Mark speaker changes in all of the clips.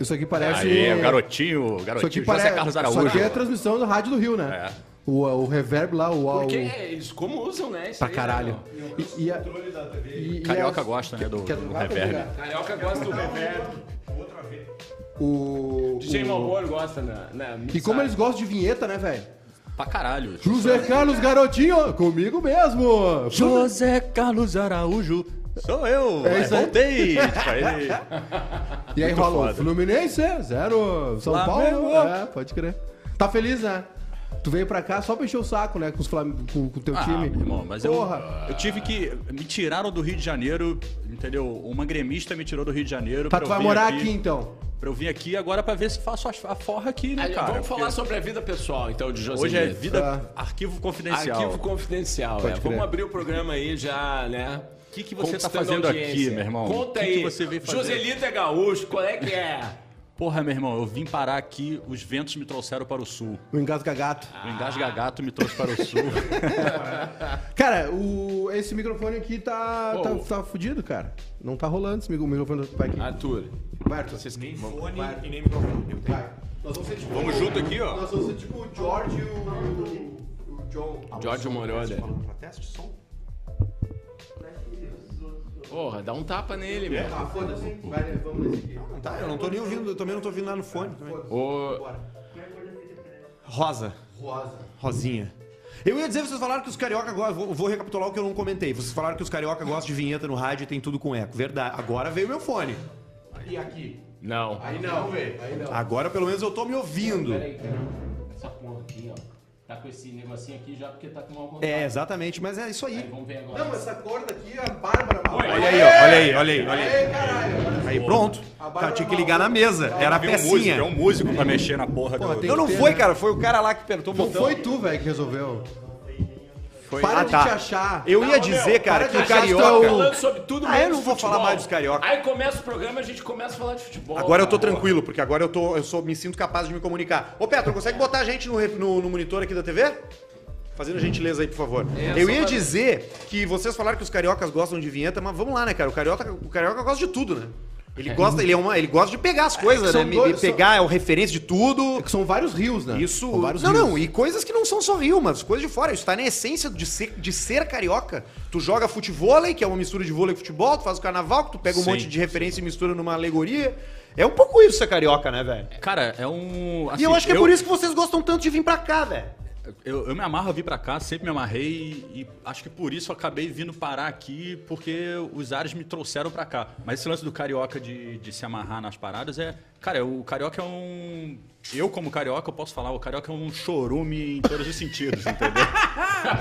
Speaker 1: Isso aqui parece. um-
Speaker 2: Aí, o garotinho, o
Speaker 1: Isso
Speaker 2: garotinho
Speaker 1: aqui,
Speaker 2: José
Speaker 1: parece...
Speaker 2: Carlos
Speaker 1: isso aqui
Speaker 2: Araújo.
Speaker 1: é a transmissão do rádio do Rio, né?
Speaker 2: É.
Speaker 1: O, o reverb lá, o. o...
Speaker 3: Porque é, eles como usam, né? Isso
Speaker 1: Pra
Speaker 3: aí,
Speaker 1: caralho. é
Speaker 3: né?
Speaker 1: E, e a- e- e
Speaker 2: Carioca
Speaker 1: as-
Speaker 2: gosta, né, do-
Speaker 1: quer
Speaker 2: do
Speaker 1: tocar,
Speaker 2: reverb.
Speaker 1: Rodrigo?
Speaker 3: Carioca gosta do reverb.
Speaker 1: O.
Speaker 3: DJ
Speaker 1: É, o-
Speaker 3: Malboro gosta né? na, na
Speaker 1: E como eles gostam de vinheta, né, velho?
Speaker 2: Pra caralho.
Speaker 1: José Carlos Garotinho, comigo mesmo!
Speaker 2: José Carlos Araújo. Sou eu.
Speaker 1: É isso aí.
Speaker 2: Voltei. Tipo, aí-
Speaker 1: E aí
Speaker 2: Muito
Speaker 1: rola o
Speaker 2: foda.
Speaker 1: Fluminense, zero. São
Speaker 2: Flamengo.
Speaker 1: Paulo, é, pode crer. Tá feliz, né? Tu veio pra cá só pra encher o saco, né? Com, os Flam... com, com o teu
Speaker 2: Ah,
Speaker 1: time.
Speaker 2: meu irmão, mas eu,
Speaker 1: Porra!
Speaker 2: eu tive que. Me tiraram do Rio de Janeiro, entendeu? Uma gremista me tirou do Rio de Janeiro.
Speaker 1: Tá,
Speaker 2: pra
Speaker 1: tu
Speaker 2: eu
Speaker 1: vai
Speaker 2: vir
Speaker 1: morar aqui, então.
Speaker 2: Pra eu vir aqui agora pra ver se faço a, a forra aqui, né,
Speaker 3: Aí,
Speaker 2: cara?
Speaker 3: vamos falar
Speaker 2: Porque
Speaker 3: sobre a vida pessoal, então, de José
Speaker 2: Hoje é
Speaker 3: Guedes.
Speaker 2: vida.
Speaker 1: Ah.
Speaker 2: Arquivo confidencial.
Speaker 3: Arquivo confidencial,
Speaker 1: Pode
Speaker 3: é.
Speaker 1: crer.
Speaker 3: Vamos abrir o programa aí já, né?
Speaker 2: O que que você tá
Speaker 3: Conquistando
Speaker 2: fazendo
Speaker 3: audiência.
Speaker 2: aqui, meu irmão? O que
Speaker 3: Conta
Speaker 2: que
Speaker 3: aí.
Speaker 2: você veio fazer?
Speaker 3: Joselita Gaúcho, qual é que é?
Speaker 2: Porra, meu irmão, eu vim parar aqui, os ventos me trouxeram para o sul.
Speaker 1: O Engasga Gato.
Speaker 2: O
Speaker 3: Ah.
Speaker 2: engasga gato me trouxe para o sul.
Speaker 1: Cara, o... esse microfone aqui tá,
Speaker 3: Pô,
Speaker 1: tá,
Speaker 3: o-
Speaker 1: tá fudido, cara. Não tá rolando esse micro- o microfone do pai aqui.
Speaker 3: Arthur.
Speaker 1: Vai, Arthur.
Speaker 3: Vocês
Speaker 4: Nem
Speaker 3: quem?
Speaker 4: fone e nem microfone. Eu tenho.
Speaker 1: Vai. Nós vamos ser tipo.
Speaker 4: Vamos junto aqui, ó.
Speaker 1: Nós vamos ser tipo o George e o. o- o John.
Speaker 3: Jorge Moroder.
Speaker 4: Falando pra teste, som.
Speaker 3: Porra, dá um tapa nele,
Speaker 4: É?
Speaker 3: meu.
Speaker 1: Ah, foda-se. Vai, né? vamos nesse aqui.
Speaker 4: Não tá, eu não tô nem ouvindo, eu também não tô ouvindo lá no fone. também.
Speaker 3: Ô,
Speaker 1: Bora.
Speaker 4: Rosa.
Speaker 1: Rosa.
Speaker 4: Rosinha. Eu ia dizer, vocês falaram que os carioca gostam. Vou, vou recapitular o que eu não comentei. Vocês falaram que os carioca gostam de vinheta no rádio e tem tudo com eco. Verdade. Agora veio meu fone. E aqui?
Speaker 3: não.
Speaker 1: Aí não, aí não.
Speaker 4: Agora pelo menos eu tô me ouvindo.
Speaker 3: Essa porra aqui, ó. Tá com esse negocinho aqui já porque tá com mau contato.
Speaker 4: É, exatamente, mas é isso aí.
Speaker 3: Vamos ver agora.
Speaker 1: Não, mas essa corda aqui é a Bárbara Mauro.
Speaker 4: Olha aí, ó, olha aí, olha aí, olha aí.
Speaker 1: Ei, caralho.
Speaker 4: Aí pronto. Cara, tinha que ligar na mesa. Era a
Speaker 2: Tem um músico, é
Speaker 4: pecinha.
Speaker 2: um músico pra mexer na porra
Speaker 1: Porra,
Speaker 2: do...
Speaker 1: tem-
Speaker 4: Não, não
Speaker 1: que ter,
Speaker 4: foi,
Speaker 1: né?
Speaker 4: cara. Foi o cara lá que apertou o
Speaker 1: Não
Speaker 4: botão.
Speaker 1: foi tu, velho, que resolveu.
Speaker 2: Foi-
Speaker 1: Para
Speaker 4: Ah,
Speaker 1: de
Speaker 4: tá.
Speaker 1: te achar.
Speaker 4: Eu ia
Speaker 3: meu,
Speaker 4: dizer, cara,
Speaker 1: para
Speaker 4: que
Speaker 1: de
Speaker 4: o
Speaker 1: achar que tu é
Speaker 4: carioca.
Speaker 1: o-
Speaker 3: Falando sobre tudo
Speaker 4: Ah,
Speaker 3: menos
Speaker 4: eu não vou
Speaker 3: futebol.
Speaker 4: falar mais dos carioca.
Speaker 3: Aí começa o programa, a gente começa a falar de futebol.
Speaker 4: Agora eu tô
Speaker 3: cara.
Speaker 4: tranquilo, porque agora eu tô, eu sou, me sinto capaz de me comunicar. Ô, Petro, consegue botar a gente no, rep- no- no monitor aqui da TV? Fazendo a gentileza aí, por favor.
Speaker 3: É,
Speaker 4: eu
Speaker 3: só
Speaker 4: ia
Speaker 3: pra-
Speaker 4: dizer que vocês falaram que os cariocas gostam de vinheta, mas vamos lá, né, cara? O carioca, o carioca gosta de tudo, né? Ele gosta, ele é uma, ele gosta de pegar as coisas,
Speaker 1: são
Speaker 4: né? Me-
Speaker 1: dois-
Speaker 4: me pegar é o referência de tudo.
Speaker 1: É que são vários rios, né?
Speaker 4: Isso.
Speaker 1: São vários
Speaker 4: Não,
Speaker 1: rios.
Speaker 4: não, e coisas que não são só Rio, mas coisas de fora. Isso tá na essência de ser, de ser carioca. Tu joga futevôlei, que é uma mistura de vôlei e futebol, tu faz o carnaval, que tu pega um
Speaker 2: Sim,
Speaker 4: monte de referência e mistura numa alegoria. É um pouco isso ser carioca, né, velho?
Speaker 2: Cara, é um...
Speaker 1: Assim,
Speaker 4: e eu acho que é por isso que vocês gostam tanto de vir pra cá, velho.
Speaker 2: Eu, eu me amarro a vir pra cá, sempre me amarrei e, e acho que por isso eu acabei vindo parar aqui, porque os ares me trouxeram pra cá. Mas esse lance do carioca de, de se amarrar nas paradas é. Cara, o carioca é um. Eu, como carioca, eu posso falar, o carioca é um chorume em todos os sentidos, entendeu?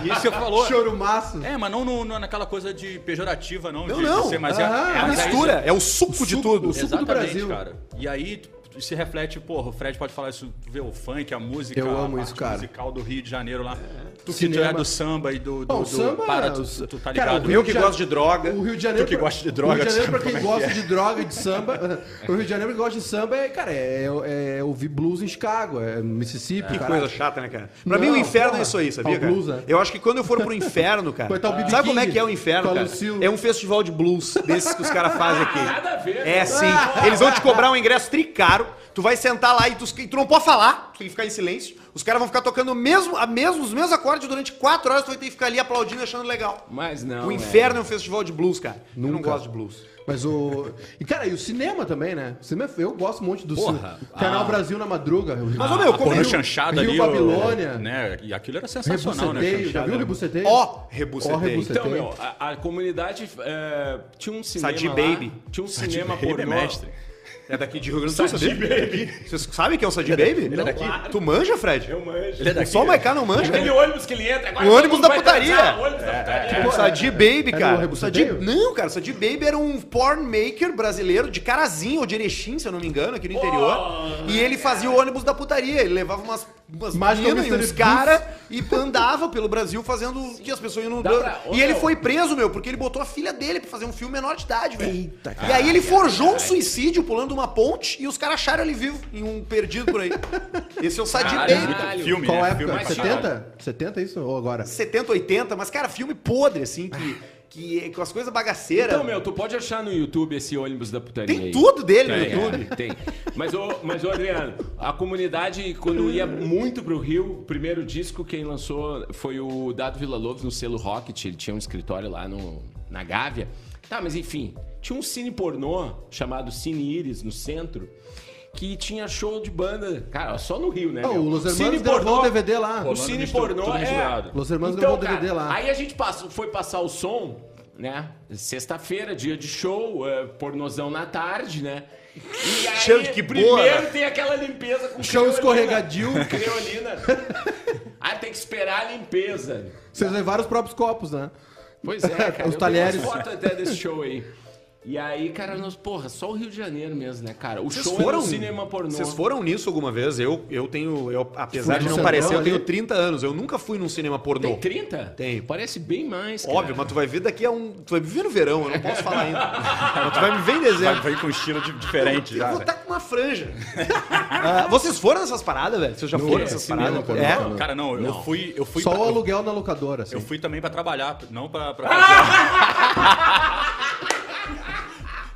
Speaker 2: E isso você falou.
Speaker 1: Chorumaço.
Speaker 2: É, mas não, no- não é naquela coisa de pejorativa, não.
Speaker 4: Não,
Speaker 2: de,
Speaker 4: não.
Speaker 2: De ser, mas
Speaker 1: Aham,
Speaker 2: é,
Speaker 4: É a
Speaker 2: mas aí-
Speaker 4: mistura, é o suco, de tudo.
Speaker 1: o suco do Brasil.
Speaker 2: cara. E aí tu- se reflete, porra, o Fred pode falar isso, tu vê o funk, a música,
Speaker 1: Eu
Speaker 2: a
Speaker 1: amo
Speaker 2: parte
Speaker 1: isso, cara.
Speaker 2: musical do Rio de Janeiro lá. Tu que
Speaker 1: Cinema.
Speaker 2: tu é do samba e do, do,
Speaker 1: Bom, o
Speaker 2: do-
Speaker 1: samba,
Speaker 2: para,
Speaker 1: né,
Speaker 2: tu,
Speaker 1: os-
Speaker 2: tu tá
Speaker 1: cara,
Speaker 2: ligado.
Speaker 1: o Rio
Speaker 4: Eu que
Speaker 1: Já-
Speaker 4: gosto de droga.
Speaker 1: O Rio de Janeiro.
Speaker 2: É, Tu que
Speaker 1: pra-
Speaker 2: gosta de droga,
Speaker 1: O Rio de Janeiro,
Speaker 2: sabe
Speaker 1: pra quem
Speaker 2: como é que
Speaker 1: gosta de droga, de samba. o Rio de Janeiro, pra quem gosta de samba, é, cara, é, é ouvir blues em Chicago, é Mississippi.
Speaker 4: Que
Speaker 1: caralho.
Speaker 4: coisa chata, né, cara? Pra
Speaker 1: Não,
Speaker 4: mim, o inferno
Speaker 1: porra. né?
Speaker 4: é isso aí, sabia,
Speaker 1: Tal
Speaker 4: cara?
Speaker 1: blusa.
Speaker 4: Eu acho que quando eu for pro inferno, cara.
Speaker 1: Coitado do B.B.
Speaker 4: sabe como é
Speaker 1: King,
Speaker 4: que é o
Speaker 1: com
Speaker 4: inferno,
Speaker 1: a
Speaker 4: cara?
Speaker 1: Lucille.
Speaker 4: É um festival de blues desses que os caras fazem aqui.
Speaker 3: Nada a ver,
Speaker 4: É
Speaker 3: né?
Speaker 4: sim. Eles vão te cobrar um ingresso tricaro. Tu vai sentar lá e tu, e tu não pode falar. Tu tem que ficar em silêncio. Os caras vão ficar tocando o mesmo, a mesmo, os mesmos acordes durante quatro horas. Tu vai ter que ficar ali aplaudindo e achando legal.
Speaker 3: Mas não.
Speaker 4: o
Speaker 3: é.
Speaker 4: inferno é um festival de blues, cara. Eu não
Speaker 1: Nunca.
Speaker 4: gosto de blues.
Speaker 1: Mas o. E, cara, e o cinema também, né? O cinema, eu gosto muito do
Speaker 2: Porra.
Speaker 1: cinema. Canal
Speaker 2: Ah.
Speaker 1: Brasil na Madruga. Ah,
Speaker 4: Mas, ô, meu,
Speaker 2: a
Speaker 4: como
Speaker 2: porra
Speaker 4: Rio-
Speaker 2: chanchada
Speaker 1: é Rio
Speaker 2: ali.
Speaker 1: Babilônia.
Speaker 2: O, né? E aquilo era sensacional, né?
Speaker 1: Rebuceteio, já
Speaker 2: chanchada.
Speaker 1: viu o Rebuceteio?
Speaker 4: Ó,
Speaker 1: Ó,
Speaker 4: rebucetei.
Speaker 1: Rebuceteio.
Speaker 3: Então, meu, a, a comunidade é, tinha um cinema.
Speaker 4: Sadi
Speaker 3: lá,
Speaker 4: Baby.
Speaker 3: Tinha um cinema
Speaker 2: Baby é
Speaker 3: pornô.
Speaker 2: mestre.
Speaker 4: É daqui de Rio Grande do Sul,
Speaker 2: Sadi
Speaker 4: sabia? Vocês sabem quem é o Sadi Baby? Ele
Speaker 2: é daqui?
Speaker 4: Tu manja, Fred?
Speaker 3: Eu manjo.
Speaker 2: Ele é daqui?
Speaker 4: Só o Maiká não manja.
Speaker 3: Aquele ônibus que ele entra agora.
Speaker 4: O ônibus
Speaker 3: todo mundo
Speaker 4: da
Speaker 3: vai
Speaker 4: putaria.
Speaker 3: transar, o ônibus da putaria.
Speaker 4: O Sadi Baby,
Speaker 1: Era o
Speaker 4: cara. Sadi...
Speaker 1: Rebuceteio?
Speaker 4: Não, cara, o Sadi Baby era um porn maker brasileiro de Carazinho ou de Erechim, se eu não me engano, aqui no interior. e ele fazia o ônibus da putaria. Ele levava umas, umas
Speaker 1: Mágica
Speaker 4: meninas e
Speaker 1: Mystery
Speaker 4: uns
Speaker 1: Bus.
Speaker 4: caras e andava pelo Brasil fazendo que as pessoas iam no...
Speaker 3: Dá pra- Ô,
Speaker 4: E ele
Speaker 3: meu.
Speaker 4: foi preso, meu, porque ele botou a filha dele pra fazer um filme menor de idade, velho. Eita, cara. E aí ele forjou um suicídio pulando uma ponte e os caras acharam ele vivo em um perdido por aí. Esse é o Sadi
Speaker 3: Caralho,
Speaker 4: Baby,
Speaker 3: muito
Speaker 4: cara.
Speaker 2: Filme,
Speaker 1: Qual
Speaker 2: né?
Speaker 1: época?
Speaker 2: Filme pra
Speaker 1: 70? 70 isso? Ou agora?
Speaker 4: 70, 80, mas, cara, filme podre, assim, que que com as coisas bagaceiras.
Speaker 5: Então, meu, tu pode achar no YouTube esse ônibus da putaria.
Speaker 4: Tem
Speaker 5: aí.
Speaker 4: tudo dele no
Speaker 5: Tem,
Speaker 4: YouTube.
Speaker 5: é, tem. Mas, ô, mas, ô, Adriano, a comunidade, quando ia muito pro Rio, o primeiro disco quem lançou foi o Dado Vila Lobos no selo Rocket. Ele tinha um escritório lá no, na Gávea. Tá, mas enfim, tinha um cine pornô chamado Cine Iris no centro. Que tinha show de banda. Cara, só no Rio, né?
Speaker 1: Ah,
Speaker 5: meu?
Speaker 1: o Los Hermanos gravou um DVD lá.
Speaker 5: O
Speaker 1: Rolando
Speaker 5: Cine
Speaker 2: mistu-
Speaker 5: Pornô
Speaker 2: tudo
Speaker 5: é.
Speaker 2: misturado.
Speaker 1: Los Hermanos gravou DVD
Speaker 5: cara,
Speaker 1: lá.
Speaker 5: Aí a gente passou, foi passar o som, né? Sexta-feira, dia de show, é, pornozão na tarde, né? E aí,
Speaker 4: Cheiro de que
Speaker 5: primeiro
Speaker 4: boa, né?
Speaker 5: tem aquela limpeza com
Speaker 1: Chão
Speaker 5: creolina.
Speaker 1: escorregadio.
Speaker 5: Creolina. Ah, tem que esperar a limpeza.
Speaker 1: Vocês levaram os próprios copos, né?
Speaker 5: Pois é, cara.
Speaker 1: Os
Speaker 5: eu
Speaker 1: talheres.
Speaker 5: tenho umas fotos até desse show aí. E aí, cara, nós, porra, só o Rio de Janeiro mesmo, né, cara? O
Speaker 4: Vocês
Speaker 5: show
Speaker 4: foram-
Speaker 5: era no cinema pornô.
Speaker 4: Vocês foram nisso alguma vez? Eu, eu tenho. Eu, apesar
Speaker 1: Fui no
Speaker 4: de não
Speaker 1: Centrão
Speaker 4: parecer, eu
Speaker 1: ali.
Speaker 4: tenho 30 anos. Eu nunca fui num cinema pornô.
Speaker 5: Tem 30?
Speaker 4: Tem.
Speaker 5: Parece bem mais, cara.
Speaker 4: Óbvio, mas tu vai ver daqui a um. Tu vai me ver no verão, eu não posso falar ainda. mas tu vai me ver em dezembro.
Speaker 2: Vem com um estilo de- diferente
Speaker 4: Eu
Speaker 2: já.
Speaker 4: vou
Speaker 2: né?
Speaker 4: estar com uma franja. Ah, vocês foram nessas paradas, velho? Vocês já foram nessas
Speaker 1: cinema,
Speaker 4: paradas?
Speaker 1: pornô.
Speaker 4: É?
Speaker 1: Não.
Speaker 2: né? Cara, não, eu fui. Eu fui
Speaker 1: Só
Speaker 2: pra-
Speaker 1: o
Speaker 2: eu-
Speaker 1: aluguel na locadora, assim.
Speaker 2: Eu fui também pra trabalhar, não pra. pra fazer-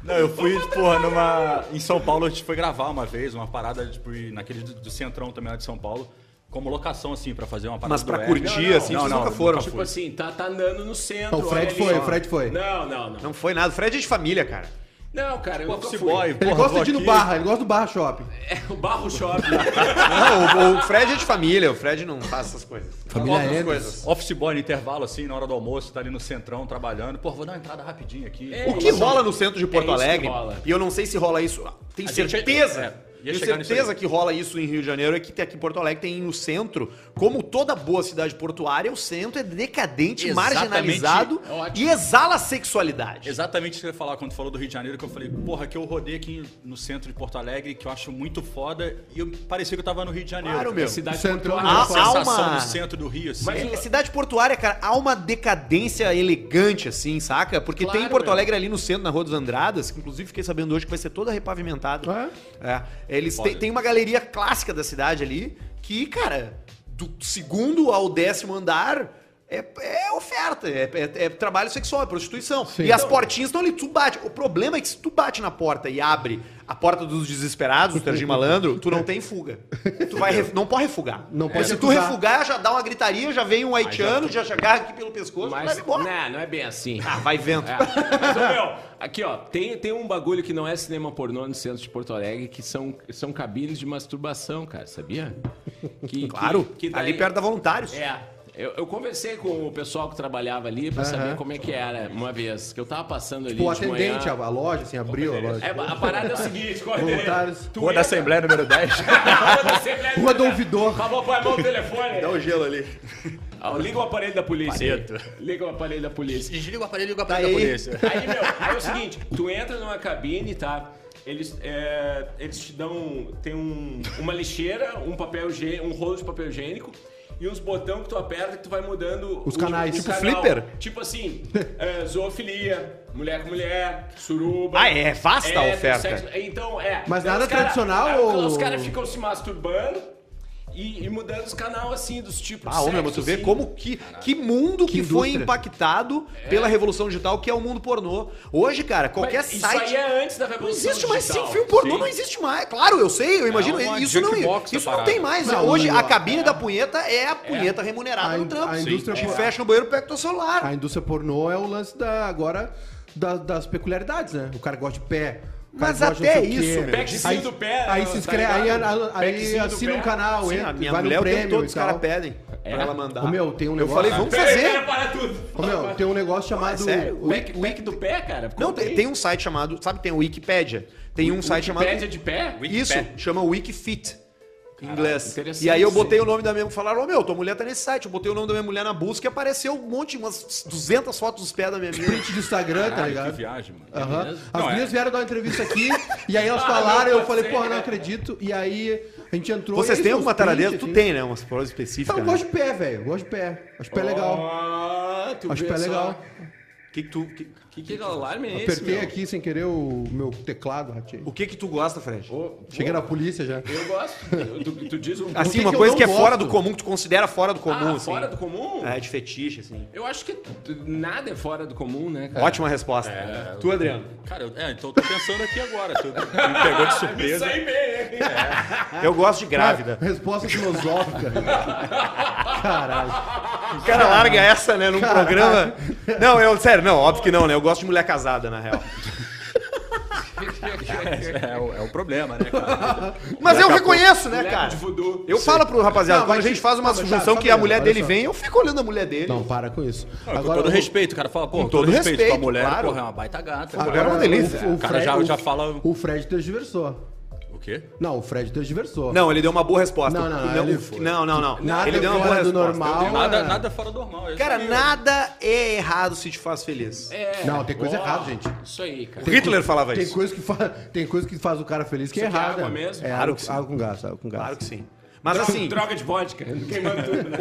Speaker 2: Não, eu fui, porra, numa. Em São Paulo a gente foi gravar uma vez, uma parada, tipo, e naquele do, do Centrão também lá de São Paulo, como locação, assim, pra fazer uma parada.
Speaker 4: Mas pra
Speaker 2: do Ed.
Speaker 4: curtir,
Speaker 2: Não, não,
Speaker 4: assim,
Speaker 2: não,
Speaker 4: vocês
Speaker 2: não,
Speaker 4: nunca foram.
Speaker 5: Tipo
Speaker 2: fui.
Speaker 5: assim, tá, tá andando no centro.
Speaker 1: O Fred
Speaker 5: olha ali,
Speaker 1: foi,
Speaker 5: ó.
Speaker 1: o Fred foi.
Speaker 5: Não, não, não.
Speaker 4: Não foi nada. Fred é de família, cara.
Speaker 5: Não, cara, eu nunca
Speaker 2: Office
Speaker 5: fui.
Speaker 2: boy,
Speaker 1: Ele
Speaker 2: porra,
Speaker 1: gosta
Speaker 2: vou
Speaker 1: de ir no
Speaker 2: aqui.
Speaker 1: barra, ele gosta do barra shopping.
Speaker 5: É o Barro Shopping.
Speaker 4: Não, o, o Fred é de família. O Fred não faz essas coisas.
Speaker 1: Família
Speaker 4: Outras
Speaker 1: Anderson.
Speaker 4: coisas.
Speaker 2: Office boy no intervalo, assim, na hora do almoço, tá ali no Centrão trabalhando. Porra, vou dar uma entrada rapidinho aqui.
Speaker 5: É,
Speaker 4: O que rola no centro de
Speaker 5: É
Speaker 4: Porto
Speaker 5: isso que
Speaker 4: Alegre,
Speaker 5: rola.
Speaker 4: e eu não sei se rola isso, ah, tenho
Speaker 2: A gente- é,
Speaker 4: certeza,
Speaker 2: ia
Speaker 4: tenho
Speaker 2: chegar nisso
Speaker 4: certeza
Speaker 2: aí.
Speaker 4: que rola isso em Rio de Janeiro, é que tem- aqui em Porto Alegre tem no centro, como toda boa cidade portuária, o centro é decadente,
Speaker 2: Exatamente.
Speaker 4: marginalizado
Speaker 5: É ótimo.
Speaker 4: e exala sexualidade.
Speaker 2: Exatamente o que você ia falar quando falou do Rio de Janeiro, que eu falei, porra, que eu rodei aqui no centro de Porto Alegre, que eu acho muito foda, e eu parecia que eu tava no Rio de Janeiro.
Speaker 4: Claro, meu.
Speaker 5: Cidade
Speaker 1: Centrão,
Speaker 5: portuária.
Speaker 4: Ah,
Speaker 2: A
Speaker 4: Há- há
Speaker 2: sensação
Speaker 4: uma-
Speaker 2: do centro do Rio, assim.
Speaker 5: Mas
Speaker 4: É, cidade portuária, cara, há uma decadência elegante, assim, saca? Porque
Speaker 5: Claro,
Speaker 4: tem em Porto
Speaker 5: meu.
Speaker 4: Alegre ali no centro, na Rua dos Andradas, que inclusive fiquei sabendo hoje que vai ser toda repavimentada. É. Eles têm, tem uma galeria clássica da cidade ali, que, cara, do segundo ao décimo andar. É, é oferta, é, é- é trabalho sexual, é prostituição. E
Speaker 1: Então-
Speaker 4: as portinhas estão ali, tu bate. O problema é que se tu bate na porta e abre a porta dos desesperados, do Serginho Malandro, tu não tem fuga. Tu vai ref- não pode refugar.
Speaker 1: É.
Speaker 4: É.
Speaker 1: Não pode
Speaker 4: Se tu
Speaker 1: recusar.
Speaker 4: refugar, lugar, já dá uma gritaria, já vem um haitiano, já, já agarra aqui pelo pescoço e
Speaker 5: Mas,
Speaker 4: leva embora.
Speaker 5: não, não é bem assim.
Speaker 4: Ah, vai vento.
Speaker 5: É. Mas, ô, meu, aqui, ó, tem, tem um bagulho que não é cinema pornô no centro de Porto Alegre, que são, são cabines de masturbação, cara, sabia? Que-
Speaker 4: Claro,
Speaker 5: que- que daí-
Speaker 4: ali perto da Voluntários.
Speaker 5: É. Eu, eu conversei com o pessoal que trabalhava ali pra saber como é que era uma vez. Que eu tava passando ali.
Speaker 1: Tipo, O
Speaker 5: de
Speaker 1: atendente,
Speaker 5: manhã.
Speaker 1: a, a loja, assim, abriu a loja.
Speaker 5: É, a parada é o seguinte, qual é o
Speaker 1: Voluntários.
Speaker 5: endereço? Tu
Speaker 2: Rua da
Speaker 5: entra-
Speaker 2: Assembleia número 10.
Speaker 5: Rua da Assembleia.
Speaker 1: Rua do Ouvidor. um
Speaker 5: Acabou, põe a mão no telefone.
Speaker 4: Dá o gelo ali.
Speaker 5: Ah, Liga o aparelho da polícia. aí.
Speaker 2: Pareto.
Speaker 5: Liga o aparelho da polícia.
Speaker 2: Desliga o aparelho, liga o aparelho
Speaker 4: Tá
Speaker 2: da
Speaker 4: aí.
Speaker 2: polícia.
Speaker 5: Aí, meu, aí é o seguinte, tu entra numa cabine, tá? Eles, é, eles te dão. Tem um, uma lixeira, um papel higiê- um rolo de papel higiênico e uns botão que tu aperta que tu vai mudando
Speaker 1: Os
Speaker 5: o-
Speaker 1: canais.
Speaker 5: o
Speaker 1: Tipo
Speaker 5: canal.
Speaker 4: flipper?
Speaker 5: Tipo assim, é, zoofilia, mulher com mulher, suruba.
Speaker 4: Ah, é vasta a
Speaker 5: hétero,
Speaker 4: oferta.
Speaker 5: então, é.
Speaker 1: Mas
Speaker 5: Então,
Speaker 1: nada
Speaker 5: os cara-
Speaker 1: tradicional
Speaker 5: é,
Speaker 1: ou-
Speaker 5: Os caras ficam se masturbando e, e mudando os canais assim, dos tipos.
Speaker 4: Ah,
Speaker 5: de
Speaker 4: homem, mas
Speaker 5: sexo,
Speaker 4: tu vê
Speaker 5: assim.
Speaker 4: como que, que mundo
Speaker 1: Que
Speaker 4: que, foi
Speaker 1: indústria.
Speaker 4: impactado pela revolução digital, que é o mundo pornô. Hoje, cara, qualquer
Speaker 5: Mas Isso aí
Speaker 4: site.
Speaker 5: é antes da revolução.
Speaker 4: Não existe mais sim,
Speaker 5: digital.
Speaker 4: filme pornô
Speaker 2: Sim.
Speaker 4: não existe mais. Claro, eu sei, eu imagino.
Speaker 2: uma
Speaker 4: isso não,
Speaker 2: jukebox
Speaker 4: isso
Speaker 2: da
Speaker 4: não
Speaker 5: tá
Speaker 2: parada.
Speaker 4: tem mais.
Speaker 1: Não,
Speaker 4: Hoje
Speaker 1: não,
Speaker 4: a cabine da punheta é a punheta remunerada
Speaker 1: A
Speaker 4: no
Speaker 1: in-
Speaker 4: trampo.
Speaker 1: a
Speaker 4: Sim.
Speaker 1: indústria
Speaker 4: Te
Speaker 1: por-
Speaker 4: fecha no banheiro, pega teu celular.
Speaker 1: A indústria pornô é o lance da agora da- das peculiaridades, né? O cara gosta de pé. o cara
Speaker 4: Mas
Speaker 1: gosta de não
Speaker 4: até
Speaker 1: sei o quê.
Speaker 4: isso, meu.
Speaker 5: Packzinho
Speaker 1: Aí,
Speaker 5: do pé,
Speaker 1: aí
Speaker 5: tá
Speaker 1: se inscreve, aí,
Speaker 5: ligado?
Speaker 1: a- aí
Speaker 5: Packzinho do
Speaker 1: assina
Speaker 5: pé.
Speaker 1: um canal,
Speaker 4: Sim,
Speaker 1: entra,
Speaker 4: a minha
Speaker 1: vai
Speaker 4: mulher,
Speaker 1: no
Speaker 4: o tempo
Speaker 1: prêmio
Speaker 4: todo
Speaker 1: e
Speaker 4: os caras
Speaker 1: tal.
Speaker 4: pedem pra
Speaker 5: É.
Speaker 4: ela mandar.
Speaker 1: Ô, meu, tem um negócio-
Speaker 4: Eu falei, vamos
Speaker 5: Peraí, peraí,
Speaker 4: fazer.
Speaker 5: para tudo.
Speaker 1: Ô, meu, tem um negócio chamado
Speaker 4: sério?
Speaker 1: o-
Speaker 5: O pack, pack do pé, cara?
Speaker 4: Não, tem, tem um site chamado, sabe, tem o Wikipedia. Tem um site chamado...
Speaker 5: Wikipedia de pé?
Speaker 2: Wiki-
Speaker 4: Isso,
Speaker 2: Wikipé.
Speaker 4: chama Wikifit. Em inglês.
Speaker 5: interessante
Speaker 4: E aí eu
Speaker 5: isso aí.
Speaker 4: botei o nome da minha falaram, ô meu, tua mulher tá nesse site. Eu botei o nome da minha mulher na busca e apareceu um monte, umas 200 fotos dos pés da minha amiga.
Speaker 1: print do Instagram, tá
Speaker 2: Caralho, que
Speaker 1: ligado?
Speaker 2: viagem, mano.
Speaker 1: Aham. As
Speaker 2: Não,
Speaker 1: meninas
Speaker 2: é.
Speaker 1: vieram dar uma entrevista aqui, e aí elas
Speaker 5: Ah,
Speaker 1: falaram,
Speaker 5: não
Speaker 1: eu
Speaker 5: pode
Speaker 1: falei,
Speaker 5: ser,
Speaker 1: porra, não
Speaker 5: cara.
Speaker 1: acredito. E aí a gente entrou.
Speaker 4: Vocês
Speaker 1: e aí
Speaker 4: têm
Speaker 1: são
Speaker 4: alguma
Speaker 1: os print, Tá,
Speaker 4: tarefa? Tu
Speaker 1: assim.
Speaker 4: tem, né? Umas provas
Speaker 1: Não,
Speaker 4: específicas.
Speaker 1: eu
Speaker 4: né?
Speaker 1: gosto de pé, velho. eu Gosto de pé. Acho pé legal.
Speaker 5: Ah, tu
Speaker 1: Acho
Speaker 5: vê
Speaker 1: pé
Speaker 5: só.
Speaker 1: legal.
Speaker 5: Que que tu... Que que, que alarme é esse,
Speaker 1: Apertei
Speaker 5: meu?
Speaker 1: aqui sem querer o meu teclado, Ratinho.
Speaker 4: O que que tu gosta, Fred?
Speaker 5: Ô,
Speaker 1: Cheguei na polícia já.
Speaker 5: Eu gosto. Eu- Tu, tu diz um...
Speaker 4: Assim,
Speaker 1: que
Speaker 4: uma
Speaker 1: que eu
Speaker 4: coisa
Speaker 1: não
Speaker 4: que é
Speaker 1: gosto?
Speaker 4: fora do comum, que tu considera fora do
Speaker 5: ah,
Speaker 4: comum, assim.
Speaker 5: fora do comum?
Speaker 4: É, de fetiche, assim.
Speaker 5: Eu acho que t- nada é fora do comum, né, cara?
Speaker 4: Ótima resposta. Tu, Adriano?
Speaker 2: Cara, eu- é, então eu tô pensando aqui agora. Tu me pegou de surpresa.
Speaker 5: aí mesmo, hein?
Speaker 1: É.
Speaker 4: Eu gosto de grávida.
Speaker 1: Resposta filosófica. Caralho.
Speaker 4: O cara larga essa, né, num programa. Não, eu, sério, não, óbvio que não, né? Eu gosto de mulher casada, na real.
Speaker 2: É, o- é o problema, né, cara?
Speaker 4: Mas eu reconheço, né,
Speaker 5: Boneco
Speaker 4: cara?
Speaker 5: de voodoo.
Speaker 4: Eu falo pro rapaziada,
Speaker 1: Não,
Speaker 4: quando a
Speaker 1: mas
Speaker 4: gente
Speaker 1: se-
Speaker 4: faz uma
Speaker 1: não, mas tá,
Speaker 4: sugestão
Speaker 1: tá
Speaker 4: que a
Speaker 1: mesmo,
Speaker 4: mulher
Speaker 1: olha
Speaker 4: dele
Speaker 1: só.
Speaker 4: vem, eu fico olhando a mulher dele.
Speaker 1: Não, para com isso.
Speaker 2: Com todo
Speaker 1: o-
Speaker 2: respeito, o cara fala, pô, com
Speaker 4: todo
Speaker 2: todo respeito,
Speaker 4: respeito,
Speaker 2: tua mulher,
Speaker 4: claro.
Speaker 2: porra, é uma baita gata.
Speaker 1: Agora
Speaker 4: Agora é uma delícia.
Speaker 1: O, o,
Speaker 2: O cara
Speaker 1: Fred,
Speaker 2: já-
Speaker 1: o,
Speaker 2: já fala-
Speaker 1: O Fred transversou.
Speaker 2: O quê?
Speaker 1: Não, o Fred transversou.
Speaker 4: Não, ele deu uma boa resposta.
Speaker 1: Não, não, não,
Speaker 4: não,
Speaker 1: ele foi.
Speaker 4: não, não, não.
Speaker 1: Nada
Speaker 4: ele deu uma
Speaker 1: fora
Speaker 4: boa
Speaker 1: do
Speaker 4: resposta.
Speaker 1: normal. Ah,
Speaker 2: Nada,
Speaker 1: é.
Speaker 2: nada fora do normal. é isso
Speaker 4: Cara,
Speaker 2: aí.
Speaker 4: nada é errado se te faz feliz.
Speaker 1: Não, tem coisa errada, gente.
Speaker 5: É. Isso aí, cara.
Speaker 4: O Hitler falava
Speaker 1: É, Tem
Speaker 4: isso.
Speaker 1: coisa, que fa... tem coisa que faz o cara feliz que é
Speaker 5: Isso aqui é
Speaker 1: errada.
Speaker 5: água mesmo?
Speaker 1: É
Speaker 4: Claro
Speaker 1: água,
Speaker 4: que sim.
Speaker 1: água com gás, água com gás.
Speaker 4: Claro que sim. Mas
Speaker 5: Droga-
Speaker 4: assim,
Speaker 5: Droga de vodka. Queimando tudo, né?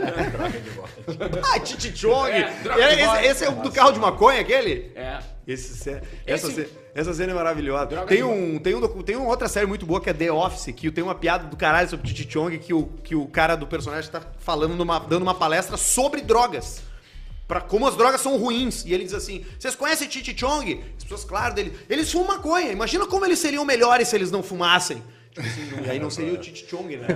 Speaker 4: ah, Titi Chong.
Speaker 5: É, droga
Speaker 4: É,
Speaker 5: de
Speaker 4: esse,
Speaker 5: bola.
Speaker 4: esse é o do carro de maconha, aquele?
Speaker 5: É.
Speaker 4: Esse, ce- essa,
Speaker 5: Esse-
Speaker 4: ce- essa cena é maravilhosa.
Speaker 5: Droga
Speaker 4: Tem
Speaker 5: de
Speaker 4: um, tem, um, docu- tem uma outra série muito boa que é The Office, que tem uma piada do caralho sobre Titi Chong que o, que o cara do personagem tá falando, numa, dando uma palestra sobre drogas. Pra como as drogas são ruins. E ele diz assim: vocês conhecem Titi Chong? As pessoas, claro, dele. Eles fumam maconha. Imagina como eles seriam melhores se eles não fumassem. Tipo assim, não- e aí não seria o Titi Chong, né?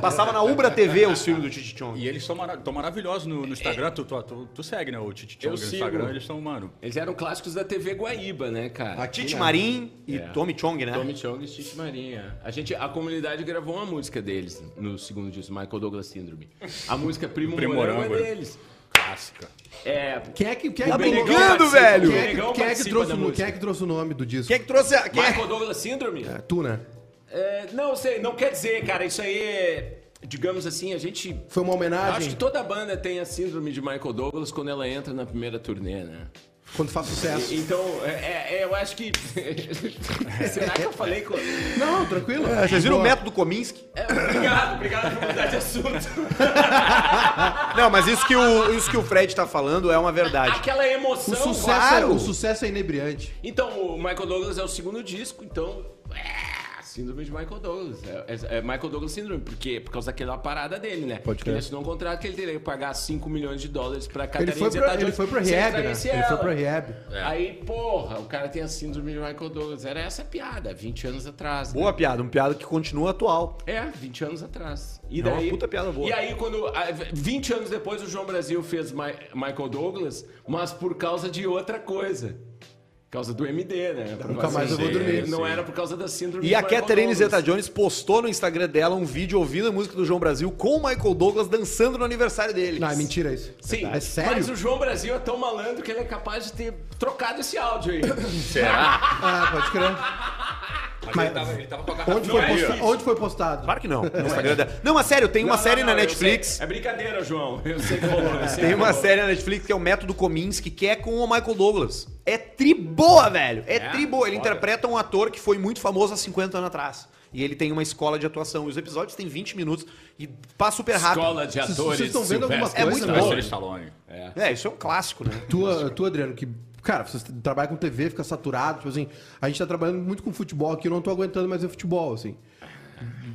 Speaker 4: Passava na Ubra TV os filmes do Titi Chong.
Speaker 2: E eles são mara tão maravilhosos no, no Instagram. Tu, tu, tu, tu segue, né? O Titi Chong
Speaker 5: Eu
Speaker 2: no
Speaker 5: sigo.
Speaker 2: Instagram. Eles são, mano.
Speaker 5: Eles eram clássicos da TV Guaíba, né, cara?
Speaker 4: A Titi Marim e
Speaker 5: É.
Speaker 4: Tommy Chong, né?
Speaker 5: Tommy Chong e Tite Marinha. A gente, a comunidade gravou uma música deles no segundo disco, Michael Douglas Síndrome. A música Primo,
Speaker 2: Primo
Speaker 5: Morango é
Speaker 2: Morango, é.
Speaker 5: deles.
Speaker 2: Clássica.
Speaker 5: É,
Speaker 1: Quem é que, quem é
Speaker 4: Tá
Speaker 1: que colocou-
Speaker 4: brincando, velho?
Speaker 1: Quem é
Speaker 5: Negão
Speaker 1: que, quem é que
Speaker 5: participa
Speaker 1: trouxe,
Speaker 5: da
Speaker 1: o-
Speaker 5: música.
Speaker 1: quem é que trouxe o nome do disco?
Speaker 4: Quem é que trouxe a. Quem é-
Speaker 5: Michael Douglas Síndrome?
Speaker 1: É tu, né?
Speaker 5: É, não sei, não quer dizer, cara. Isso aí é, digamos assim, a gente.
Speaker 1: Foi uma homenagem
Speaker 5: Acho que toda banda tem a síndrome de Michael Douglas quando ela entra na primeira turnê, né?
Speaker 1: quando faz sucesso.
Speaker 5: E- Então, é, é, eu acho que. Será que eu falei com.
Speaker 1: Não, tranquilo.
Speaker 4: É, Vocês viram o
Speaker 1: Boa.
Speaker 4: método Kominsky?
Speaker 5: É, obrigado, obrigado por mudar de assunto.
Speaker 4: Não, mas isso que, o, isso que o Fred tá falando é uma verdade.
Speaker 5: Aquela emoção.
Speaker 1: O sucesso,
Speaker 4: Claro.
Speaker 1: é, o sucesso é inebriante.
Speaker 5: Então, o Michael Douglas é o segundo disco, então. É, síndrome de Michael Douglas. É, é- é Michael Douglas Síndrome, porque por causa daquela parada dele, né?
Speaker 1: Pode crer.
Speaker 5: ele assinou um contrato que ele teria que pagar 5 milhões de dólares pra Catarina
Speaker 1: ele foi
Speaker 5: Zeta
Speaker 1: pra, ele
Speaker 5: Jones,
Speaker 1: foi pro
Speaker 5: sem
Speaker 1: rehab, né?
Speaker 5: extrair
Speaker 1: Ele foi
Speaker 5: ela.
Speaker 1: pro rehab.
Speaker 5: Aí, porra, o cara tem a síndrome de Michael Douglas. Era essa a piada, 20 anos atrás. né?
Speaker 4: Boa piada, uma piada que continua atual.
Speaker 5: É, 20 anos atrás. E
Speaker 4: É uma puta piada boa.
Speaker 5: E aí, quando. a- 20 anos depois, o João Brasil fez Ma- Michael Douglas, mas por causa de outra coisa. Por causa do MD, né?
Speaker 1: Nunca mais eu vou dormir.
Speaker 5: Não era por causa da síndrome
Speaker 4: E a
Speaker 5: de Michael
Speaker 4: Catherine
Speaker 5: Douglas.
Speaker 4: Zeta-Jones postou no Instagram dela um vídeo ouvindo a música do João Brasil com o Michael Douglas dançando no aniversário deles.
Speaker 1: Não, é mentira isso.
Speaker 5: Sim,
Speaker 1: É sério?
Speaker 5: mas o João Brasil é tão malandro que ele é capaz de ter trocado esse áudio aí.
Speaker 1: Ah, pode crer.
Speaker 2: Tá Mas,
Speaker 1: Mas-
Speaker 2: ele, tava, ele tava com a garrafa
Speaker 1: Onde foi,
Speaker 5: é
Speaker 1: posta-
Speaker 5: isso.
Speaker 1: onde foi postado?
Speaker 4: Claro que não. No Instagram dela. Não, uma série, tem uma
Speaker 5: Não,
Speaker 4: série
Speaker 5: não,
Speaker 4: na
Speaker 5: não, eu
Speaker 4: Netflix.
Speaker 5: sei. É brincadeira, João. Eu sei que rolou. eu sei
Speaker 4: Tem
Speaker 5: que
Speaker 4: uma
Speaker 5: rolou.
Speaker 4: série na Netflix que é o Método Kominsky, que é com o Michael Douglas. É triboa, velho. É, triboa. Ele
Speaker 5: Foda.
Speaker 4: interpreta um ator que foi muito famoso há 50 anos atrás. E ele tem uma escola de atuação. E os episódios têm 20 minutos e passa super rápido.
Speaker 5: Escola de
Speaker 1: Vocês-
Speaker 5: atores.
Speaker 1: vocês estão vendo alguma
Speaker 5: Sylvester
Speaker 1: coisa,
Speaker 5: Stallone.
Speaker 1: né?
Speaker 2: Sylvester Stallone.
Speaker 4: É, isso é um clássico, né?
Speaker 1: Tu, tu, Adriano, que. Cara, você trabalha com TV, fica saturado, tipo assim. A gente tá trabalhando muito com futebol aqui, eu não tô aguentando mais ver futebol, assim.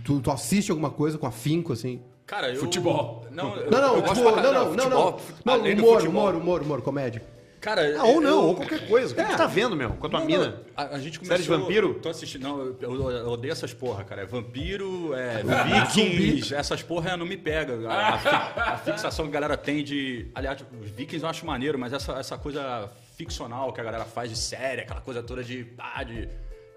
Speaker 1: Tu, tu assiste alguma coisa com afinco, assim?
Speaker 2: Cara, eu.
Speaker 5: Futebol.
Speaker 2: Não, eu-
Speaker 1: Não,
Speaker 2: eu
Speaker 1: não,
Speaker 2: gosto
Speaker 1: tipo,
Speaker 2: pra
Speaker 1: não,
Speaker 2: caralho,
Speaker 1: não, não, não.
Speaker 2: futebol,
Speaker 1: Não,
Speaker 2: além do
Speaker 1: humor,
Speaker 2: futebol.
Speaker 1: humor, humor, humor, comédia.
Speaker 2: Cara,
Speaker 4: Ah, ou não,
Speaker 2: eu-
Speaker 4: ou qualquer coisa. O
Speaker 1: É.
Speaker 4: que, que tu tá vendo, meu? Com a tua
Speaker 2: Não,
Speaker 4: mina?
Speaker 2: não, A, a gente começou...
Speaker 4: Série de vampiro?
Speaker 2: Tô assistindo. Não, eu, eu- eu odeio essas porra, cara. É vampiro, é vikings. essas porra é, não me pega. A, a fi- a fixação que a galera tem de... Aliás, os vikings eu acho maneiro, mas essa, essa coisa ficcional que a galera faz de série, aquela coisa toda de... Ah, de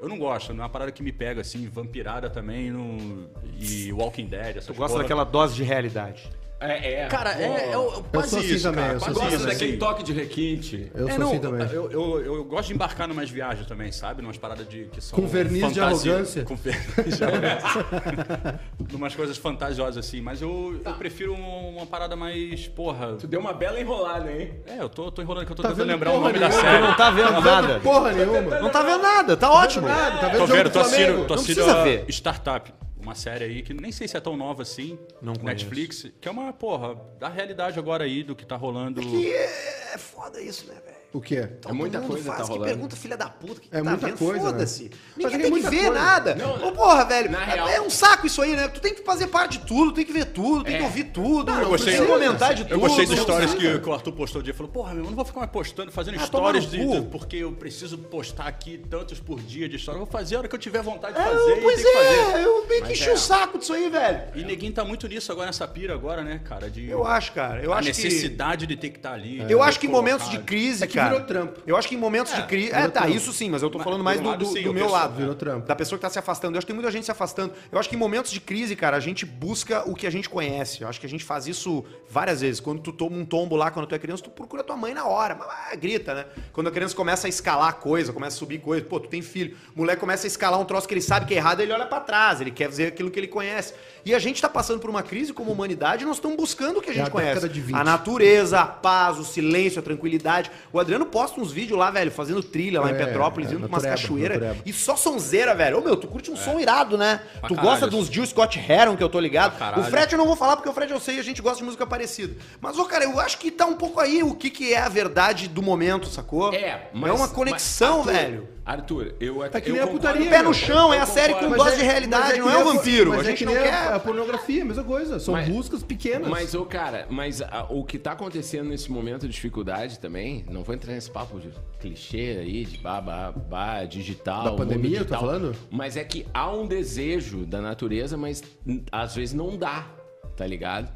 Speaker 2: eu não gosto, não é uma parada que me pega, assim, vampirada também, não e Walking Dead, essas
Speaker 4: Tu gosta
Speaker 2: porra.
Speaker 4: daquela dose de realidade.
Speaker 5: É, é.
Speaker 2: Cara, é, é, o- é o- quase
Speaker 1: sou assim
Speaker 2: isso,
Speaker 1: também,
Speaker 2: cara,
Speaker 1: eu sou
Speaker 2: quase
Speaker 1: assim
Speaker 5: Gosta
Speaker 2: isso,
Speaker 5: daquele
Speaker 2: assim.
Speaker 5: toque de requinte.
Speaker 1: Eu
Speaker 2: É,
Speaker 1: sou
Speaker 2: não,
Speaker 1: assim também.
Speaker 2: Eu, eu, eu gosto de embarcar numas viagens também, sabe? Numas paradas de que são.
Speaker 1: Com verniz de arrogância.
Speaker 2: Com verniz de arrogância. Numas coisas fantasiosas assim, mas eu, eu prefiro um- uma parada mais. Porra.
Speaker 5: Tu deu uma bela enrolada, hein?
Speaker 2: É, eu tô, tô enrolando que eu tô
Speaker 1: Tá
Speaker 2: tentando
Speaker 1: vendo
Speaker 2: lembrar o
Speaker 1: porra
Speaker 2: nome da
Speaker 1: nenhuma,
Speaker 2: série.
Speaker 4: Não tá vendo nada.
Speaker 1: É. Porra nenhuma.
Speaker 4: Não tá vendo nada, tá ótimo.
Speaker 1: Nada, tá vendo
Speaker 2: Tô
Speaker 1: o jogo
Speaker 2: vendo,
Speaker 1: do
Speaker 2: tô assistindo,
Speaker 1: Flamengo?
Speaker 2: tô
Speaker 4: Não
Speaker 2: assistindo
Speaker 4: precisa
Speaker 2: a
Speaker 4: ver.
Speaker 2: Startup. Uma série aí que nem sei se é tão nova assim.
Speaker 4: Não conheço.
Speaker 2: Netflix. Que é uma, porra, da realidade agora aí do que tá rolando.
Speaker 4: E é, é foda isso, né, velho?
Speaker 1: O quê?
Speaker 5: É muita
Speaker 4: Todo mundo
Speaker 5: coisa
Speaker 4: faz,
Speaker 5: tá
Speaker 4: que
Speaker 5: rolando.
Speaker 4: pergunta filha da puta, que
Speaker 1: É
Speaker 4: tá
Speaker 1: muita
Speaker 4: vendo?
Speaker 1: coisa, né?
Speaker 4: Foda-se.
Speaker 1: Mas é que
Speaker 4: Ninguém
Speaker 1: é
Speaker 4: tem que
Speaker 1: muita
Speaker 4: ver
Speaker 1: coisa.
Speaker 4: nada. Ô, porra, velho,
Speaker 5: na
Speaker 4: é,
Speaker 5: real-
Speaker 4: um saco isso aí, né? Tu tem que fazer parte de tudo, tem que ver tudo, tem que
Speaker 5: É.
Speaker 4: ouvir tudo,
Speaker 2: eu
Speaker 4: tu
Speaker 2: gostei-
Speaker 4: tem que comentar de tudo.
Speaker 2: Eu gostei dos
Speaker 4: não
Speaker 2: stories
Speaker 4: precisa.
Speaker 2: que, que o Arthur postou um dia. Falou, porra, meu, eu não vou ficar mais postando, fazendo
Speaker 4: Ah, tomar
Speaker 2: stories
Speaker 4: no
Speaker 2: de,
Speaker 4: cu.
Speaker 2: de- porque eu preciso postar aqui tantos por dia de história. Eu vou fazer a hora que eu tiver vontade de
Speaker 4: É,
Speaker 2: fazer. e
Speaker 4: pois
Speaker 2: tem que fazer.
Speaker 4: é, eu meio que
Speaker 2: Mas
Speaker 4: enchi
Speaker 2: é.
Speaker 4: o saco disso aí, velho.
Speaker 2: E ninguém tá muito nisso agora, nessa pira agora, né, cara? De
Speaker 4: Eu acho, cara, eu
Speaker 2: a
Speaker 4: acho que...
Speaker 2: necessidade de ter que estar ali.
Speaker 4: Eu
Speaker 2: de
Speaker 4: acho que em momentos de
Speaker 2: colocar.
Speaker 4: crise,
Speaker 1: É que
Speaker 4: cara.
Speaker 1: virou trampo.
Speaker 4: Eu acho que em momentos de crise. É, tá,
Speaker 1: trampo.
Speaker 4: isso sim, mas eu tô
Speaker 2: Mas,
Speaker 4: falando mais
Speaker 2: do
Speaker 4: do,
Speaker 2: lado,
Speaker 4: do-
Speaker 2: sim,
Speaker 4: do
Speaker 2: eu
Speaker 4: meu
Speaker 2: penso,
Speaker 4: lado.
Speaker 1: virou trampo.
Speaker 4: Da pessoa que tá se afastando. Eu acho que tem muita gente se afastando. Eu acho que em momentos de crise, cara, a gente busca o que a gente conhece. Eu acho que a gente faz isso várias vezes. Quando tu toma um tombo lá, quando tu é criança, tu procura tua mãe na hora. Mas, ah, grita, né? Quando a criança começa a escalar coisa, começa a subir coisa. Pô, tu tem filho. O moleque começa a escalar um troço que ele sabe que é errado, ele olha pra trás. Ele quer dizer aquilo que ele conhece. E a gente tá passando por uma crise como humanidade, nós estamos buscando o que a
Speaker 1: É
Speaker 4: gente
Speaker 1: a
Speaker 4: conhece.
Speaker 1: década de 20.
Speaker 4: A natureza, a paz, o silêncio, a tranquilidade. O Adriano posta uns vídeos lá, velho, fazendo trilha lá em
Speaker 1: É,
Speaker 4: Petrópolis,
Speaker 1: é,
Speaker 4: indo pra umas
Speaker 1: natureba,
Speaker 4: cachoeiras.
Speaker 1: natureba.
Speaker 4: E só sonzeira, velho. Ô, meu, tu curte um som irado, né?
Speaker 2: É. Pra
Speaker 4: tu
Speaker 2: caralho, assim.
Speaker 4: gosta de uns Jill Scott Heron, que eu tô ligado.
Speaker 2: Pra
Speaker 4: O
Speaker 2: caralho.
Speaker 4: Fred eu não vou falar, porque o Fred eu sei e a gente gosta de música parecida. Mas, ô, cara, eu acho que tá um pouco aí o que, que é a verdade do momento, sacou?
Speaker 5: É,
Speaker 4: mas... É uma conexão,
Speaker 5: mas, Arthur,
Speaker 4: velho.
Speaker 5: Arthur, eu
Speaker 1: Tá que
Speaker 5: eu
Speaker 1: nem a
Speaker 5: concordo.
Speaker 1: putaria,
Speaker 4: Pé no
Speaker 1: meu.
Speaker 4: chão, é
Speaker 5: Eu
Speaker 4: a série com
Speaker 5: concordo.
Speaker 4: dose
Speaker 1: Mas
Speaker 4: de
Speaker 1: é- mas
Speaker 4: realidade,
Speaker 1: que
Speaker 4: não é
Speaker 1: nem
Speaker 4: o vampiro.
Speaker 1: mas
Speaker 4: A
Speaker 1: é
Speaker 4: gente
Speaker 1: que
Speaker 4: não
Speaker 1: nem A, a
Speaker 4: quer...
Speaker 1: pornografia, a mesma coisa. São
Speaker 5: Mas-
Speaker 1: buscas pequenas.
Speaker 5: Mas, ô, cara, mas ah, o que tá acontecendo nesse momento de dificuldade também, não vou entrar nesse papo de clichê aí, de babá, digital.
Speaker 1: Da
Speaker 5: mundo
Speaker 1: pandemia,
Speaker 5: digital,
Speaker 1: tá falando?
Speaker 5: Mas é que há um desejo da natureza, mas hum, às vezes não dá, tá ligado?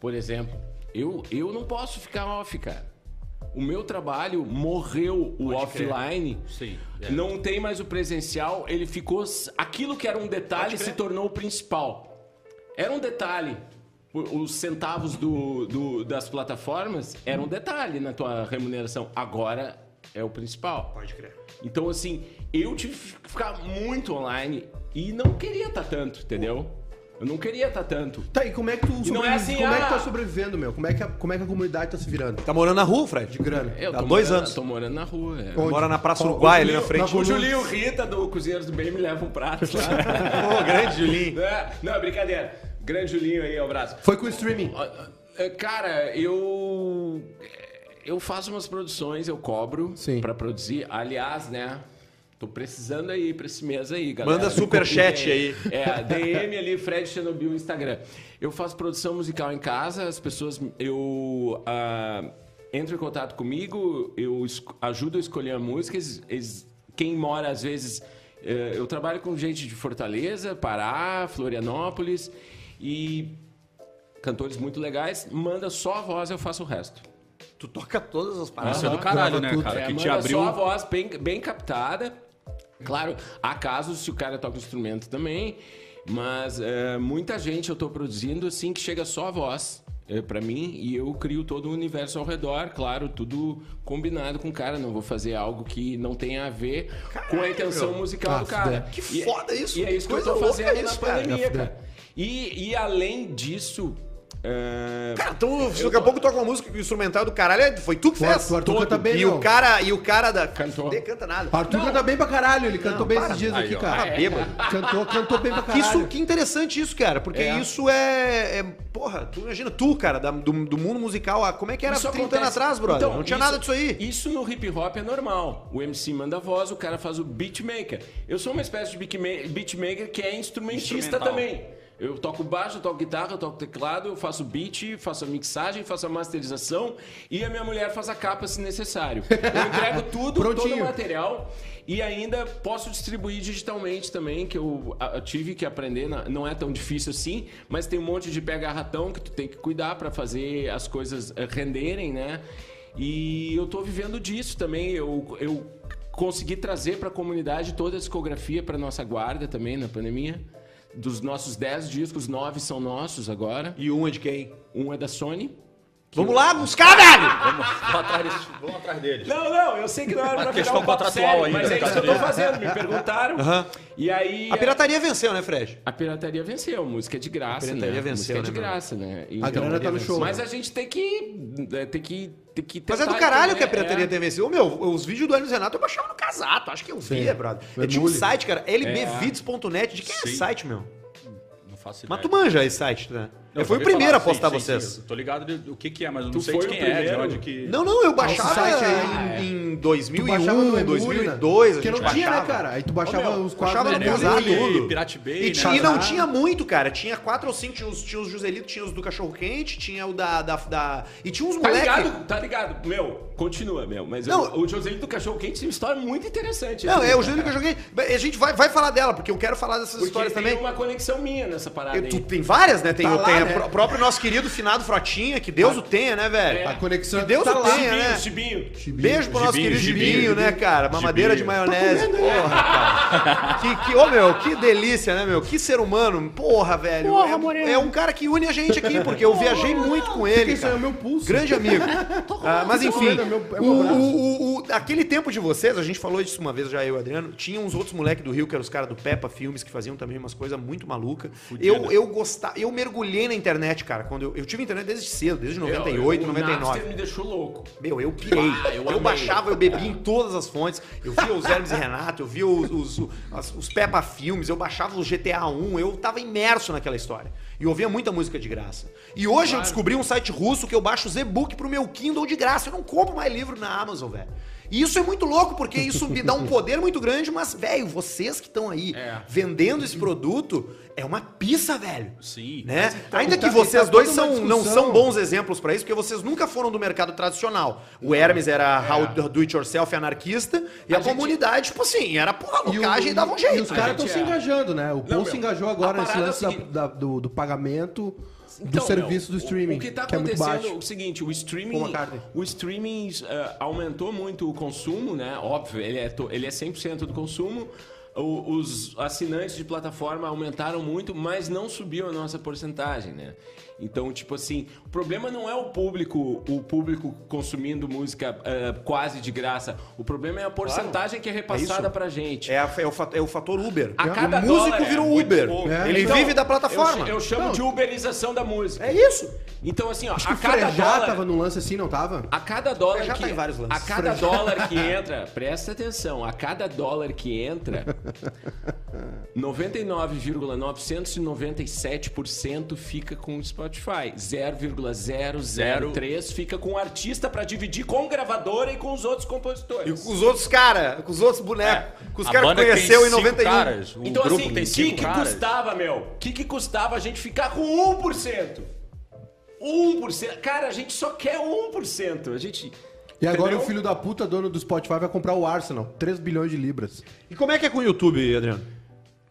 Speaker 5: Por exemplo, eu, eu não posso ficar off, cara. O meu trabalho morreu o offline.
Speaker 2: Sim, é.
Speaker 5: Não tem mais o presencial, ele ficou. Aquilo que era um detalhe se tornou o principal. Era um detalhe. O- Os centavos do, do- das plataformas eram um detalhe na tua remuneração. Agora é o principal.
Speaker 4: Pode crer.
Speaker 5: Então, assim, eu tive que ficar muito online e não queria estar tanto, entendeu? Eu não queria estar tanto.
Speaker 1: Tá, e como é que tu
Speaker 5: não
Speaker 1: sobrevive?
Speaker 5: é assim,
Speaker 1: como é que tu
Speaker 5: ah-
Speaker 1: tá sobrevivendo, meu? Como é que a, como é que a comunidade tá se virando?
Speaker 4: Tá morando na rua, Fred?
Speaker 1: De grana.
Speaker 5: Eu
Speaker 4: Há
Speaker 5: tô
Speaker 4: dois
Speaker 5: morando-
Speaker 4: anos.
Speaker 5: Tô morando na rua. é.
Speaker 1: Onde?
Speaker 4: Mora na Praça
Speaker 1: Ó,
Speaker 4: Uruguai, ali na
Speaker 1: Julio-
Speaker 4: frente.
Speaker 5: O
Speaker 1: Coluna.
Speaker 5: Julinho Rita, do Cozinheiros do Bem, me leva um prato lá.
Speaker 4: Ô, grande Julinho.
Speaker 5: É, Não, brincadeira. Grande Julinho aí, um abraço.
Speaker 1: Foi com o streaming.
Speaker 5: É, Cara, eu. é, Eu faço umas produções, eu cobro
Speaker 1: Sim.
Speaker 5: pra produzir. Aliás, né? Tô precisando aí pra esse mês aí, galera.
Speaker 4: Manda superchat aí.
Speaker 5: É, DM ali, Fred Chernobyl, Instagram. Eu faço produção musical em casa, as pessoas. Eu. ah, entram em contato comigo, eu esco- ajudo a escolher a música. eles- eles- quem mora, às vezes. eh, eu trabalho com gente de Fortaleza, Pará, Florianópolis. E cantores muito legais, manda só a voz, eu faço o resto.
Speaker 4: Tu toca todas as paradas.
Speaker 2: Isso é do
Speaker 5: Aham,
Speaker 1: grava
Speaker 2: caralho, né,
Speaker 1: tudo.
Speaker 2: cara?
Speaker 5: É,
Speaker 2: que te
Speaker 5: manda
Speaker 2: abriu.
Speaker 5: só a voz bem, bem captada. Claro, há casos se o cara toca instrumento também, mas é, muita gente eu tô produzindo assim que chega só a voz. É, pra mim, e eu crio todo o universo ao redor, claro, tudo combinado com o cara. Não vou fazer algo que não tenha a ver com a intenção musical do
Speaker 1: Ah,
Speaker 5: cara.
Speaker 1: fudeu.
Speaker 4: Que
Speaker 5: E-
Speaker 4: foda isso,
Speaker 5: E é isso que eu
Speaker 4: coisa
Speaker 5: tô
Speaker 4: louca
Speaker 5: fazendo na
Speaker 4: isso, cara.
Speaker 5: pandemia,
Speaker 1: Ah, fudeu.
Speaker 5: cara. E, e além disso. é,
Speaker 4: Cara, tu, se daqui a pouco toca uma música com instrumental do caralho, é- foi tu que
Speaker 1: O
Speaker 4: fez.
Speaker 1: Arthur, o Arthur
Speaker 5: todo.
Speaker 1: canta bem,
Speaker 4: e
Speaker 1: meu.
Speaker 4: o cara, e o cara da
Speaker 5: Cantou.
Speaker 4: Nem canta nada.
Speaker 1: O Arthur canta bem pra caralho. Ele cantou bem
Speaker 4: para,
Speaker 1: esses dias
Speaker 2: Aí,
Speaker 1: aqui,
Speaker 2: ó. Ah, é?
Speaker 1: cara.
Speaker 4: Tá bêbado.
Speaker 1: Cantou, cantou bem pra
Speaker 4: Que
Speaker 1: caralho.
Speaker 4: isso, que interessante isso, cara, porque
Speaker 5: É.
Speaker 4: isso é, é- porra, tu imagina tu, cara, da- do, do mundo musical, ah, como é que era
Speaker 5: Isso
Speaker 4: 30 anos
Speaker 5: acontece.
Speaker 4: atrás, brother?
Speaker 5: Então,
Speaker 4: não tinha
Speaker 5: isso-
Speaker 4: nada disso aí.
Speaker 5: Isso no hip hop é normal. O MC manda a voz, o cara faz o beatmaker. Eu sou uma espécie de beatma- beatmaker que é instrumentista
Speaker 2: Instrumental.
Speaker 5: também. Eu toco baixo, eu toco guitarra, eu toco teclado, eu faço beat, faço a mixagem, faço a masterização e a minha mulher faz a capa se necessário. Eu entrego tudo, todo o
Speaker 1: Prontinho.
Speaker 5: material e ainda posso distribuir digitalmente também, que eu ah, eu tive que aprender, na- não é tão difícil assim, mas tem um monte de pega ratão que tu tem que cuidar pra fazer as coisas eh, renderem, né? E eu tô vivendo disso também, eu, eu consegui trazer pra comunidade toda a discografia pra nossa guarda também na pandemia. Dos nossos 10 discos, 9 são nossos agora.
Speaker 4: E um é de quem?
Speaker 5: Um é da Sony.
Speaker 4: Vamos lá buscar, velho!
Speaker 2: Vamos, vamos atrás desse- vamos atrás deles.
Speaker 5: Não, não, eu sei que não era pra
Speaker 2: questão
Speaker 5: virar um papo
Speaker 2: contratual
Speaker 5: sério,
Speaker 2: aí,
Speaker 5: mas
Speaker 2: né,
Speaker 5: é isso que eu tô fazendo, me perguntaram. E aí...
Speaker 4: A pirataria venceu, né, Fred?
Speaker 5: A pirataria venceu, música é de graça,
Speaker 4: A pirataria
Speaker 5: né?
Speaker 4: venceu,
Speaker 5: música é de
Speaker 4: né, meu?
Speaker 5: graça, né? E-
Speaker 1: A grana tá no show.
Speaker 5: Mas a gente tem que. é, Tem que, tem que
Speaker 4: Mas é do
Speaker 5: tentar
Speaker 4: caralho
Speaker 5: entender,
Speaker 4: que a pirataria
Speaker 5: é.
Speaker 4: tem vencido. Ô, meu, os vídeos do Hermes Renato eu baixava no casato, acho que eu via, brother. Eu tinha um
Speaker 1: Mergulho.
Speaker 4: site, cara, lbvids.net, de quem é esse
Speaker 2: Sim.
Speaker 4: site, meu?
Speaker 2: Não faço ideia.
Speaker 4: Mas tu manja esse site, né? eu fui o primeiro a postar vocês.
Speaker 2: tô ligado de- do que, que é, mas eu não
Speaker 5: Tu
Speaker 2: sei
Speaker 5: foi
Speaker 2: de
Speaker 5: o
Speaker 2: quem é, de
Speaker 5: primeiro?
Speaker 2: onde que.
Speaker 4: Não, não, eu
Speaker 1: Ah, o
Speaker 4: baixava
Speaker 1: site
Speaker 4: em,
Speaker 1: aí.
Speaker 4: em
Speaker 1: Tu
Speaker 4: 2001,
Speaker 1: baixava no né? Emule,
Speaker 4: 2002,
Speaker 1: Porque
Speaker 4: a
Speaker 1: não
Speaker 4: gente
Speaker 1: tinha, né,
Speaker 4: baixava.
Speaker 1: cara? Aí tu baixava
Speaker 4: Ô, meu,
Speaker 1: os quatro
Speaker 4: baixava
Speaker 1: né,
Speaker 4: no
Speaker 1: né?
Speaker 4: Emule,
Speaker 2: Emule, É Pirate Bay,
Speaker 4: E,
Speaker 2: né?
Speaker 4: tinha- e não
Speaker 1: Chazar.
Speaker 4: tinha muito, cara. Tinha quatro ou cinco, tinha os, tinha os Joselito, tinha os do Cachorro Quente, tinha o da... da, da- E tinha uns
Speaker 5: Tá
Speaker 4: moleques...
Speaker 5: ligado? Tá ligado? Meu, continua, meu. Mas
Speaker 4: Não.
Speaker 5: eu- o Joselito do Cachorro Quente tem uma história muito interessante.
Speaker 4: Não,
Speaker 5: assim,
Speaker 4: é o
Speaker 5: cara.
Speaker 4: Joselito que eu joguei... A gente vai, vai falar dela, porque eu quero falar dessas
Speaker 5: Porque
Speaker 4: histórias
Speaker 5: tem
Speaker 4: também.
Speaker 5: uma conexão minha nessa parada
Speaker 4: Eu- tu
Speaker 5: aí.
Speaker 4: tem várias, né? Tem,
Speaker 1: Tá
Speaker 4: o
Speaker 1: lá,
Speaker 4: tem a
Speaker 1: né?
Speaker 4: pró- próprio nosso querido finado Frotinha, que Deus o tenha, né, velho?
Speaker 1: A conexão
Speaker 4: Que Deus
Speaker 1: tá
Speaker 4: o
Speaker 1: lá.
Speaker 4: tenha, né?
Speaker 5: Chibinho, chibinho.
Speaker 4: Beijo pro nosso
Speaker 2: Gibinho,
Speaker 4: querido
Speaker 2: gibinho,
Speaker 4: Gibinho, né,
Speaker 2: gibinho. Tá
Speaker 4: cara? Mamadeira de
Speaker 2: Gibinho.
Speaker 4: maionese. Porra, cara. Que, que, ô, meu, que delícia, né, meu? Que ser humano. Porra, velho. é, é um cara que une a gente aqui, porque eu viajei muito com ele.
Speaker 1: Fiquei sem
Speaker 4: cara.
Speaker 1: é o meu pulso.
Speaker 4: Grande amigo. Ah, mas enfim,
Speaker 1: comendo, é meu- é
Speaker 4: o,
Speaker 1: meu
Speaker 2: um
Speaker 1: braço.
Speaker 4: o- o- aquele tempo de vocês, a gente falou disso uma vez já, eu e o Adriano, tinha uns outros moleques do Rio, que eram os caras do Peppa Filmes, que faziam também umas coisas muito malucas. Eu, eu gostava, eu mergulhei na internet, cara. Quando eu, eu tive internet desde cedo, desde 98,
Speaker 5: o
Speaker 4: 99.
Speaker 5: Napster me deixou louco.
Speaker 4: Meu, eu pirei.
Speaker 5: Ah, eu
Speaker 4: eu
Speaker 5: amei.
Speaker 4: baixava, eu bebia em todas as fontes. Eu via os Hermes e Renato, eu via os, os, as- os Peppa Filmes, eu baixava os GTA 1, eu tava imerso naquela história. E ouvia muita música de graça. E hoje eu descobri um site russo que eu baixo o e-book pro meu Kindle de graça. Eu não compro mais livro na Amazon, velho. E isso é muito louco, porque isso me dá um poder muito grande, mas, velho, vocês que estão aí
Speaker 5: É.
Speaker 4: vendendo esse produto, é uma pizza, velho.
Speaker 2: Sim.
Speaker 4: Né? Ainda
Speaker 1: tá-
Speaker 4: que vocês
Speaker 1: tá
Speaker 4: dois
Speaker 1: toda uma
Speaker 4: são, não
Speaker 1: discussão.
Speaker 4: são bons exemplos pra isso, porque vocês nunca foram do mercado tradicional. O Hermes era how to do it yourself anarquista, e a,
Speaker 5: gente-
Speaker 4: comunidade, tipo assim, era porra loucagem e, dava um
Speaker 1: E
Speaker 4: jeito.
Speaker 1: os caras
Speaker 5: gente
Speaker 1: estão se
Speaker 5: é.
Speaker 1: engajando, né? O Paul
Speaker 5: meu,
Speaker 1: se engajou
Speaker 5: a
Speaker 1: agora nesse
Speaker 5: parada é o
Speaker 1: lance da-
Speaker 5: seguinte-
Speaker 1: da- do, do pagamento do
Speaker 5: Então,
Speaker 1: serviço
Speaker 5: meu,
Speaker 1: do streaming,
Speaker 5: O, o que tá
Speaker 1: que é muito
Speaker 5: acontecendo é,
Speaker 1: baixo.
Speaker 5: o seguinte, o
Speaker 1: Paul
Speaker 5: streaming,
Speaker 1: McCartney.
Speaker 5: o streaming eh, aumentou muito o consumo, né? Óbvio, ele é, to- ele é 100% do consumo. O- os assinantes de plataforma aumentaram muito, mas não subiu a nossa porcentagem, né? Então, tipo assim, o problema não é o público, o público consumindo música eh, quase de graça. O problema é a porcentagem que é repassada pra gente.
Speaker 4: É, a- é o fat- é o fator Uber.
Speaker 5: A cada
Speaker 4: o músico
Speaker 5: dólar é
Speaker 4: virou
Speaker 5: muito
Speaker 4: Uber. né?
Speaker 5: pouco.
Speaker 1: É.
Speaker 4: Ele
Speaker 5: Então,
Speaker 4: vive da
Speaker 5: Eu,
Speaker 4: plataforma.
Speaker 5: ch- eu chamo de uberização da música.
Speaker 4: É isso.
Speaker 5: Então, assim, ó, a
Speaker 1: o
Speaker 5: cada
Speaker 1: Frejá
Speaker 5: dólar...
Speaker 1: tava num lance assim, não tava?
Speaker 5: A cada dólar
Speaker 4: Já
Speaker 5: que
Speaker 4: tá em vários lances.
Speaker 5: a cada dólar que entra, presta atenção, a cada dólar que entra, 99,997% fica com o Spotify, 0,003 fica com o artista pra dividir com gravadora e com os outros
Speaker 4: E
Speaker 5: compositores.
Speaker 4: com os outros caras, com os outros bonecos, com os
Speaker 2: A
Speaker 4: caras que
Speaker 2: banda tem
Speaker 4: conheceu em
Speaker 2: cinco
Speaker 4: 91.
Speaker 2: caras, o
Speaker 5: então
Speaker 2: grupo
Speaker 5: assim,
Speaker 2: tem
Speaker 5: o que,
Speaker 2: cinco
Speaker 5: que
Speaker 2: caras.
Speaker 5: custava, meu? O que, que custava a gente ficar com 1%? 1%. Cara, a gente só quer 1%. A gente
Speaker 1: E agora
Speaker 5: Entendeu?
Speaker 1: o filho da puta, dono do Spotify, vai comprar o Arsenal. 3 bilhões de libras.
Speaker 4: E como é que é com o YouTube, Adriano?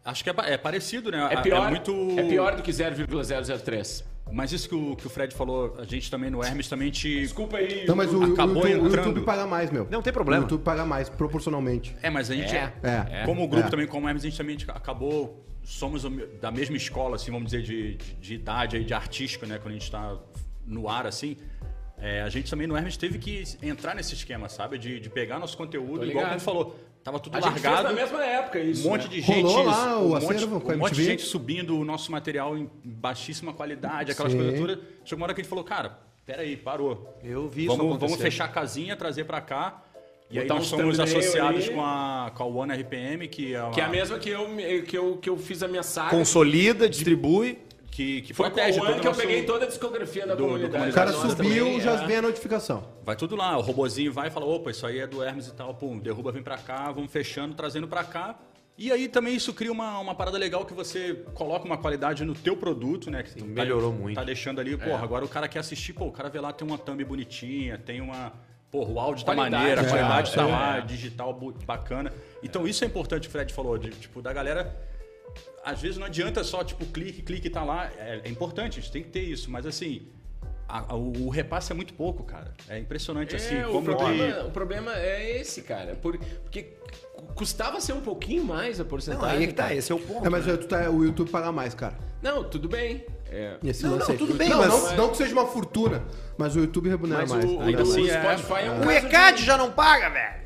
Speaker 2: Acho que é, pa- é parecido, né?
Speaker 5: é pior, é,
Speaker 2: muito.
Speaker 5: pior do que 0,003.
Speaker 2: Mas isso que o, que o Fred falou, a gente também no Hermes também te.
Speaker 5: Desculpa aí.
Speaker 1: Não, Então, mas o, o
Speaker 2: Acabou
Speaker 1: YouTube, o
Speaker 2: entrando.
Speaker 1: YouTube paga mais, meu.
Speaker 4: Não tem problema.
Speaker 1: O YouTube paga mais, proporcionalmente.
Speaker 2: É, mas a gente.
Speaker 5: É.
Speaker 1: É.
Speaker 2: Como o grupo
Speaker 1: É.
Speaker 2: também, como o Hermes, a gente também acabou. Somos o me- da mesma escola, assim, vamos dizer, de, de, de idade aí, de artístico, né? Quando a gente tá no ar, assim. É, a gente também no Hermes teve que entrar nesse esquema, sabe? De, de pegar nosso conteúdo, igual
Speaker 5: ligado.
Speaker 2: como tu falou. Tava tudo
Speaker 5: A gente fez
Speaker 2: largado.
Speaker 5: na mesma época isso.
Speaker 2: Um monte
Speaker 5: né?
Speaker 2: de gente.
Speaker 1: Rolou lá o
Speaker 2: um monte-
Speaker 1: acervo com a
Speaker 2: um monte de
Speaker 1: MTV?
Speaker 2: gente subindo o nosso material em baixíssima qualidade, aquelas
Speaker 1: Sim.
Speaker 2: coisas todas. Chegou uma hora que a gente falou, cara, peraí, parou.
Speaker 4: Eu vi isso
Speaker 2: vamos, Vamos
Speaker 4: acontecer.
Speaker 2: fechar a casinha, trazer pra cá. E aí
Speaker 5: Botar um
Speaker 2: nós
Speaker 5: uns
Speaker 2: somos
Speaker 5: thumbnail
Speaker 2: associados
Speaker 5: ali.
Speaker 2: com a, com a One RPM, que é, uma,
Speaker 5: Que é a mesma que eu, que eu, que eu fiz a minha saga.
Speaker 4: Consolida, distribui.
Speaker 2: que, que
Speaker 5: Foi com
Speaker 2: protege
Speaker 5: o ano
Speaker 2: todo
Speaker 5: que eu
Speaker 2: nosso-
Speaker 5: peguei toda a discografia da
Speaker 2: do
Speaker 5: comunidade.
Speaker 1: O cara
Speaker 5: Nossa,
Speaker 1: subiu,
Speaker 5: também,
Speaker 1: já
Speaker 5: é.
Speaker 1: vem a notificação.
Speaker 2: Vai tudo lá, o robozinho vai e fala, opa, isso aí é do Hermes e tal, pum, derruba, vem pra cá, vamos fechando, trazendo pra cá. E aí também isso cria uma, uma parada legal que você coloca uma qualidade no teu produto, né? Que tu
Speaker 4: melhorou
Speaker 2: tá,
Speaker 4: muito. É.
Speaker 2: Tá deixando ali, porra, agora o cara quer assistir, pô, o cara vê lá, tem uma thumb bonitinha, tem uma... Porra, o áudio tá
Speaker 5: Qualidade,
Speaker 2: maneiro, a
Speaker 5: é,
Speaker 2: qualidade tá
Speaker 5: é.
Speaker 2: lá, digital bu- bacana. Então isso é importante, o Fred falou, de, tipo, da galera às vezes não adianta só, tipo, clique, clique, tá lá. É, é importante, a gente tem que ter isso. Mas, assim, a- a- o, o repasse é muito pouco, cara. É impressionante, assim,
Speaker 5: É, o,
Speaker 2: como
Speaker 5: problema,
Speaker 2: que...
Speaker 5: o problema é esse, cara. Por- porque cu- custava ser um pouquinho mais a
Speaker 4: Não,
Speaker 5: porcentagem.
Speaker 4: aí é que tá,
Speaker 5: cara.
Speaker 4: esse é o ponto.
Speaker 1: É, mas o, tu tá- o YouTube paga mais, cara.
Speaker 5: Não, tudo bem. É,
Speaker 1: Esse
Speaker 4: Não,
Speaker 1: lance
Speaker 4: não,
Speaker 1: aí.
Speaker 4: tudo bem,
Speaker 1: não,
Speaker 4: mas-
Speaker 1: não, não que seja uma fortuna, mas o YouTube remunera
Speaker 5: mas
Speaker 1: mais.
Speaker 5: o,
Speaker 1: né?
Speaker 5: o,
Speaker 2: assim,
Speaker 5: o Spotify é, um
Speaker 4: O
Speaker 5: caso de-
Speaker 4: ECAD já não paga, velho.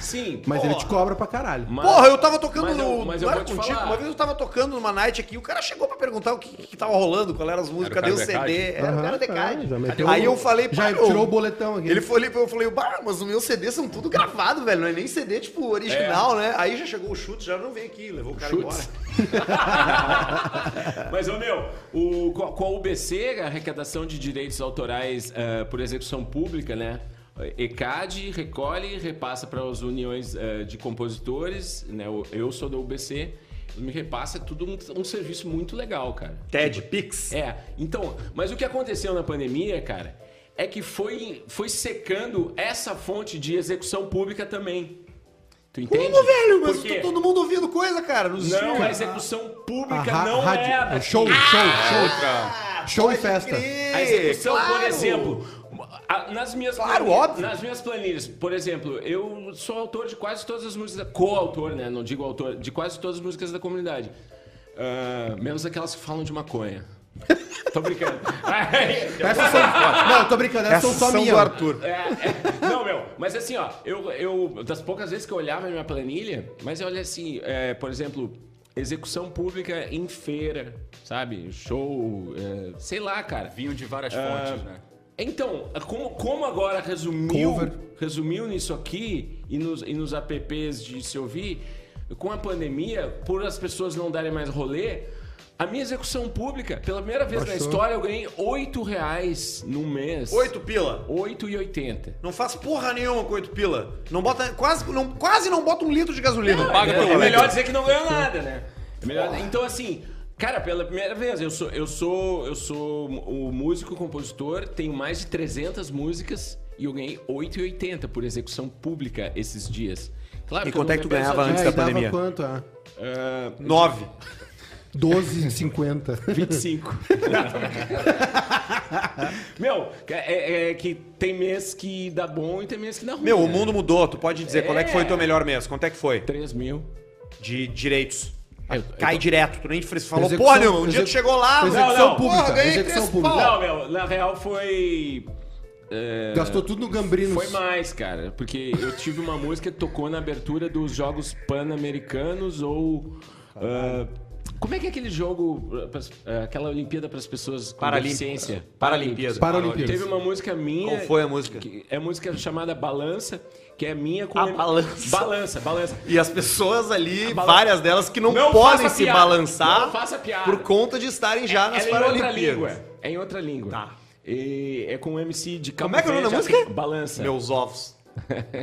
Speaker 5: Sim.
Speaker 1: Mas ele
Speaker 4: Porra.
Speaker 1: te cobra pra caralho.
Speaker 5: mas-
Speaker 4: Porra, eu tava tocando
Speaker 5: mas eu-
Speaker 4: no.
Speaker 5: mas
Speaker 4: não
Speaker 5: eu
Speaker 4: era
Speaker 5: vou te
Speaker 4: contigo.
Speaker 5: falar.
Speaker 4: Uma vez eu tava tocando numa night aqui, o cara chegou pra perguntar o que, que tava rolando, qual eram as músicas,
Speaker 2: Era
Speaker 4: cadê
Speaker 2: o
Speaker 4: o
Speaker 2: cara do
Speaker 4: CD? Era o cara
Speaker 1: Aham,
Speaker 4: do Decade.
Speaker 1: é, já meteu
Speaker 4: Aí
Speaker 1: o-
Speaker 4: eu falei,
Speaker 1: Já
Speaker 4: pá,
Speaker 1: tirou
Speaker 4: ô,
Speaker 1: o boletão aqui.
Speaker 4: Ele foi ali, eu falei, bah, mas os meus CDs são tudo gravado, velho. Não é nem CD, tipo, original,
Speaker 5: É.
Speaker 4: né? Aí já chegou o chute, já não veio aqui, levou o cara
Speaker 5: Chutes.
Speaker 4: embora.
Speaker 5: Mas, ô meu, o, com a- com a UBC, a arrecadação de direitos autorais eh, por execução pública, né? ECAD recolhe e repassa para as uniões eh, de compositores, né? o- Eu sou da UBC, me repassa tudo um, um serviço muito legal, cara.
Speaker 4: Ted Pix.
Speaker 5: É, então, mas o que aconteceu na pandemia, cara, é que foi, foi secando essa fonte de execução pública também. Tu entende?
Speaker 4: Como, velho? Mas
Speaker 5: Porque
Speaker 4: tá todo mundo ouvindo coisa, cara. Nos
Speaker 5: não, a
Speaker 4: streamers.
Speaker 5: execução
Speaker 1: A
Speaker 5: pública
Speaker 1: ra-
Speaker 5: não
Speaker 1: rádio-
Speaker 5: é da
Speaker 1: Show, show, show.
Speaker 2: Outra.
Speaker 1: Show e
Speaker 4: Ah, Pode
Speaker 1: festa.
Speaker 4: crer,
Speaker 5: A execução, por
Speaker 4: claro.
Speaker 5: exemplo, a- nas minhas
Speaker 4: Claro,
Speaker 5: planilhas,
Speaker 4: óbvio.
Speaker 5: nas minhas planilhas, por exemplo, eu sou autor de quase todas as músicas, coautor, né? Não digo autor, de quase todas as músicas da comunidade. Ah, menos aquelas que falam de maconha. Tô brincando.
Speaker 1: Essas são... Não, tô brincando, essas são
Speaker 4: Essas
Speaker 1: só
Speaker 4: são do
Speaker 1: minhas.
Speaker 4: Arthur.
Speaker 5: É, é. não, meu, mas assim, ó, eu, eu- das poucas vezes que eu olhava na minha planilha, mas eu olhei assim, é, por exemplo, execução pública em feira, sabe? Show, é, sei lá, cara.
Speaker 2: Vinham de várias
Speaker 5: Ah,
Speaker 4: É.
Speaker 2: fontes, né?
Speaker 5: Então, como, como agora resumiu,
Speaker 1: Cover.
Speaker 5: resumiu nisso aqui e nos, e nos apps de se ouvir, com a pandemia, por as pessoas não darem mais rolê, a minha execução pública, pela primeira vez na
Speaker 1: Baixou.
Speaker 5: história, eu ganhei 8 reais no mês.
Speaker 4: Oito pila.
Speaker 5: 8,80.
Speaker 4: Não faz porra nenhuma com oito pila. Não bota, quase, não, quase não bota um litro de gasolina.
Speaker 2: paga
Speaker 5: É,
Speaker 2: pelo
Speaker 5: é
Speaker 2: menos.
Speaker 5: melhor dizer que não ganhou nada, né? É melhor- então, assim, cara, pela primeira vez, eu sou, eu sou, eu sou o músico compositor, tenho mais de 300 músicas e eu ganhei 8,80 por execução pública esses dias. Claro
Speaker 4: E quanto
Speaker 5: eu
Speaker 4: é que tu
Speaker 5: não ganhei
Speaker 4: ganhava
Speaker 5: essa-
Speaker 4: antes
Speaker 1: É,
Speaker 4: da
Speaker 1: e dava
Speaker 4: pandemia.
Speaker 1: quanto, é?
Speaker 5: Ah,
Speaker 4: Nove.
Speaker 1: 12,50.
Speaker 5: 25. Meu, é, é que tem mês que dá bom e tem mês que dá ruim.
Speaker 4: Meu, o
Speaker 5: né?
Speaker 4: mundo mudou. Tu pode dizer qual é que foi o teu melhor mês? Quanto é que foi?
Speaker 5: 3 mil.
Speaker 4: De direitos.
Speaker 5: Eu- eu
Speaker 4: Cai
Speaker 5: tô-
Speaker 4: direto. Tu nem fre- falou,
Speaker 1: Execução-
Speaker 4: porra nenhuma. Um dia
Speaker 1: execu-
Speaker 4: tu chegou lá,
Speaker 1: Execução
Speaker 4: velho.
Speaker 5: não,
Speaker 1: pública.
Speaker 4: porra, ganhei
Speaker 1: execução
Speaker 4: três
Speaker 1: pública.
Speaker 5: Não, meu, na real foi. é,
Speaker 1: Gastou tudo no Gambrinos.
Speaker 5: Foi mais, cara, porque eu tive uma música que tocou na abertura dos Jogos Pan-Americanos ou. ah, como é que é aquele jogo, ah, pras- ah, aquela Olimpíada para as pessoas com
Speaker 4: Paralímpica.
Speaker 5: deficiência?
Speaker 4: Paralimpíada.
Speaker 1: Paralimpíadas.
Speaker 5: Teve uma música minha.
Speaker 4: Qual foi a música?
Speaker 5: que- é música chamada Balança, que é minha com.
Speaker 4: A Balança.
Speaker 5: Balança, Balança.
Speaker 4: E as pessoas ali,
Speaker 5: Balan-
Speaker 4: várias delas, que não,
Speaker 5: Não
Speaker 4: podem
Speaker 5: faça
Speaker 4: se
Speaker 5: piada.
Speaker 4: balançar
Speaker 5: Não faça piada.
Speaker 4: por conta de estarem já Tá nas
Speaker 5: Ela é em outra língua.
Speaker 4: Paralimpíadas.
Speaker 5: É em outra língua.
Speaker 4: Tá.
Speaker 5: E é com o MC de Cabo
Speaker 4: Como é que é o nome da
Speaker 5: Verde,
Speaker 4: música?
Speaker 5: Balança.
Speaker 4: Meus ovos.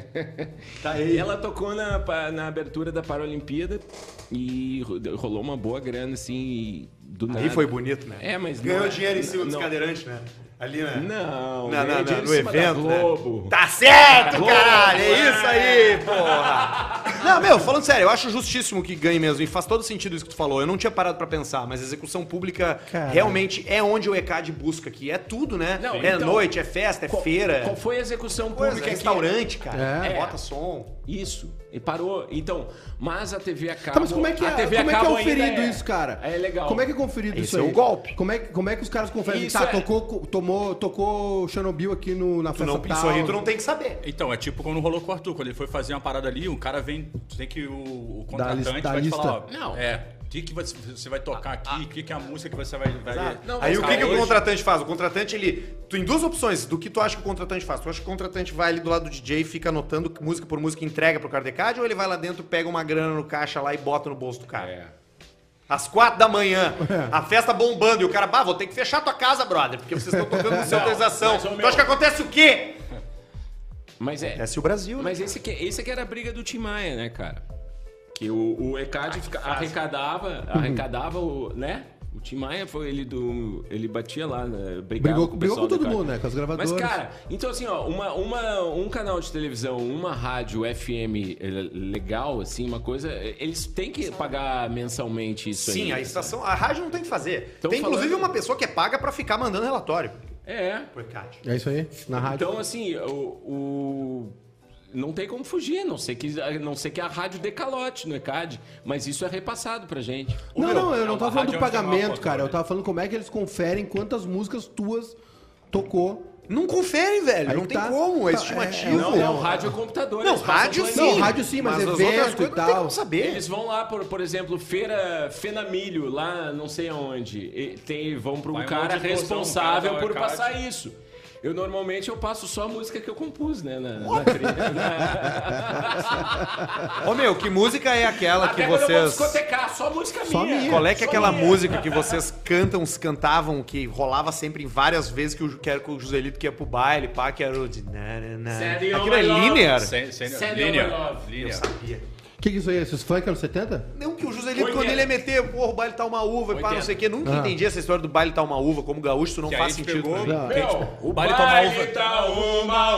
Speaker 4: tá aí.
Speaker 5: E ela tocou na, pa- na abertura da Paralimpíada e ro- rolou uma boa grana, assim, e do nada.
Speaker 4: Aí foi bonito, né?
Speaker 5: É, mas não
Speaker 4: Ganhou
Speaker 5: é-
Speaker 4: dinheiro em cima dos
Speaker 5: não-
Speaker 4: cadeirantes, né? Ali, né?
Speaker 5: Não,
Speaker 4: Não,
Speaker 5: ganhei
Speaker 4: não, não,
Speaker 5: dinheiro
Speaker 4: no
Speaker 5: em cima da
Speaker 4: evento, né?
Speaker 5: Globo.
Speaker 4: Tá certo, caralho! É isso aí, porra! Não, meu, falando sério, eu acho justíssimo que ganhe mesmo. E faz todo sentido isso que tu falou. Eu não tinha parado pra pensar, mas execução pública
Speaker 1: Cara.
Speaker 4: realmente é onde o ECAD busca aqui. É tudo, né?
Speaker 5: Não,
Speaker 4: é
Speaker 5: então,
Speaker 4: noite, é festa, é
Speaker 5: Qual-
Speaker 4: feira.
Speaker 5: Qual foi a execução
Speaker 4: Coisa,
Speaker 5: pública? que- é
Speaker 4: restaurante, cara.
Speaker 1: É.
Speaker 4: Bota som.
Speaker 5: Isso. E parou. Então, mas a TV a cabo...
Speaker 1: Tá, mas como é que é,
Speaker 5: a TV a
Speaker 1: como é, que é
Speaker 5: cabo ainda
Speaker 1: conferido
Speaker 5: é-
Speaker 1: isso, cara?
Speaker 5: É legal.
Speaker 1: Como é que é conferido
Speaker 4: Esse
Speaker 1: isso
Speaker 4: é
Speaker 1: aí?
Speaker 4: o golpe.
Speaker 1: Como é, que- como é que os caras conferem?
Speaker 5: Isso
Speaker 1: tá,
Speaker 5: é-
Speaker 1: tocou, tomou, tocou Chernobyl aqui no, na
Speaker 4: Tu
Speaker 1: festa
Speaker 4: não pensou
Speaker 1: tal.
Speaker 4: aí, tu não tem que saber.
Speaker 2: Então, é tipo quando rolou com o Arthur. Quando ele foi fazer uma parada ali, o cara vem. tu Tem que o, o contratante
Speaker 1: lista- da
Speaker 2: vai te falar, ó.
Speaker 1: lista.
Speaker 5: Não. Ah,
Speaker 2: É. O que, que você- você vai tocar aqui? O que, que é a música que você vai. vai
Speaker 5: Não,
Speaker 4: Aí
Speaker 5: mas
Speaker 4: o que,
Speaker 5: cara,
Speaker 4: que o
Speaker 5: hoje-
Speaker 4: contratante faz? O contratante, ele. Tu tem duas opções do que tu acha que o contratante faz. Tu acha que o contratante vai ali do lado do DJ e fica anotando música por música e entrega pro cara de card, ou ele vai lá dentro, pega uma grana no caixa lá e bota no bolso do cara?
Speaker 5: É.
Speaker 4: Às quatro da manhã,
Speaker 1: É.
Speaker 4: a festa bombando, e o cara, bah, vou ter que fechar tua casa, brother, porque vocês estão tocando sem
Speaker 5: Não,
Speaker 4: autorização.
Speaker 5: mas, ô,
Speaker 4: Tu
Speaker 5: meu-
Speaker 4: acha que acontece o quê?
Speaker 5: Mas é...
Speaker 4: Acontece o Brasil, né?
Speaker 5: Mas esse aqui, esse aqui era a briga do Tim Maia, né, cara? Que o, o ECAD fica- arrecadava,
Speaker 1: Uhum.
Speaker 5: arrecadava o, né? O Tim Maia foi ele do, ele batia lá, né? brigava
Speaker 1: Brigou-
Speaker 5: com o
Speaker 1: brigou
Speaker 5: pessoal
Speaker 1: com todo
Speaker 5: do ECAD.
Speaker 1: mundo, né? Com as gravadoras.
Speaker 5: Mas cara, então assim, ó, uma, uma, um canal de televisão, uma rádio FM eh, legal, assim, uma coisa, eh, eles têm que pagar mensalmente isso aí.
Speaker 4: Sim, a estação. A rádio não tem que fazer.
Speaker 5: Tão
Speaker 4: tem inclusive
Speaker 5: Então falando-
Speaker 4: uma pessoa que é paga pra ficar mandando relatório.
Speaker 5: É.
Speaker 4: Pro ECAD.
Speaker 1: É isso aí, na rádio.
Speaker 5: Então assim, o, o- não tem como fugir, a não sei que a não ser que a rádio dê calote no ECAD, mas isso é repassado pra gente.
Speaker 1: não, não, eu
Speaker 2: é
Speaker 1: não
Speaker 2: uma
Speaker 1: tava falando do né?
Speaker 2: rádio onde tem uma
Speaker 1: pagamento,
Speaker 2: foto,
Speaker 1: cara.
Speaker 2: né?
Speaker 1: Eu tava falando como é que eles conferem quantas músicas tuas tocou
Speaker 4: Não conferem, velho.
Speaker 1: Aí
Speaker 4: não tem
Speaker 1: tá.
Speaker 4: como. É um
Speaker 1: Tá,
Speaker 4: estimativo.
Speaker 1: é,
Speaker 5: Não, não, rádio é computador.
Speaker 4: Não,
Speaker 5: eles passam
Speaker 4: rádio
Speaker 5: planilha.
Speaker 4: sim.
Speaker 1: Não, rádio sim, mas
Speaker 4: as
Speaker 1: evento
Speaker 4: outras coisas
Speaker 1: e
Speaker 4: não tem
Speaker 1: tal.
Speaker 4: como saber.
Speaker 5: Eles vão lá, por, por exemplo, feira Fenamilho, lá não sei aonde. E tem, vão para um
Speaker 2: Vai um
Speaker 5: cara
Speaker 2: monte de porção,
Speaker 5: responsável
Speaker 2: um cara dá
Speaker 5: por
Speaker 2: uma
Speaker 5: passar
Speaker 2: caixa.
Speaker 5: isso. Eu normalmente eu passo só a música que eu compus, né? Na, na trilha.
Speaker 4: Ô, meu, que música é aquela
Speaker 5: Até
Speaker 4: que
Speaker 5: quando eu vou
Speaker 4: vocês...
Speaker 5: discotecar, só música
Speaker 1: Só
Speaker 5: minha.
Speaker 1: minha.
Speaker 4: Qual é que é
Speaker 5: Só
Speaker 4: aquela
Speaker 5: minha.
Speaker 4: música que vocês cantam, se cantavam, que rolava sempre em várias vezes que eu quero que o Joselito que ia pro baile, pá, que era o de... na, na, na.
Speaker 5: Sério,
Speaker 4: Aquilo
Speaker 5: my
Speaker 4: é
Speaker 5: love.
Speaker 4: linear.
Speaker 2: Sen- sen-
Speaker 5: Send
Speaker 2: Linear.
Speaker 5: over love.
Speaker 2: Linear.
Speaker 1: que, que isso aí? Esses funk anos 70?
Speaker 4: Não, que o Joselito, quando
Speaker 5: Oitenta.
Speaker 4: ele ia meter, porra, o baile tá uma uva, e pá, não
Speaker 5: 80.
Speaker 4: sei o quê. Nunca
Speaker 1: Ah.
Speaker 4: entendi essa história do baile tá uma uva. Como gaúcho, isso não
Speaker 2: Que aí
Speaker 4: faz
Speaker 2: a gente
Speaker 4: sentido. né?
Speaker 2: pegou-
Speaker 4: pra mim.
Speaker 1: Não.
Speaker 5: Meu, o
Speaker 2: Baile
Speaker 5: baile
Speaker 2: tá uma uva.
Speaker 5: tá uma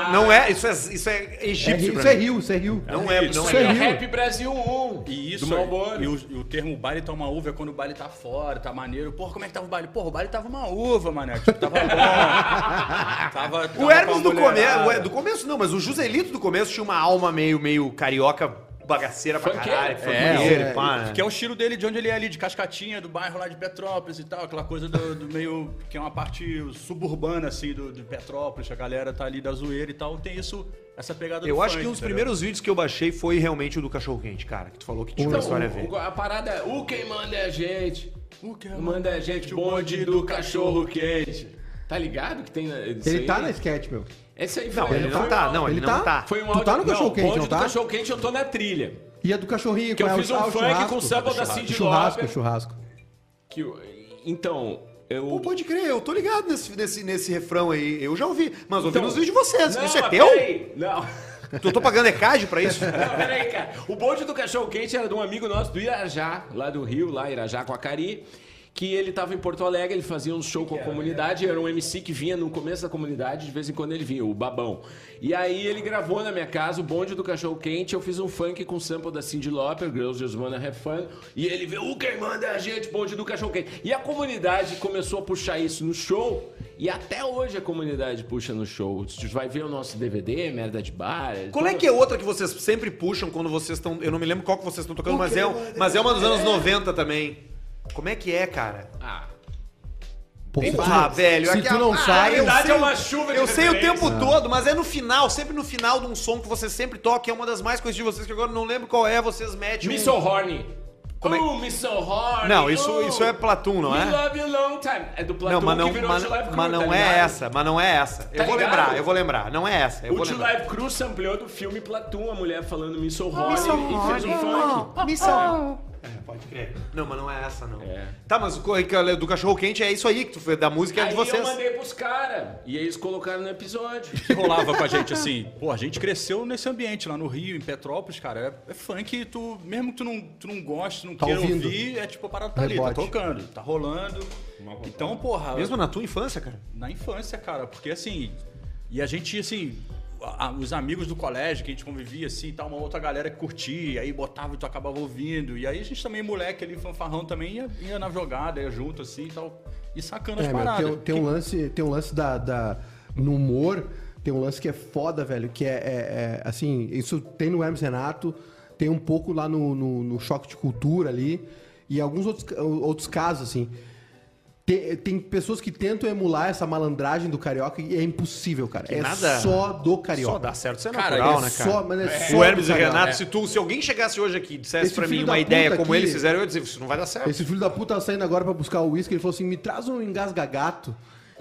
Speaker 5: uva.
Speaker 4: Não é, isso é, isso é
Speaker 1: É,
Speaker 4: egípcio
Speaker 1: Rio-
Speaker 4: pra
Speaker 1: isso é
Speaker 4: mim.
Speaker 1: Rio, isso é Rio.
Speaker 4: Não é, não
Speaker 5: Isso
Speaker 1: Isso
Speaker 4: é.
Speaker 5: é
Speaker 1: aí.
Speaker 5: Rap Brasil 1.
Speaker 2: E isso,
Speaker 5: do Malboro.
Speaker 2: e o, e o termo baile tá uma uva é quando o baile tá fora, tá maneiro. Porra, como é que tava o baile? Porra, o baile tava uma uva, mané. Tipo, tava bom. tava,
Speaker 4: O Hermes do começo,
Speaker 2: começo.
Speaker 4: do começo não, mas o Joselito do começo tinha uma alma meio, meio carioca bagaceira pra
Speaker 5: Funkeiro.
Speaker 4: caralho,
Speaker 5: É,
Speaker 4: funkeiro,
Speaker 1: é,
Speaker 4: pá, né?
Speaker 2: Que é o estilo dele de onde ele é ali, de Cascatinha, do bairro lá de Petrópolis e tal, aquela coisa do, do meio. que é uma parte suburbana, assim, do, de Petrópolis, a galera tá ali da zoeira e tal. Tem isso, essa pegada
Speaker 4: Eu
Speaker 2: do
Speaker 4: acho
Speaker 2: funk,
Speaker 4: que um dos
Speaker 2: entendeu?
Speaker 4: primeiros vídeos que eu baixei foi realmente o do cachorro quente, cara, que tu falou que tinha uma
Speaker 5: Então,
Speaker 4: história a
Speaker 5: o-
Speaker 4: ver.
Speaker 5: o- a parada é, o quem manda é a gente. O
Speaker 2: quem
Speaker 5: quem manda é a gente, o bonde do cachorro quente. Tá ligado que tem...
Speaker 1: Ele tá na sketch, meu.
Speaker 5: Esse aí foi,
Speaker 4: Não, ele
Speaker 5: foi
Speaker 4: não
Speaker 5: um-
Speaker 4: tá, não, ele
Speaker 1: Ele
Speaker 4: não
Speaker 1: tá?
Speaker 4: tá.
Speaker 5: Foi um
Speaker 1: Tu
Speaker 5: áudio...
Speaker 1: tá no cachorro quente,
Speaker 5: bonde
Speaker 1: não
Speaker 5: do
Speaker 1: tá?
Speaker 5: cachorro quente eu tô na trilha.
Speaker 1: E a do cachorrinho,
Speaker 5: Que
Speaker 1: com
Speaker 5: eu
Speaker 1: ela,
Speaker 5: fiz um
Speaker 1: ah, o
Speaker 5: funk
Speaker 1: churrasco.
Speaker 5: com samba da Cindy
Speaker 1: Churrasco,
Speaker 5: Lauper.
Speaker 1: churrasco.
Speaker 5: Que, eu- então, eu...
Speaker 4: Pô, pode crer, eu tô ligado nesse, nesse, nesse refrão aí. Eu já ouvi, mas ouvi
Speaker 5: Então-
Speaker 4: nos vídeos de vocês.
Speaker 5: Não,
Speaker 4: isso é
Speaker 5: mas
Speaker 4: teu?
Speaker 5: peraí, Não,
Speaker 4: Eu tô pagando ECAD pra isso?
Speaker 5: não, peraí, cara. O bonde do cachorro quente era de um amigo nosso do Irajá, lá do Rio, lá Irajá com a Cari. Que ele tava em Porto Alegre, ele fazia um show com a
Speaker 4: né?
Speaker 5: comunidade, era um MC que vinha no começo da comunidade, de vez em quando ele vinha, o babão. E aí ele gravou na minha casa o bonde do cachorro quente, eu fiz um funk com sample da Cindy Lauper, Girls Just Wanna Have Fun, e ele veio, o quem manda é a gente, bonde do cachorro quente. E a comunidade começou a puxar isso no show, e até hoje a comunidade puxa no show. Tu vai ver o nosso DVD, merda de bar.
Speaker 4: Qual é que é outra que vocês sempre puxam quando vocês estão. Eu não me lembro qual que vocês estão tocando, mas é, um- mas é uma dos anos 90 também. Como é que é, cara?
Speaker 5: Ah,
Speaker 1: Pô,
Speaker 4: Tem
Speaker 1: se tu
Speaker 4: barra,
Speaker 1: não-
Speaker 4: velho,
Speaker 1: Se
Speaker 4: aqui-
Speaker 1: tu não
Speaker 4: ah,
Speaker 1: sabe,
Speaker 4: eu
Speaker 5: Na verdade,
Speaker 4: sei
Speaker 5: é
Speaker 4: o-
Speaker 5: uma chuva de
Speaker 4: Eu sei o
Speaker 5: referências.
Speaker 4: tempo todo, mas é no final, sempre no final de um som que você sempre toca, é uma das mais coisas de vocês que agora eu não lembro qual é, vocês metem.
Speaker 5: Miss
Speaker 4: Um...
Speaker 5: Horny.
Speaker 4: Como é-
Speaker 5: Oh, Miss Horny.
Speaker 4: Não, isso,
Speaker 5: oh.
Speaker 4: isso é Platum, não
Speaker 5: We
Speaker 4: é?
Speaker 5: love you long time. É do Platão
Speaker 4: Não, mas não,
Speaker 5: que virou
Speaker 4: mas,
Speaker 5: o Two Live Crew,
Speaker 4: mas não
Speaker 5: tá
Speaker 4: é
Speaker 5: ligado?
Speaker 4: essa, mas não é essa. Eu
Speaker 5: Tá
Speaker 4: vou
Speaker 5: ligado?
Speaker 4: lembrar, eu vou lembrar. Não é essa, eu
Speaker 5: O
Speaker 4: vou
Speaker 5: Two
Speaker 4: lembrar.
Speaker 5: Live Crew sampleou do filme Platão, a mulher falando Miss Horny
Speaker 4: Miss
Speaker 5: e fez um funk.
Speaker 4: Missão. É, pode crer. Não, mas não é essa, não. Tá, mas o co- do cachorro quente é isso aí, que tu foi da música é
Speaker 5: Aí
Speaker 4: de
Speaker 5: eu
Speaker 4: vocês.
Speaker 5: mandei pros caras. E eles colocaram no episódio.
Speaker 2: que rolava com a gente, assim, pô, a gente cresceu nesse ambiente lá no Rio, em Petrópolis, cara. É, é funk, tu, mesmo que tu não, tu não goste, não
Speaker 1: Tá
Speaker 2: queira
Speaker 1: ouvindo.
Speaker 2: ouvir, é tipo, a parada tá ali, tá
Speaker 1: Rebote.
Speaker 2: tocando, tá rolando. Então, porra,
Speaker 4: Mesmo na tua infância, cara?
Speaker 2: na infância, cara, porque assim, e a gente, assim, a- a- os amigos do colégio que a gente convivia, assim, e tal, uma outra galera que curtia, aí botava e tu acabava ouvindo. E aí a gente também, moleque ali, fanfarrão também, ia, ia na jogada, ia junto, assim, e tal, e sacando as
Speaker 1: É, meu,
Speaker 2: paradas.
Speaker 1: tem, tem um lance, tem um lance da, da- no humor, tem um lance que é foda, velho, que é, é- é, assim, isso tem no Hermes Renato, tem um pouco lá no, no, no Choque de Cultura ali, e alguns outros, ca- outros casos, assim. Tem, tem pessoas que tentam emular essa malandragem do carioca e é impossível, cara. é
Speaker 4: nada-
Speaker 1: só do carioca.
Speaker 4: Só dá certo, isso é
Speaker 2: Cara,
Speaker 4: natural,
Speaker 2: é
Speaker 4: né, cara?
Speaker 1: Só, mas é só
Speaker 4: o
Speaker 1: do
Speaker 4: Hermes e
Speaker 1: carioca.
Speaker 4: Renato, se, tu, se alguém chegasse hoje aqui e dissesse
Speaker 1: Esse
Speaker 4: pra mim
Speaker 1: filho da
Speaker 4: uma
Speaker 1: puta
Speaker 4: ideia como
Speaker 1: aqui-
Speaker 4: eles fizeram, eu ia dizer, isso não vai dar certo.
Speaker 1: Esse filho da puta tá saindo agora pra buscar o uísque, ele falou assim: me traz um engasgagato.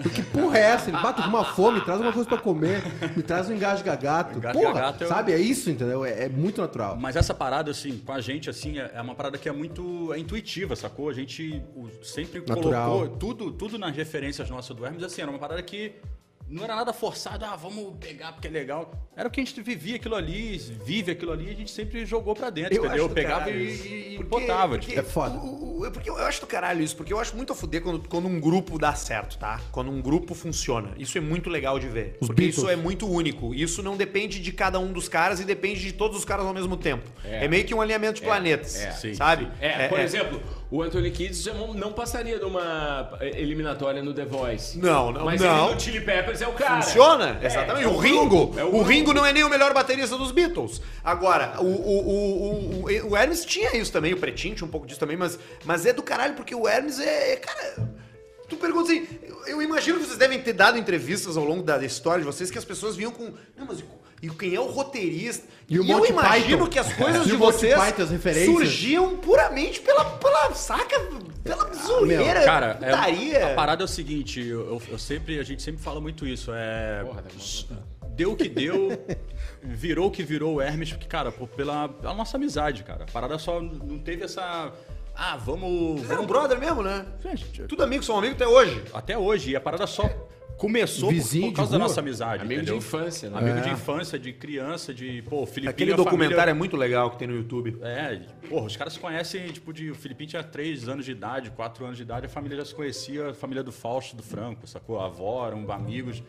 Speaker 1: Eu, Que porra é essa? Ele bate com uma fome, traz uma coisa pra comer, me traz um engasgagato. Porra,
Speaker 2: Engasgagato é o-
Speaker 1: sabe? É isso, entendeu? É, é muito natural.
Speaker 2: Mas essa parada, assim, com a gente, assim, é é uma parada que é muito é intuitiva, sacou? A gente o- sempre
Speaker 1: Natural.
Speaker 2: colocou tudo, tudo nas referências nossas do Hermes, assim, era uma parada que não era nada forçado, ah, vamos pegar porque é legal. Era o que a gente vivia aquilo ali, vive aquilo ali, e a gente sempre jogou pra dentro,
Speaker 4: Eu
Speaker 2: entendeu?
Speaker 4: acho do
Speaker 2: Pegava
Speaker 4: caralho
Speaker 2: e,
Speaker 4: isso.
Speaker 2: e- e
Speaker 4: Porque-
Speaker 2: botava.
Speaker 4: porque
Speaker 2: tipo.
Speaker 1: É foda.
Speaker 4: o- o- é porque eu acho do caralho isso, porque eu acho muito a fuder quando, quando um grupo dá certo, tá? Quando um grupo funciona. Isso é muito legal de ver.
Speaker 1: Os
Speaker 4: porque
Speaker 1: Beatles.
Speaker 4: isso é muito único. Isso não depende de cada um dos caras e depende de todos os caras ao mesmo tempo. É, meio que um alinhamento de planetas,
Speaker 2: é, sim,
Speaker 4: sabe?
Speaker 2: sim.
Speaker 5: É, por exemplo, o Anthony Kids não, não passaria numa é, eliminatória no The Voice.
Speaker 4: Não, não,
Speaker 5: Mas
Speaker 4: não.
Speaker 5: ele no Chili Peppers é o cara.
Speaker 4: Funciona,
Speaker 5: É,
Speaker 4: exatamente.
Speaker 5: é
Speaker 4: o Ringo,
Speaker 5: grupo, é
Speaker 4: o,
Speaker 5: grupo.
Speaker 4: Ringo não é nem o melhor baterista dos Beatles. Agora, o, o, o, o, o Hermes tinha isso também, o Pretinho tinha um pouco disso também, mas, mas é do caralho, porque o Hermes é, é, cara... tu pergunta assim, eu, eu imagino que vocês devem ter dado entrevistas ao longo da da história de vocês que as pessoas vinham com, não, mas e co- e quem é o roteirista?
Speaker 1: E o
Speaker 4: eu
Speaker 1: Monty
Speaker 4: imagino
Speaker 1: Python.
Speaker 4: que as coisas
Speaker 1: E
Speaker 4: de
Speaker 1: o Monty
Speaker 4: vocês
Speaker 1: Python, as referências.
Speaker 4: surgiam puramente pela, pela saca, pela
Speaker 1: Ah,
Speaker 4: zoeira,
Speaker 2: Cara, é-
Speaker 4: putaria.
Speaker 2: a parada é o seguinte, eu, eu- eu sempre, a gente sempre fala muito isso, é
Speaker 5: Porra, deve uma
Speaker 2: deu o que deu, virou o que virou o Hermes, porque cara, por- pela, pela nossa amizade, cara. A parada só não teve essa ah, vamos,
Speaker 4: Era um
Speaker 2: vamos
Speaker 4: brother mesmo, né? Tudo amigo, são amigos até hoje.
Speaker 2: até hoje, e a parada só começou por,
Speaker 1: Vizinho
Speaker 2: por
Speaker 1: de
Speaker 2: causa da
Speaker 1: rua.
Speaker 2: nossa amizade,
Speaker 5: Amigo
Speaker 2: entendeu?
Speaker 5: de infância, né?
Speaker 2: Amigo de infância, de criança, de, pô, Filipinho
Speaker 4: Aquele
Speaker 2: e a
Speaker 4: documentário
Speaker 2: família-
Speaker 4: é muito legal que tem no YouTube.
Speaker 2: É, porra, os caras se conhecem, tipo, de. O Filipinho tinha 3 anos de idade, 4 anos de idade, a família já se conhecia, a família do Fausto, do Franco, sacou? A avó, eram amigos.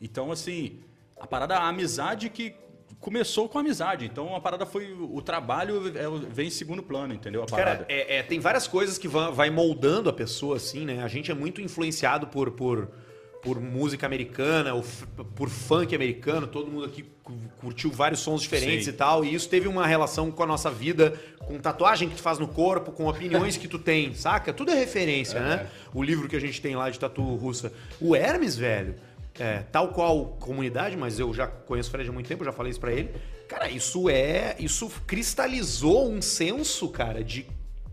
Speaker 2: Então, assim, a parada, a amizade que começou com a amizade. Então, a parada foi. O trabalho é o- vem em segundo plano, entendeu? A
Speaker 4: Cara,
Speaker 2: parada.
Speaker 4: é- é, tem várias coisas que va- vai moldando a pessoa, assim, né? A gente é muito influenciado por, por, por música americana, ou f- por funk americano, todo mundo aqui cu- curtiu vários sons diferentes
Speaker 2: Sim.
Speaker 4: e tal, e isso teve uma relação com a nossa vida, com tatuagem que tu faz no corpo, com opiniões que tu tem, saca? Tudo é referência, né? O livro que a gente tem lá de tatu russa. O Hermes, velho, é, tal qual comunidade, mas eu já conheço o Fred há muito tempo, já falei isso pra ele. Cara, isso é. Isso cristalizou um senso, cara, de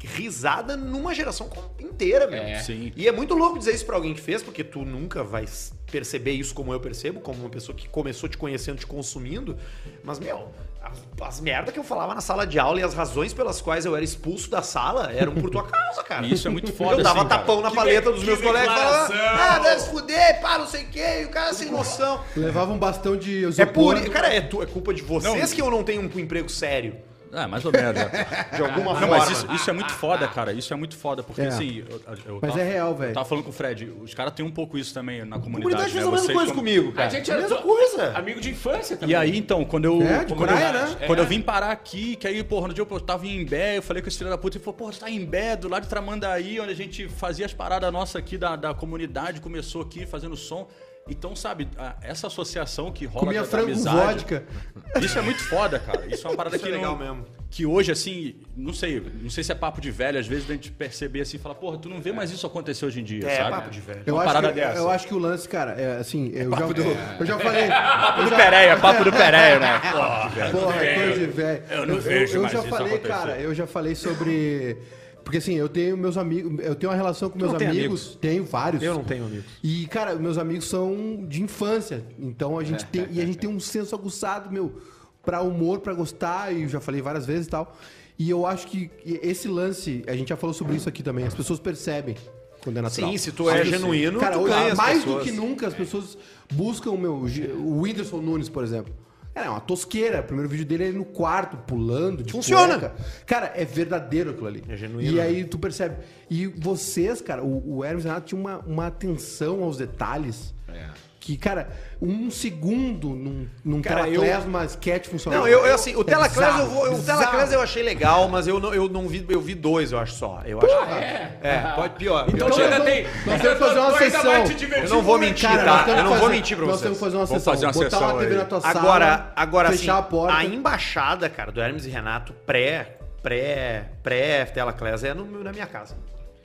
Speaker 4: risada numa geração com- inteira, meu.
Speaker 5: É.
Speaker 2: Sim.
Speaker 4: E é muito louco dizer isso pra alguém que fez, porque tu nunca vai s- perceber isso como eu percebo, como uma pessoa que começou te conhecendo, te consumindo. Mas, meu, as, as merda que eu falava na sala de aula e as razões pelas quais eu era expulso da sala eram por tua causa, cara.
Speaker 2: E isso é muito foda,
Speaker 4: Eu dava
Speaker 2: assim, cara.
Speaker 4: tapão na
Speaker 5: Que
Speaker 4: paleta
Speaker 5: de-
Speaker 4: dos
Speaker 5: que
Speaker 4: meus colegas e falava,
Speaker 5: declaração!
Speaker 4: ah, deve se fuder, pá, não sei o quê, e o cara sem noção.
Speaker 1: Levava um bastão de
Speaker 4: É por...
Speaker 1: isopor.
Speaker 4: Cara, é, tu- é culpa de vocês
Speaker 2: Não.
Speaker 4: que eu não tenho um emprego sério.
Speaker 2: É, mais ou menos. né?
Speaker 4: De alguma
Speaker 2: Não,
Speaker 4: forma.
Speaker 2: mas isso, isso é muito foda, cara. Isso é muito foda, porque
Speaker 1: É.
Speaker 2: assim. eu- eu- eu
Speaker 1: Mas
Speaker 2: tava-
Speaker 1: é real,
Speaker 2: eu
Speaker 1: velho.
Speaker 2: Tava falando com o Fred, os caras têm um pouco isso também na
Speaker 4: A
Speaker 2: comunidade.
Speaker 4: comunidade fez
Speaker 2: né?
Speaker 4: a mesma
Speaker 2: Vocês
Speaker 4: coisa
Speaker 2: como-
Speaker 4: comigo,
Speaker 5: A
Speaker 4: cara.
Speaker 5: gente era
Speaker 4: É mesma
Speaker 5: só-
Speaker 4: coisa.
Speaker 5: amigo de infância também.
Speaker 2: E aí, então, quando eu.
Speaker 1: É, de
Speaker 2: quando
Speaker 1: praia,
Speaker 2: eu,
Speaker 1: né?
Speaker 2: Quando
Speaker 5: É.
Speaker 2: eu vim parar aqui, que aí, porra, no dia eu tava em Imbé, eu falei com esse filho da puta, ele falou, porra, tu tá em Imbé, do lado de Tramandaí, onde a gente fazia as paradas nossas aqui da, da comunidade, começou aqui fazendo som. Então, sabe, a- essa associação que rola
Speaker 1: Comia
Speaker 2: da- da
Speaker 1: frango com
Speaker 2: amizade,
Speaker 1: vodka.
Speaker 2: Isso é muito foda, cara. Isso é uma parada
Speaker 4: Isso
Speaker 2: que
Speaker 4: é legal
Speaker 2: não-
Speaker 4: mesmo.
Speaker 2: que hoje, assim, não sei, não sei se é papo de velho, às vezes a gente perceber assim e falar, porra, tu não vê mais isso acontecer hoje em dia,
Speaker 4: É,
Speaker 2: sabe?
Speaker 4: papo de velho.
Speaker 1: Eu
Speaker 2: Uma
Speaker 1: acho,
Speaker 2: parada
Speaker 1: que,
Speaker 2: dessa.
Speaker 1: eu acho que o lance, cara, é assim, eu, já, eu já falei.
Speaker 2: Papo do Pereira, papo do Pereira, né? Porra.
Speaker 1: Porra, coisa de velho.
Speaker 2: Eu não vejo
Speaker 1: Eu
Speaker 2: mais
Speaker 1: já
Speaker 2: isso
Speaker 1: falei,
Speaker 2: acontecer.
Speaker 1: cara, eu já falei sobre. Porque assim, eu tenho meus amigos. Eu tenho uma relação com meus
Speaker 4: não tem
Speaker 1: amigos, Tenho vários.
Speaker 4: Eu não tenho amigos.
Speaker 1: E, cara, meus amigos são de infância. Então a gente
Speaker 4: É.
Speaker 1: tem. e a gente tem um senso aguçado, meu, pra humor, pra gostar, e eu já falei várias vezes e tal. E eu acho que esse lance, a gente já falou sobre isso aqui também, as pessoas percebem quando é natural.
Speaker 4: Sim, se tu é
Speaker 1: Sim, sim.
Speaker 4: genuíno,
Speaker 1: Cara,
Speaker 4: tu
Speaker 1: hoje,
Speaker 4: ganha as
Speaker 1: mais
Speaker 4: pessoas.
Speaker 1: do que nunca as pessoas buscam o meu. O Whindersson Nunes, por exemplo. Cara, é uma tosqueira. O primeiro vídeo dele é ele no quarto, pulando. De
Speaker 4: Funciona.
Speaker 1: cueca. Cara, é verdadeiro aquilo ali.
Speaker 4: É genuíno,
Speaker 1: E
Speaker 4: né?
Speaker 1: aí tu percebe. E vocês, cara, o, o Hermes Renato tinha uma, uma atenção aos detalhes.
Speaker 4: É.
Speaker 1: Que, cara, um segundo num, num
Speaker 4: Cara,
Speaker 1: Telaclass, uma sketch funcional.
Speaker 4: Não, eu, eu, assim, o
Speaker 1: É
Speaker 4: Telaclass
Speaker 1: bizarro,
Speaker 4: eu vou. O
Speaker 1: bizarro.
Speaker 4: Telaclass eu achei legal, mas eu não, eu não vi, eu vi dois, eu acho só. Eu acho. É, pode pior.
Speaker 5: Então
Speaker 4: pior.
Speaker 5: tu ainda
Speaker 1: nós
Speaker 5: tem.
Speaker 1: vamos- nós
Speaker 5: ainda
Speaker 1: temos que fazer uma
Speaker 5: tu ainda vai
Speaker 1: sessão.
Speaker 5: te divertir
Speaker 4: Eu não vou
Speaker 5: muito.
Speaker 4: mentir, tá?
Speaker 1: nós temos
Speaker 4: Eu não
Speaker 1: que
Speaker 4: vou
Speaker 1: fazer-
Speaker 4: mentir pra
Speaker 1: nós
Speaker 4: vocês.
Speaker 1: temos que fazer uma
Speaker 2: Vamos
Speaker 1: sessão.
Speaker 2: fazer uma
Speaker 1: botar
Speaker 2: sessão
Speaker 1: uma TV
Speaker 2: aí.
Speaker 1: na tua
Speaker 4: Agora,
Speaker 1: sala,
Speaker 4: agora
Speaker 1: fechar
Speaker 4: assim,
Speaker 1: a porta.
Speaker 4: embaixada, cara, do Hermes e Renato pré pré pré Telaclass é no, meu- na minha casa.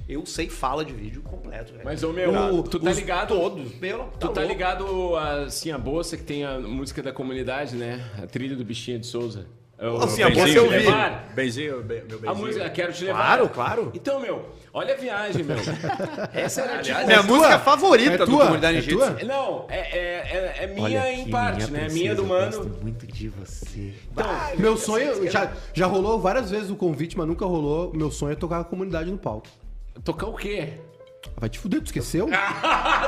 Speaker 4: Eu sei fala de vídeo completo, velho.
Speaker 5: Mas, ô meu,
Speaker 4: O-
Speaker 5: tu tá
Speaker 4: os
Speaker 5: ligado.
Speaker 4: todos, meu,
Speaker 5: Tu tá
Speaker 4: louco.
Speaker 5: ligado assim a bolsa que tem a música da comunidade, né? A trilha do Bichinha de Souza. É O
Speaker 4: Assim, a
Speaker 5: Benzinho
Speaker 4: bolsa eu
Speaker 5: te
Speaker 4: vi.
Speaker 5: levar.
Speaker 2: né? Benzinho, be- meu
Speaker 5: A
Speaker 2: benzinho.
Speaker 5: música Quero Te Levar.
Speaker 4: Claro, claro.
Speaker 5: Então, meu, olha a viagem, meu. Essa era tipo,
Speaker 4: É Minha música favorita
Speaker 1: É
Speaker 4: do
Speaker 1: tua?
Speaker 4: comunidade
Speaker 1: É
Speaker 4: Jiu-Jitsu.
Speaker 1: tua?
Speaker 5: Não, é, é, é, é minha em parte, né? Minha do mano.
Speaker 6: muito de você.
Speaker 5: Então,
Speaker 1: Meu sonho, já, já rolou várias vezes o convite, mas nunca rolou. Meu sonho é tocar a comunidade no palco.
Speaker 5: tocar o quê?
Speaker 1: Ah, Vai te fuder, tu esqueceu?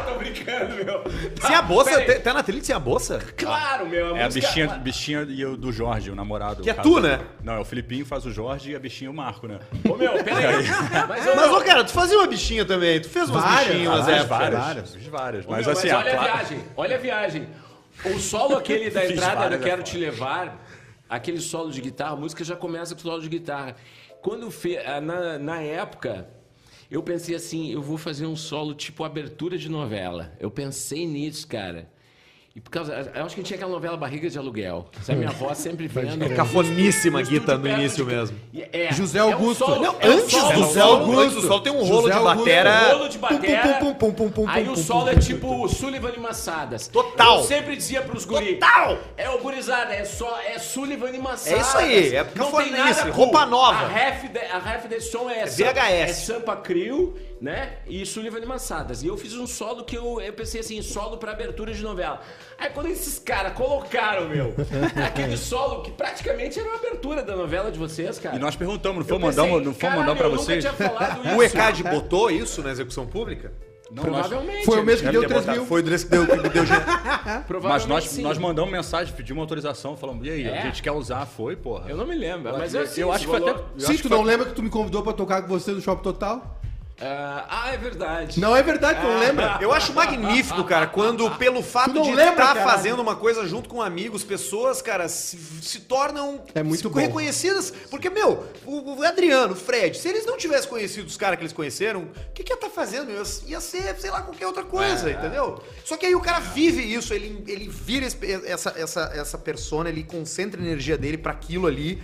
Speaker 5: Tô brincando, meu. Tá,
Speaker 4: Sem a bolsa,
Speaker 5: pera aí.
Speaker 4: tá, tá na trilha de sem a bolsa?
Speaker 5: Claro, meu.
Speaker 2: É a
Speaker 5: música-
Speaker 2: bichinha, bichinha e eu do Jorge, o namorado.
Speaker 4: Que é
Speaker 2: o
Speaker 4: tu,
Speaker 2: casal.
Speaker 4: né?
Speaker 2: Não, é o Filipinho faz o Jorge e a bichinha o Marco, né?
Speaker 5: Ô, meu, peraí. Mas, ô,
Speaker 4: Mas, ô, cara, tu fazia uma bichinha também. Tu fez umas
Speaker 1: Várias,
Speaker 4: bichinhas,
Speaker 1: várias,
Speaker 4: é.
Speaker 2: Fiz várias. Fiz várias.
Speaker 5: Ô,
Speaker 2: Mas
Speaker 5: meu,
Speaker 2: assim,
Speaker 5: olha
Speaker 2: a
Speaker 5: a
Speaker 2: cla-
Speaker 5: viagem, olha a viagem. O solo aquele da
Speaker 2: Fiz
Speaker 5: entrada
Speaker 2: várias,
Speaker 5: do Quero
Speaker 2: é
Speaker 5: Te
Speaker 2: foda.
Speaker 5: Levar, aquele solo de guitarra, a música já começa com solo de guitarra. Quando fe... ah, na, na época, eu pensei assim, eu vou fazer um solo tipo abertura de novela. Eu pensei nisso, cara. E por causa, eu acho que tinha aquela novela Barriga de Aluguel. Sabe, minha avó sempre vendo.
Speaker 4: Cafoníssima
Speaker 5: Estúdio
Speaker 4: Guita no
Speaker 5: perto
Speaker 4: início
Speaker 5: de-
Speaker 4: mesmo.
Speaker 5: E é-
Speaker 1: José
Speaker 5: é o
Speaker 1: Augusto.
Speaker 5: sol-
Speaker 4: Não,
Speaker 5: é o
Speaker 4: antes
Speaker 5: sol-
Speaker 4: do
Speaker 5: o
Speaker 4: José
Speaker 5: sol-
Speaker 4: Augusto, o sol tem um
Speaker 1: José
Speaker 4: rolo de
Speaker 1: Augusto.
Speaker 4: batera.
Speaker 1: É
Speaker 5: Rolo de batera.
Speaker 4: Pum, pum, pum, pum, pum, pum,
Speaker 5: Aí
Speaker 4: pum,
Speaker 5: o
Speaker 4: pum,
Speaker 5: solo
Speaker 4: pum,
Speaker 5: é
Speaker 4: pum,
Speaker 5: tipo o Sullivan e Massadas.
Speaker 4: Total.
Speaker 5: Eu sempre dizia pros guri.
Speaker 4: Total.
Speaker 5: É o gurizada, é só é Sullivan e Massadas.
Speaker 4: É isso aí, é
Speaker 5: Não tem
Speaker 4: cafonice,
Speaker 5: nada cool.
Speaker 4: roupa nova.
Speaker 5: A ref, de- a ref desse som é,
Speaker 4: VHS.
Speaker 5: Sampa- É Sampa Crio, né? E Sullivan e Massadas. E eu fiz um solo que eu, eu pensei assim, solo pra abertura de novela. Aí quando esses caras colocaram, meu, aquele solo que praticamente era uma abertura da novela de vocês, cara.
Speaker 2: E nós perguntamos, não foi
Speaker 5: Eu pensei,
Speaker 2: mandar, um, não foi
Speaker 5: "Caralho,
Speaker 2: mandar pra
Speaker 5: eu nunca
Speaker 2: vocês?
Speaker 5: tinha falado
Speaker 4: O
Speaker 5: isso."
Speaker 4: ECAD botou isso na execução pública?
Speaker 2: Não, nós-
Speaker 5: Provavelmente.
Speaker 1: Foi um o mesmo que
Speaker 4: Deve
Speaker 1: deu
Speaker 4: ter
Speaker 1: 3
Speaker 4: botado.
Speaker 1: mil.
Speaker 4: Foi o Dress que deu, que deu jeito.
Speaker 2: Mas
Speaker 5: Provavelmente
Speaker 2: nós,
Speaker 5: sim.
Speaker 2: nós mandamos mensagem, pedimos autorização, falamos, e aí,
Speaker 5: É?
Speaker 2: a gente quer usar, foi, porra.
Speaker 5: Eu não me lembro, mas eu, assim,
Speaker 2: eu acho que foi até.
Speaker 5: rolou-
Speaker 2: eu
Speaker 1: Sim,
Speaker 2: acho
Speaker 1: tu
Speaker 2: que
Speaker 1: não
Speaker 2: foi-
Speaker 1: lembra que tu me convidou pra tocar com você no Shopping Total?
Speaker 5: Ah, ah, é verdade.
Speaker 1: Não é verdade,
Speaker 4: Ah.
Speaker 1: tu não lembra?
Speaker 4: Eu acho magnífico, cara, quando pelo fato
Speaker 1: Tu não
Speaker 4: de
Speaker 1: lembra,
Speaker 4: estar
Speaker 1: caralho?
Speaker 4: fazendo uma coisa junto com amigos, pessoas, cara, se, se tornam
Speaker 1: É muito
Speaker 4: se-
Speaker 1: bom.
Speaker 4: reconhecidas. Porque, meu, o, o Adriano, o Fred, se eles não tivessem conhecido os caras que eles conheceram, o que, que ia estar fazendo? Ia, ia ser, sei lá, qualquer outra coisa,
Speaker 1: É.
Speaker 4: entendeu? Só que aí o cara vive isso, ele, ele vira esse- essa, essa, essa persona, ele concentra a energia dele pra aquilo ali.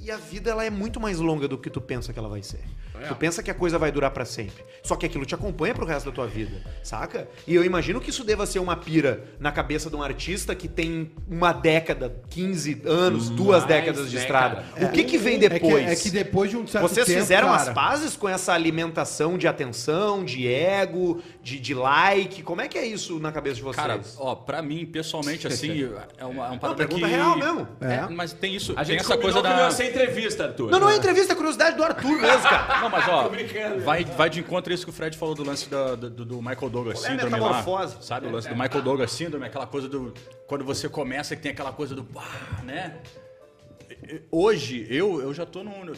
Speaker 4: E a vida ela é muito mais longa do que tu pensa que ela vai ser.
Speaker 2: É.
Speaker 4: Tu pensa que a coisa vai durar pra sempre. Só que aquilo te acompanha pro resto da tua vida, saca? E eu imagino que isso deva ser uma pira na cabeça de um artista que tem uma década, 15
Speaker 2: Hum,
Speaker 4: anos, duas
Speaker 5: Mais,
Speaker 4: décadas de
Speaker 5: né,
Speaker 4: estrada.
Speaker 5: cara?
Speaker 4: O que que vem
Speaker 1: É que,
Speaker 4: depois?
Speaker 1: é que depois de um certo
Speaker 4: Vocês
Speaker 1: tempo,
Speaker 4: fizeram
Speaker 1: cara,
Speaker 4: as pazes com essa alimentação de atenção, de ego, de, de like? Como é que é isso na cabeça de vocês?
Speaker 2: Cara, ó, pra mim, pessoalmente, assim, é uma, é uma parada
Speaker 4: pergunta
Speaker 2: que-
Speaker 4: real mesmo.
Speaker 2: É,
Speaker 1: É.
Speaker 2: mas tem isso,
Speaker 5: A
Speaker 2: tem
Speaker 5: gente
Speaker 2: essa
Speaker 5: combinou
Speaker 2: coisa
Speaker 5: que não
Speaker 2: da...
Speaker 5: ia ser entrevista, Arthur.
Speaker 4: não, não é entrevista, é curiosidade do Arthur mesmo, cara.
Speaker 2: Não, mas ó,
Speaker 5: Tô brincando.
Speaker 2: vai, vai de encontro a isso que o Fred falou do lance da- do, do Michael Douglas
Speaker 4: Qual é a
Speaker 2: síndrome
Speaker 4: metamorfose?
Speaker 2: lá. Sabe o lance do Michael Douglas síndrome? Aquela coisa do... Quando você começa, que tem aquela coisa do... pá, né? Hoje, eu, eu já tô num...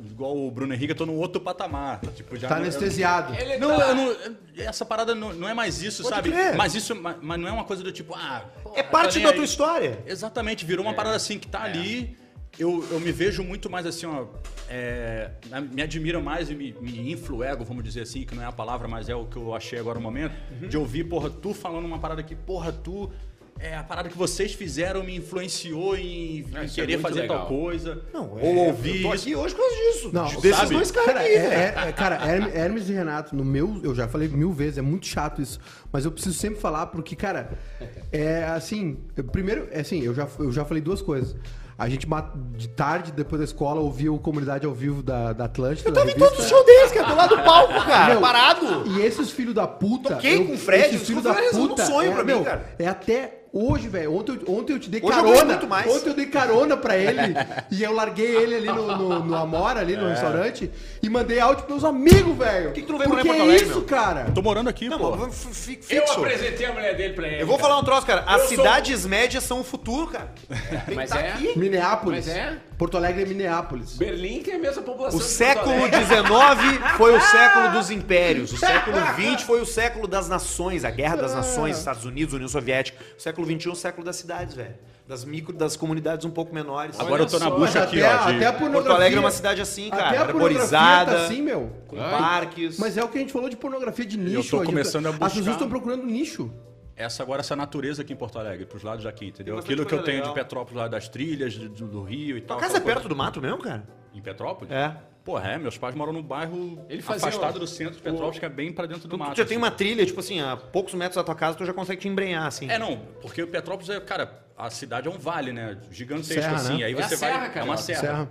Speaker 2: Igual o Bruno Henrique, eu tô num outro patamar. Tipo, já
Speaker 1: Tá
Speaker 2: não- eu-
Speaker 1: anestesiado.
Speaker 5: Ele
Speaker 2: Não,
Speaker 5: tá-
Speaker 2: eu não- essa parada não, não é mais isso, sabe?
Speaker 4: crer.
Speaker 2: Mas isso mas, mas não é uma coisa do tipo, ah. porra,
Speaker 4: É
Speaker 2: tá
Speaker 4: parte
Speaker 2: nem
Speaker 4: da
Speaker 2: aí.
Speaker 4: tua história.
Speaker 2: Exatamente, virou
Speaker 4: É.
Speaker 2: uma parada assim que tá ali. Eu, eu me vejo muito mais assim, ó. é, na- me admira mais e me, me influego, vamos dizer assim, que não é a palavra, mas é o que eu achei agora no momento,
Speaker 4: Uhum.
Speaker 2: de ouvir, porra, tu falando uma parada que, porra, tu. É, a parada que vocês fizeram me influenciou em, em
Speaker 5: Ah, isso é
Speaker 2: querer
Speaker 5: muito
Speaker 2: fazer
Speaker 5: legal.
Speaker 2: tal coisa.
Speaker 4: Não, é,
Speaker 2: ou
Speaker 4: eu
Speaker 2: ouvir
Speaker 4: tô
Speaker 2: isso.
Speaker 4: aqui hoje por causa disso.
Speaker 1: Não,
Speaker 4: desses
Speaker 2: sabe?
Speaker 4: dois caras
Speaker 1: Cara,
Speaker 4: aqui. né?
Speaker 1: é-
Speaker 4: velho.
Speaker 1: é- é- cara, Herm- Hermes e Renato, no meu, eu já falei mil vezes, é muito chato isso, mas eu preciso sempre falar porque, cara, é assim, eu- primeiro, é assim, eu já, eu já falei duas coisas. A gente ma- de tarde, depois da escola, ouvia o Comunidade ao Vivo da, da Atlântica. Eu
Speaker 4: Tava em todos os shows deles, cara, do lado do palco, cara,
Speaker 1: Meu,
Speaker 4: parado.
Speaker 1: E esses filhos da puta.
Speaker 4: Toquei com o Fred,
Speaker 1: esses
Speaker 4: os
Speaker 1: filhos da
Speaker 4: caras resolveram um
Speaker 1: puta.
Speaker 4: sonho
Speaker 1: é,
Speaker 4: pra mim, cara.
Speaker 1: É até hoje, velho. Ontem, eu- ontem eu te dei
Speaker 4: Hoje eu
Speaker 1: carona.
Speaker 4: ganho muito mais.
Speaker 1: Ontem eu dei carona pra ele. e eu larguei ele ali no, no- no Amora, ali no restaurante. E mandei áudio pros meus amigos, velho. Por
Speaker 4: É. que tu não veio morar em
Speaker 1: Porque
Speaker 4: Porto
Speaker 1: é
Speaker 4: Alegre,
Speaker 1: isso,
Speaker 4: meu?
Speaker 1: cara.
Speaker 2: Tô morando aqui,
Speaker 4: Não,
Speaker 2: pô.
Speaker 4: mano, f- f-
Speaker 5: Eu
Speaker 4: fixo.
Speaker 5: apresentei a mulher dele pra ele.
Speaker 4: Eu vou
Speaker 5: cara.
Speaker 4: falar um troço, cara. As
Speaker 5: Eu sou-
Speaker 4: cidades médias são o futuro, cara. Tem que
Speaker 5: Mas
Speaker 4: tá
Speaker 5: é.
Speaker 4: aqui.
Speaker 1: Minneapolis.
Speaker 5: Mas é?
Speaker 1: Porto Alegre é Minneapolis.
Speaker 5: Berlim tem a mesma população.
Speaker 4: O
Speaker 5: de Porto
Speaker 4: século
Speaker 5: Alegre.
Speaker 4: XIX foi o século dos impérios. O século XX foi o século das nações, a guerra das nações, Estados Unidos, União Soviética. O século XXI é o século das cidades, velho. Das micro, das comunidades um pouco menores.
Speaker 2: Agora eu tô na
Speaker 5: só,
Speaker 1: Mas
Speaker 2: bucha aqui, ó. de-
Speaker 1: a
Speaker 4: Porto Alegre é uma cidade assim, cara.
Speaker 1: Até a pornografia
Speaker 4: arborizada,
Speaker 1: tá assim, meu.
Speaker 4: com parques.
Speaker 1: Mas é o que a gente falou de pornografia de nicho.
Speaker 2: tô
Speaker 1: a gente- tá-
Speaker 2: começando a
Speaker 1: As pessoas
Speaker 2: buscar.
Speaker 1: estão procurando nicho.
Speaker 2: essa agora essa natureza aqui em Porto Alegre, pros lados daqui, entendeu?
Speaker 4: bastante
Speaker 2: Aquilo que eu
Speaker 4: coisa
Speaker 2: tenho
Speaker 4: legal.
Speaker 2: de Petrópolis lá das trilhas, de- do, do Rio e tal.
Speaker 4: Tua casa é
Speaker 2: aquela
Speaker 4: perto do mato mesmo, cara?
Speaker 2: coisa. Em Petrópolis?
Speaker 4: É.
Speaker 2: Porra, é, meus pais moram num bairro
Speaker 5: Ele fazia
Speaker 2: afastado
Speaker 5: o-
Speaker 2: do centro de Petrópolis, que é bem pra dentro do
Speaker 4: Tu,
Speaker 2: mato.
Speaker 4: tu já
Speaker 2: assim.
Speaker 4: tem uma trilha, tipo assim, a poucos metros da tua casa, tu já consegue te embrenhar, assim.
Speaker 2: É, não, porque o Petrópolis é, cara, a cidade é um vale, né? Gigantesco
Speaker 1: Serra,
Speaker 2: assim.
Speaker 1: né?
Speaker 2: Aí
Speaker 5: É a
Speaker 2: você vai.
Speaker 5: serra, cara.
Speaker 2: é uma serra.
Speaker 1: Serra.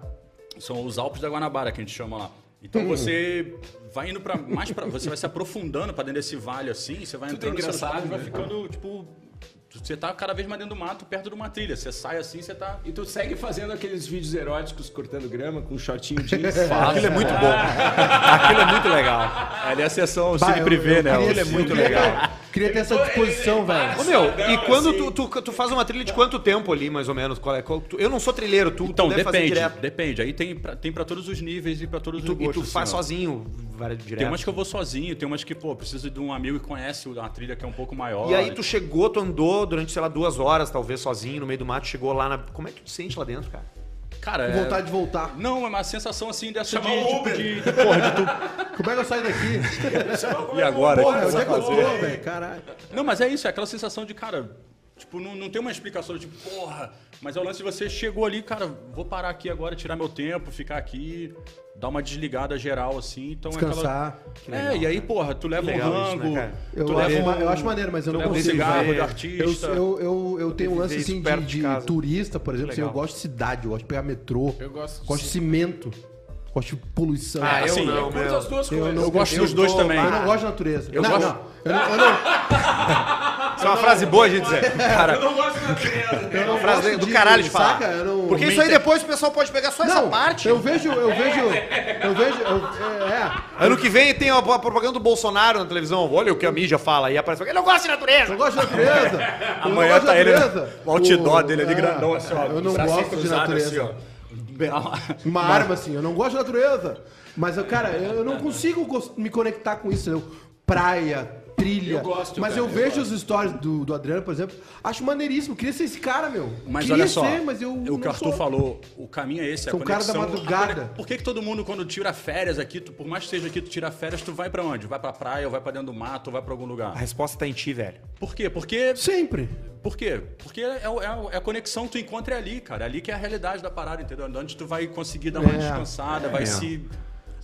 Speaker 2: São os Alpes da Guanabara que a gente chama lá. Então você vai indo pra mais para você vai se aprofundando pra dentro desse vale assim, você vai
Speaker 5: Tudo
Speaker 2: entrando seus
Speaker 5: engraçado,
Speaker 2: passos, vai
Speaker 5: né?
Speaker 2: ficando tipo você tá cada vez mais dentro do mato, perto de uma trilha. Você sai assim, você tá
Speaker 5: E tu segue fazendo aqueles vídeos eróticos cortando grama com um shortinho jeans.
Speaker 4: Aquilo é muito bom. Aquilo é muito legal.
Speaker 2: Ah. Ali é a sessão
Speaker 1: Bah,
Speaker 2: Cine
Speaker 1: Ah, eu-
Speaker 2: Privé,
Speaker 1: eu
Speaker 2: né?
Speaker 1: queria-
Speaker 2: Ele é muito
Speaker 1: eu queria-
Speaker 2: legal.
Speaker 1: Queria ter
Speaker 4: é
Speaker 1: essa disposição, velho.
Speaker 4: Ô, meu, e
Speaker 5: Não,
Speaker 4: quando
Speaker 5: assim-
Speaker 4: tu, tu, tu faz uma trilha de quanto tempo ali, mais ou menos? Qual é, qual- tu- eu não sou trilheiro, tu,
Speaker 2: Então,
Speaker 4: tu deve fazer
Speaker 2: depende.
Speaker 4: direto.
Speaker 2: Depende. Aí tem pra, tem pra todos os níveis e pra todos
Speaker 4: Tu,
Speaker 2: os
Speaker 4: e
Speaker 2: gostos.
Speaker 4: tu faz
Speaker 2: assim, ó.
Speaker 4: sozinho várias direto.
Speaker 2: Tem umas que eu vou sozinho, tem umas que, pô, preciso de um amigo que conhece a trilha que é um pouco maior.
Speaker 4: E aí tu chegou, tu andou durante, sei lá, duas horas, talvez, sozinho, no meio do mato, chegou lá na. Como é que tu te sente lá dentro, cara?
Speaker 2: Cara, é-
Speaker 1: Vontade de voltar.
Speaker 2: Não, é uma sensação assim dessa
Speaker 5: Chamar
Speaker 2: de,
Speaker 5: o Uber.
Speaker 2: de, de, porra, de tu...
Speaker 1: Como é que eu saio daqui?
Speaker 2: E agora?
Speaker 1: Porra, onde é que eu tô, velho? Caralho.
Speaker 2: Não, mas é isso, é aquela sensação de, cara, Tipo, não, não tem uma explicação, tipo, porra. Mas é o lance de você chegou ali, cara, vou parar aqui agora, tirar meu tempo, ficar aqui, dar uma desligada geral, assim. Então é aquela-
Speaker 1: Descansar. Que
Speaker 2: É, e aí, porra, tu leva um
Speaker 4: legal isso,
Speaker 2: rango.
Speaker 4: né, cara?
Speaker 1: Eu,
Speaker 2: tu
Speaker 1: acho,
Speaker 2: leva
Speaker 1: ma-
Speaker 2: um-
Speaker 1: eu acho maneiro, mas eu
Speaker 2: tu
Speaker 1: não
Speaker 2: leva um
Speaker 1: consigo.
Speaker 2: cigarro
Speaker 1: velho.
Speaker 2: de artista.
Speaker 1: Eu, eu, eu, eu tenho um lance
Speaker 4: viver
Speaker 1: assim
Speaker 4: isso perto
Speaker 1: de,
Speaker 4: de
Speaker 1: de
Speaker 4: casa.
Speaker 1: turista, por exemplo. assim, eu
Speaker 4: Legal.
Speaker 1: gosto de cidade, eu gosto de pegar metrô.
Speaker 5: Eu gosto de
Speaker 1: de cimento. Gosto de poluição.
Speaker 4: Ah, eu
Speaker 2: assim,
Speaker 4: não,
Speaker 5: Eu curto
Speaker 4: meu.
Speaker 5: as duas
Speaker 1: Eu
Speaker 5: coisas.
Speaker 1: não-
Speaker 2: Eu gosto dos dois
Speaker 1: vou-
Speaker 2: também.
Speaker 1: Eu não gosto de natureza. Eu não,
Speaker 2: gosto-
Speaker 1: não. Eu não, eu não,
Speaker 4: Isso é uma frase boa, gente, Zé.
Speaker 5: Eu não gosto de natureza.
Speaker 1: eu não
Speaker 4: Frase
Speaker 1: gosto
Speaker 4: do caralho de falar.
Speaker 1: saca? Eu não-
Speaker 4: Porque isso aí depois o pessoal pode pegar só essa
Speaker 1: Não,
Speaker 4: parte.
Speaker 1: Eu vejo, eu vejo, eu vejo, eu- é, é.
Speaker 4: Ano que vem tem a a propaganda do Bolsonaro na televisão. Olha o que a mídia fala. E aparece. Ele não gosta de natureza.
Speaker 1: Eu gosto de natureza. Eu não
Speaker 4: Amanhã
Speaker 1: gosto de
Speaker 4: tá ele
Speaker 1: natureza.
Speaker 4: no- o outdoor dele ali,
Speaker 1: é,
Speaker 4: grandão, assim, ó,
Speaker 1: Eu não
Speaker 2: braço
Speaker 1: gosto de
Speaker 2: cruzado, assim,
Speaker 1: natureza.
Speaker 2: ó. Bela-
Speaker 1: Uma arma assim, eu não gosto de natureza. Mas, eu, cara, eu eu não consigo gos- me conectar com isso, entendeu? Praia, trilha.
Speaker 5: Eu gosto,
Speaker 1: mas
Speaker 5: cara,
Speaker 1: eu
Speaker 5: eu
Speaker 1: vejo os stories do, do Adriano, por exemplo. Acho maneiríssimo. Queria ser esse cara, meu.
Speaker 2: Mas
Speaker 1: Queria
Speaker 2: olha só,
Speaker 1: ser, mas eu
Speaker 2: é o
Speaker 1: não
Speaker 2: que o Arthur
Speaker 1: sou.
Speaker 2: falou, o caminho é esse, é a
Speaker 1: Sou um cara
Speaker 2: conexão.
Speaker 1: da madrugada.
Speaker 2: a conec- Por que, que todo mundo, quando tira férias aqui, tu- por mais que seja aqui, tu tira férias, tu vai pra onde? Vai pra praia, ou vai pra dentro do mato, ou vai pra algum
Speaker 4: A
Speaker 2: lugar.
Speaker 4: resposta tá em ti, velho.
Speaker 2: Por quê? Porque
Speaker 1: Sempre.
Speaker 2: Por quê? Porque é, o- é o- é a conexão que tu encontra ali, cara. Ali que é a realidade da parada, entendeu? Onde tu vai conseguir dar uma
Speaker 1: É.
Speaker 2: descansada, vai se.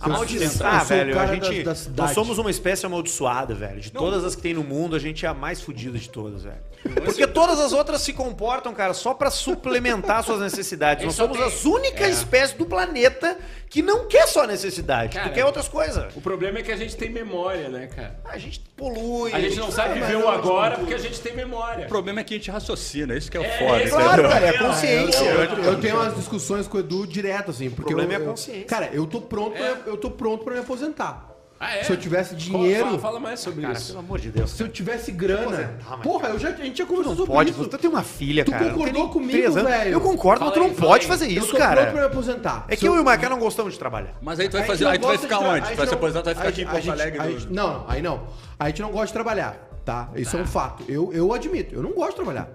Speaker 4: A
Speaker 1: Eu
Speaker 4: maldição,
Speaker 1: sou o
Speaker 4: velho. A
Speaker 1: cara
Speaker 4: gente.
Speaker 1: da- da cidade.
Speaker 4: nós somos uma espécie amaldiçoada, velho. De
Speaker 2: Não.
Speaker 4: todas as que tem no mundo, a gente é a mais fodida de todas, velho.
Speaker 2: lance
Speaker 4: Porque todas as outras se comportam, cara, só pra suplementar suas necessidades. Nós
Speaker 5: Isso
Speaker 4: somos
Speaker 5: tem.
Speaker 4: as únicas espécies do planeta que não quer só necessidade, que
Speaker 5: Cara,
Speaker 4: quer outras coisas.
Speaker 5: O problema é que a gente tem memória, né, cara?
Speaker 4: A gente polui.
Speaker 5: A gente não
Speaker 2: É,
Speaker 5: sabe viver o agora porque a gente tem memória.
Speaker 2: O problema é que a gente raciocina, isso que é o foda.
Speaker 5: esse
Speaker 2: entendeu?
Speaker 4: Claro, cara, é consciência.
Speaker 1: Eu tenho umas discussões com o Edu direto, assim. Porque
Speaker 4: problema
Speaker 1: eu,
Speaker 4: é a
Speaker 1: eu-
Speaker 4: consciência.
Speaker 1: Cara, eu tô pronto, pra- eu tô pronto pra me aposentar.
Speaker 5: Ah, é?
Speaker 1: Se eu tivesse
Speaker 5: Fala-
Speaker 1: dinheiro.
Speaker 5: Fala, fala mais sobre
Speaker 4: Cara,
Speaker 5: isso.
Speaker 4: pelo amor de Deus.
Speaker 1: Se eu tivesse grana.
Speaker 4: aposentar, mas- tipo,
Speaker 1: Porra, eu já, a gente já conversou sobre
Speaker 4: Pode,
Speaker 1: isso.
Speaker 4: você tem uma filha,
Speaker 1: Tu
Speaker 4: cara.
Speaker 1: concordou
Speaker 4: Tem nem
Speaker 1: comigo,
Speaker 4: três anos.
Speaker 1: velho?
Speaker 4: Eu concordo,
Speaker 5: Fala
Speaker 4: mas tu
Speaker 5: aí,
Speaker 4: não
Speaker 5: fala
Speaker 4: pode
Speaker 5: aí.
Speaker 4: fazer
Speaker 1: Eu
Speaker 4: isso,
Speaker 1: tô pronto pra me
Speaker 4: cara.
Speaker 1: aposentar.
Speaker 4: É que
Speaker 1: Se
Speaker 4: eu e o Maicá não gostamos de trabalhar.
Speaker 2: Mas aí tu vai
Speaker 1: a gente
Speaker 2: fazer.
Speaker 1: não
Speaker 2: Aí tu vai
Speaker 1: gosta de
Speaker 2: ficar
Speaker 1: tra-
Speaker 2: onde?
Speaker 1: a
Speaker 2: Tu
Speaker 1: gente
Speaker 2: vai se
Speaker 1: não-
Speaker 2: aposentar, tu vai
Speaker 1: a
Speaker 2: ficar aqui em
Speaker 1: gente- a
Speaker 2: Porto
Speaker 1: gente-
Speaker 2: Alegre.
Speaker 1: a
Speaker 2: no-
Speaker 1: gente- Não, não, aí não. A gente não gosta de trabalhar, tá? Isso é um fato. Eu, eu admito, eu não gosto de trabalhar.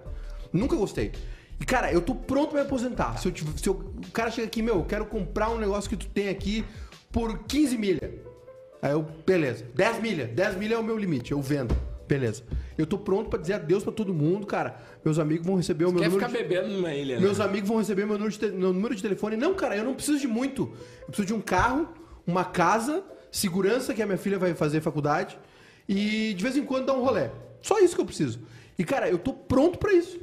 Speaker 1: Nunca gostei. E, cara, eu tô pronto pra me aposentar. Se, eu, tive- se eu- o cara chega aqui, meu, eu quero comprar um negócio que tu tem aqui por 15 milha. Aí eu, beleza. 10 milha. 10 milha é o meu limite, eu vendo. Beleza. Eu tô pronto pra dizer adeus pra todo mundo, cara. Meus amigos vão receber o meu
Speaker 5: Quer
Speaker 1: número
Speaker 5: ficar
Speaker 1: de-
Speaker 5: bebendo numa ilha, né?
Speaker 1: meus amigos vão receber meu número, de te- meu número de telefone. Não, cara, eu não preciso de muito. Eu preciso de um carro, uma casa, segurança, que a minha filha vai fazer faculdade, e de vez em quando dar um rolê. Só isso que eu preciso. E, cara, eu tô pronto pra isso.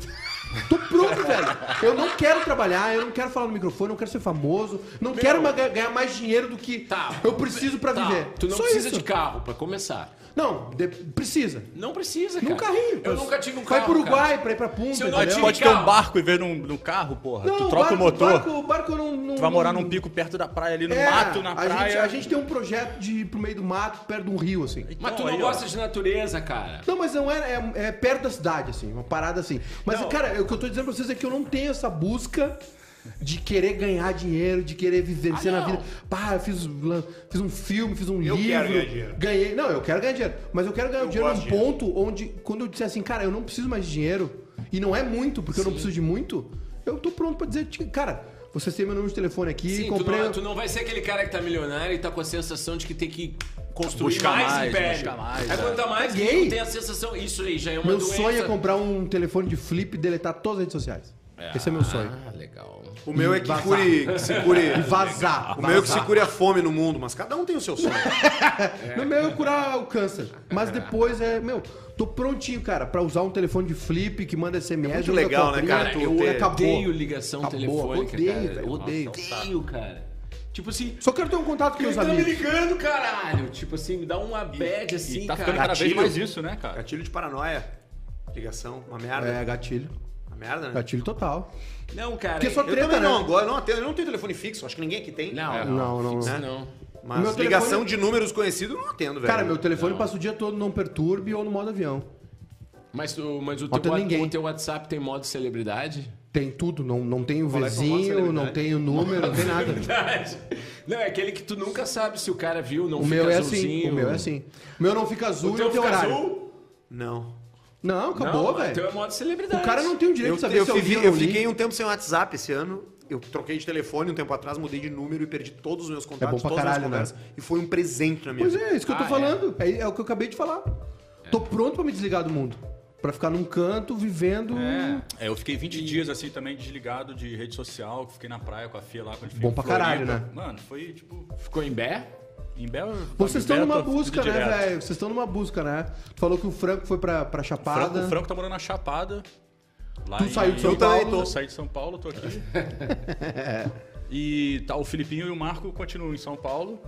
Speaker 1: Tô pronto, velho. Eu não quero trabalhar, eu não quero falar no microfone, eu não quero ser famoso, não quero ma- ganhar mais dinheiro do que
Speaker 5: Tá.
Speaker 1: eu preciso pra
Speaker 5: Tá,
Speaker 1: viver.
Speaker 5: Tu não
Speaker 1: Só
Speaker 5: precisa
Speaker 1: isso.
Speaker 5: de carro, pra começar.
Speaker 1: Não, de- precisa.
Speaker 5: Não precisa, cara.
Speaker 1: Num carrinho.
Speaker 5: Eu nunca tive um
Speaker 1: Vai
Speaker 5: carro.
Speaker 1: pro Uruguai
Speaker 5: cara.
Speaker 1: pra ir pra Punta.
Speaker 5: Se eu não
Speaker 2: Aí
Speaker 1: entendeu?
Speaker 2: tu
Speaker 5: tive
Speaker 2: pode ter um
Speaker 5: carro.
Speaker 2: barco e ver num, num carro, porra. tu troca
Speaker 1: barco-
Speaker 2: o motor.
Speaker 1: barco, barco eu não, não-
Speaker 2: Tu vai morar
Speaker 1: não-
Speaker 2: num pico perto da praia, ali no
Speaker 1: É,
Speaker 2: mato, na
Speaker 1: a
Speaker 2: praia.
Speaker 1: Gente, a gente tem um projeto de ir pro meio do mato, perto de um rio, assim.
Speaker 5: Mas
Speaker 2: Então,
Speaker 5: tu não
Speaker 2: aí, ó.
Speaker 5: gosta de natureza, cara.
Speaker 1: Não, mas não era, é, é perto da cidade, assim, uma parada assim. Mas, cara, o que eu tô dizendo pra vocês é que eu não tenho essa busca de querer ganhar dinheiro, de querer viver ser na
Speaker 5: Ah, não.
Speaker 1: vida. Pá, eu fiz, lan- fiz um filme, fiz um
Speaker 4: Eu
Speaker 1: livro.
Speaker 4: quero ganhar dinheiro.
Speaker 1: Ganhei. Não, eu quero ganhar dinheiro. Mas eu quero ganhar
Speaker 4: Eu
Speaker 1: dinheiro num
Speaker 4: gosto de dinheiro.
Speaker 1: ponto onde, quando eu disser assim, cara, eu não preciso mais de dinheiro, e não é muito, porque eu não preciso de muito, eu tô pronto pra dizer, cara, você tem meu número de telefone aqui,
Speaker 5: Sim,
Speaker 1: comprei.
Speaker 5: tu, não, é- tu não vai ser aquele cara que tá milionário e tá com a sensação de que tem que construir
Speaker 2: Buscar
Speaker 5: mais,
Speaker 2: mais,
Speaker 5: império.
Speaker 2: buscar mais,
Speaker 5: Aí
Speaker 2: é.
Speaker 5: quanto mais,
Speaker 1: É gay.
Speaker 5: tu tem a sensação... Isso aí já é uma
Speaker 1: Meu
Speaker 5: doença.
Speaker 1: sonho é comprar um telefone de flip e deletar todas as redes sociais. Esse é meu sonho.
Speaker 5: Ah, legal.
Speaker 4: O meu é que
Speaker 1: Vazar.
Speaker 4: cure, que se cure.
Speaker 1: E vazar.
Speaker 4: O meu é que se cure a fome no mundo, mas cada um tem o seu sonho.
Speaker 1: No meu é curar o câncer. Mas depois é, meu, tô prontinho, cara, pra usar um telefone de flip que manda SMS.
Speaker 4: muito
Speaker 1: manda
Speaker 4: legal, né,
Speaker 1: cobrinha,
Speaker 5: Cara,
Speaker 4: tu
Speaker 5: eu
Speaker 1: e
Speaker 4: ter-
Speaker 1: acabou.
Speaker 5: odeio ligação
Speaker 1: Acabou,
Speaker 5: telefônica,
Speaker 1: odeio,
Speaker 5: cara.
Speaker 1: velho,
Speaker 5: odeio,
Speaker 1: nossa,
Speaker 5: odeio, cara. Tipo assim...
Speaker 1: Só quero ter um contato com
Speaker 5: Quem
Speaker 1: meus
Speaker 5: tá me
Speaker 1: amigos.
Speaker 5: ligando, caralho? Tipo assim, me dá uma bad assim,
Speaker 2: E tá
Speaker 5: cara.
Speaker 2: ficando cada vez
Speaker 4: Gatilho.
Speaker 2: mais isso, né, cara?
Speaker 4: Gatilho de paranoia. Ligação, uma merda.
Speaker 1: É, gatilho.
Speaker 4: Uma merda, né?
Speaker 1: Gatilho total.
Speaker 5: Não, cara. é-
Speaker 1: Porque só
Speaker 4: Eu
Speaker 1: treta,
Speaker 4: também
Speaker 1: né?
Speaker 4: não, agora eu não atendo, eu não tenho telefone fixo, acho que ninguém aqui tem.
Speaker 5: Não,
Speaker 1: Não, não,
Speaker 5: fixo
Speaker 1: não.
Speaker 4: Mas
Speaker 1: Meu telefone-
Speaker 4: ligação de números conhecidos eu não atendo, velho.
Speaker 1: Cara, meu telefone passa o dia todo não perturbe ou no modo avião.
Speaker 5: Mas, tu- mas o,
Speaker 1: Não
Speaker 5: teu,
Speaker 1: tem
Speaker 5: wa-
Speaker 1: ninguém.
Speaker 5: o teu WhatsApp tem modo celebridade?
Speaker 1: Tem tudo, não, não tem o
Speaker 4: Qual é que é o modo
Speaker 1: vizinho, não
Speaker 4: celebridade?
Speaker 1: tem o número, não tem nada.
Speaker 5: Não, é aquele que tu nunca sabe se o cara viu, não
Speaker 1: O
Speaker 5: fica
Speaker 1: meu é assim,
Speaker 5: azulzinho.
Speaker 1: o meu é assim. O meu não fica azul
Speaker 5: O
Speaker 1: e não
Speaker 5: teu
Speaker 1: tem
Speaker 5: fica
Speaker 1: horário.
Speaker 5: azul?
Speaker 4: Não.
Speaker 1: Não,
Speaker 5: Não,
Speaker 1: acabou,
Speaker 5: o teu é
Speaker 1: velho.
Speaker 5: modo celebridade.
Speaker 1: O cara não tem o direito
Speaker 4: Eu,
Speaker 1: de saber
Speaker 4: eu
Speaker 1: se é eu
Speaker 4: vivi-
Speaker 1: vi ou
Speaker 4: eu
Speaker 1: não li.
Speaker 4: fiquei um tempo sem WhatsApp esse ano. Eu troquei de telefone um tempo atrás, mudei de número e perdi todos os meus contatos,
Speaker 1: bom pra
Speaker 4: todas as
Speaker 1: caralho, né?
Speaker 4: minhas conversas. E foi um presente na minha
Speaker 1: Pois
Speaker 4: vida.
Speaker 1: é, é isso que eu tô
Speaker 5: Ah, é.
Speaker 1: falando. É. é o que eu acabei de falar. Tô pronto pra me desligar do mundo. pra ficar num canto vivendo.
Speaker 2: É, eu fiquei 20 dias assim também desligado de rede social, fiquei na praia com a Fia lá quando a gente
Speaker 1: Bom
Speaker 2: foi em
Speaker 1: pra caralho,
Speaker 2: Floripa.
Speaker 1: né?
Speaker 2: Mano, foi tipo.
Speaker 5: Ficou em Bé?
Speaker 2: Em Bel.
Speaker 1: Vocês
Speaker 2: em
Speaker 1: estão
Speaker 2: Bel,
Speaker 1: numa
Speaker 2: tô indo
Speaker 1: busca, né,
Speaker 2: direto.
Speaker 1: velho? Vocês estão numa busca, né? Tu falou que o Franco foi pra, pra Chapada.
Speaker 2: Franco, o Franco tá morando na Chapada. Lá
Speaker 1: Tu saiu de São
Speaker 2: eu também
Speaker 1: Paulo.
Speaker 2: tô. Eu saí de São Paulo, tô aqui. e tá, o Filipinho e o Marco continuam em São Paulo.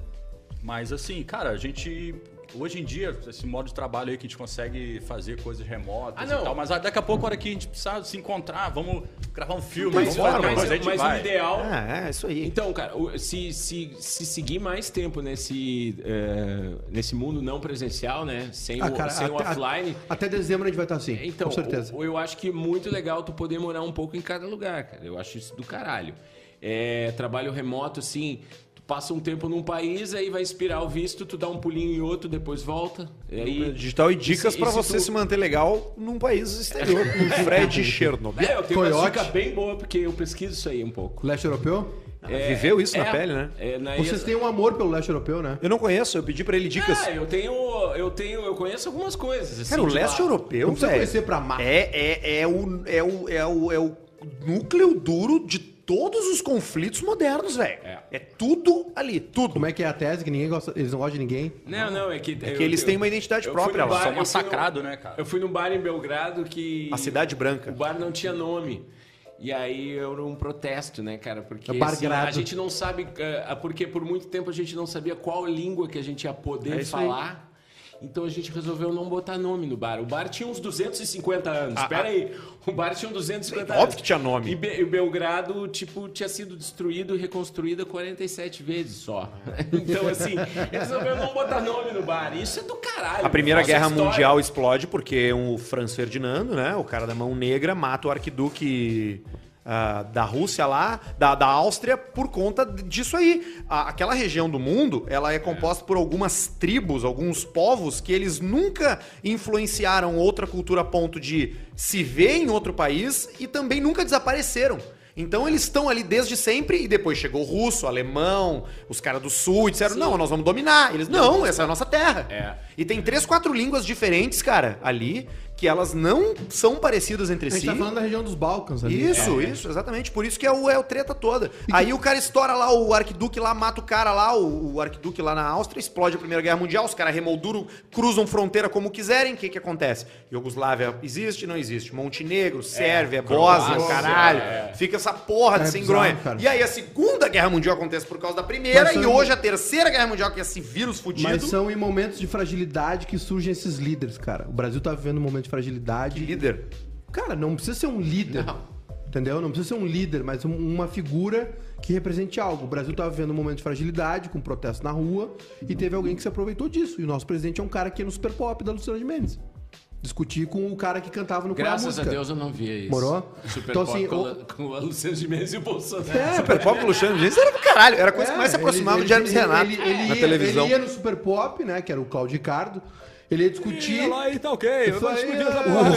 Speaker 2: Mas assim, cara, a gente. Hoje em dia, esse modo de trabalho aí que a gente consegue fazer coisas remotas
Speaker 5: Ah, não.
Speaker 2: e tal, mas daqui a pouco, a hora que a gente precisar se encontrar, vamos gravar um filme,
Speaker 5: Mas,
Speaker 2: vamos fazer
Speaker 5: mas-
Speaker 2: uma coisa, a gente
Speaker 5: mas
Speaker 2: vai. um
Speaker 5: o ideal.
Speaker 4: Ah, é, isso aí.
Speaker 5: Então, cara, o- se, se, se seguir mais tempo nesse, eh, nesse mundo não presencial, né? Sem,
Speaker 1: Ah,
Speaker 5: o,
Speaker 1: cara,
Speaker 5: sem o
Speaker 1: até-
Speaker 5: offline.
Speaker 1: a- Até dezembro a gente vai estar assim.
Speaker 5: Então,
Speaker 1: com certeza.
Speaker 5: o- eu acho que é muito legal tu poder morar um pouco em cada lugar, cara. Eu acho isso do caralho. É, trabalho remoto, assim, tu passa um tempo num país, aí vai expirar o visto, tu dá um pulinho em outro, depois volta. E aí...
Speaker 4: Digital e dicas
Speaker 5: E se-
Speaker 4: pra
Speaker 5: e se
Speaker 4: você
Speaker 5: tu-
Speaker 4: se manter legal num país exterior, como Fred Chernobyl.
Speaker 5: É, eu tenho uma
Speaker 1: Coyote.
Speaker 5: dica bem boa, porque eu pesquiso isso aí um pouco.
Speaker 1: Leste Europeu?
Speaker 5: É,
Speaker 4: Viveu isso
Speaker 5: é,
Speaker 4: na pele, né?
Speaker 5: É, na
Speaker 1: Vocês têm um amor pelo leste europeu, né?
Speaker 4: Eu não conheço, eu pedi pra ele dicas.
Speaker 5: Ah, eu tenho, eu tenho, eu conheço algumas coisas. assim,
Speaker 4: Cara, o
Speaker 5: de
Speaker 4: leste
Speaker 5: lá.
Speaker 4: europeu,
Speaker 1: não precisa
Speaker 4: velho,
Speaker 1: conhecer pra amar.
Speaker 4: É, é, é, o, é, o, é, o, é o núcleo duro de todos os conflitos modernos, velho. É.
Speaker 5: É.
Speaker 4: tudo ali, tudo.
Speaker 1: Como é que é a tese que ninguém gosta, eles não gostam de ninguém?
Speaker 5: Não, não, é que
Speaker 4: É que eles têm uma identidade própria lá.
Speaker 2: São
Speaker 5: São
Speaker 2: massacrado, né, cara?
Speaker 5: Eu fui num bar em Belgrado que
Speaker 4: A Cidade
Speaker 5: o
Speaker 4: Branca.
Speaker 5: bar não tinha nome. E aí era um protesto, né, cara? Porque
Speaker 1: É
Speaker 4: um
Speaker 1: bar
Speaker 5: assim,
Speaker 1: grado.
Speaker 5: a gente não sabe. eh, Porque por muito tempo a gente não sabia qual língua que a gente ia
Speaker 4: É
Speaker 5: poder falar. Então a gente resolveu não botar nome no bar. O bar tinha uns 250 anos. Espera aí. O bar tinha uns 250 anos.
Speaker 4: Ah, Óbvio que tinha nome.
Speaker 5: E, Be- e o Belgrado, tipo, tinha sido destruído e reconstruída 47 vezes só.
Speaker 4: Ah.
Speaker 5: Então, assim, eles resolveram não botar nome no bar. Isso é do caralho.
Speaker 4: A Primeira
Speaker 5: Nossa
Speaker 4: Guerra
Speaker 5: história.
Speaker 4: Mundial explode porque o Franz Ferdinando, né, o cara da mão negra, mata o arquiduque ah, da Rússia lá, da, da Áustria, por conta disso aí. A- aquela região do mundo, ela é composta por algumas tribos, alguns povos que eles nunca influenciaram outra cultura a ponto de se ver em outro país e também nunca desapareceram. Então eles estão ali desde sempre e depois chegou o russo, o alemão, os caras do sul e disseram: não, nós vamos dominar. Eles, não, essa é a nossa terra.
Speaker 5: É.
Speaker 4: E tem três, quatro línguas diferentes, cara, ali, que elas não são parecidas entre
Speaker 1: A gente
Speaker 4: si.
Speaker 1: tá falando da região dos Balcãs ali.
Speaker 4: Isso, isso, exatamente. Por isso que é o, é o treta toda. Aí o cara estoura lá, o arquiduque lá mata o cara lá, o, o arquiduque lá na Áustria, explode a Primeira Guerra Mundial, os caras remolduram, cruzam fronteira como quiserem. O que que acontece? Iugoslávia existe, não existe. Montenegro, Sérvia, Bósnia, o
Speaker 5: Croácia,
Speaker 4: caralho.
Speaker 5: é.
Speaker 4: Fica essa porra de
Speaker 1: É
Speaker 4: sem
Speaker 1: bizarro,
Speaker 4: gronha.
Speaker 1: cara.
Speaker 4: E aí a Segunda Guerra Mundial acontece por causa da Primeira,
Speaker 1: Mas
Speaker 4: e
Speaker 1: são-
Speaker 4: hoje a Terceira Guerra Mundial, que é esse vírus fudido.
Speaker 1: Mas são em momentos de fragilidade que surgem esses líderes, cara. O Brasil tá vivendo um momento de fragilidade.
Speaker 4: Líder.
Speaker 1: Cara, não precisa ser um líder. Entendeu? Não precisa ser um líder, mas um- uma figura que represente algo. O Brasil estava vivendo um momento de fragilidade, com protesto na rua, e teve alguém que se aproveitou disso. E o nosso presidente é um cara que é no super pop da Luciana de Mendes. Discutir com o cara que cantava no Qual é
Speaker 5: Graças a
Speaker 1: Música.
Speaker 5: Deus eu não via isso.
Speaker 1: Morou?
Speaker 5: Super
Speaker 1: Então,
Speaker 5: então,
Speaker 1: assim,
Speaker 5: com,
Speaker 1: o-
Speaker 5: a- com a Luciana Gimenez e o Bolsonaro.
Speaker 1: É,
Speaker 4: Super Pop, Luciano Gimenez era do caralho. Era a coisa que mais se
Speaker 1: É,
Speaker 4: aproximava do James
Speaker 1: ele-
Speaker 4: Renato
Speaker 1: ele- ele
Speaker 4: na
Speaker 1: ia-
Speaker 4: televisão.
Speaker 1: Ele ia no Super Pop, né? Que era o Claudio Ricardo. Ele ia discutir.
Speaker 2: Ih, lá, e tá ok, eu
Speaker 1: Isso
Speaker 2: tô
Speaker 1: aí,
Speaker 2: discutindo essa
Speaker 1: é.
Speaker 2: porra aí.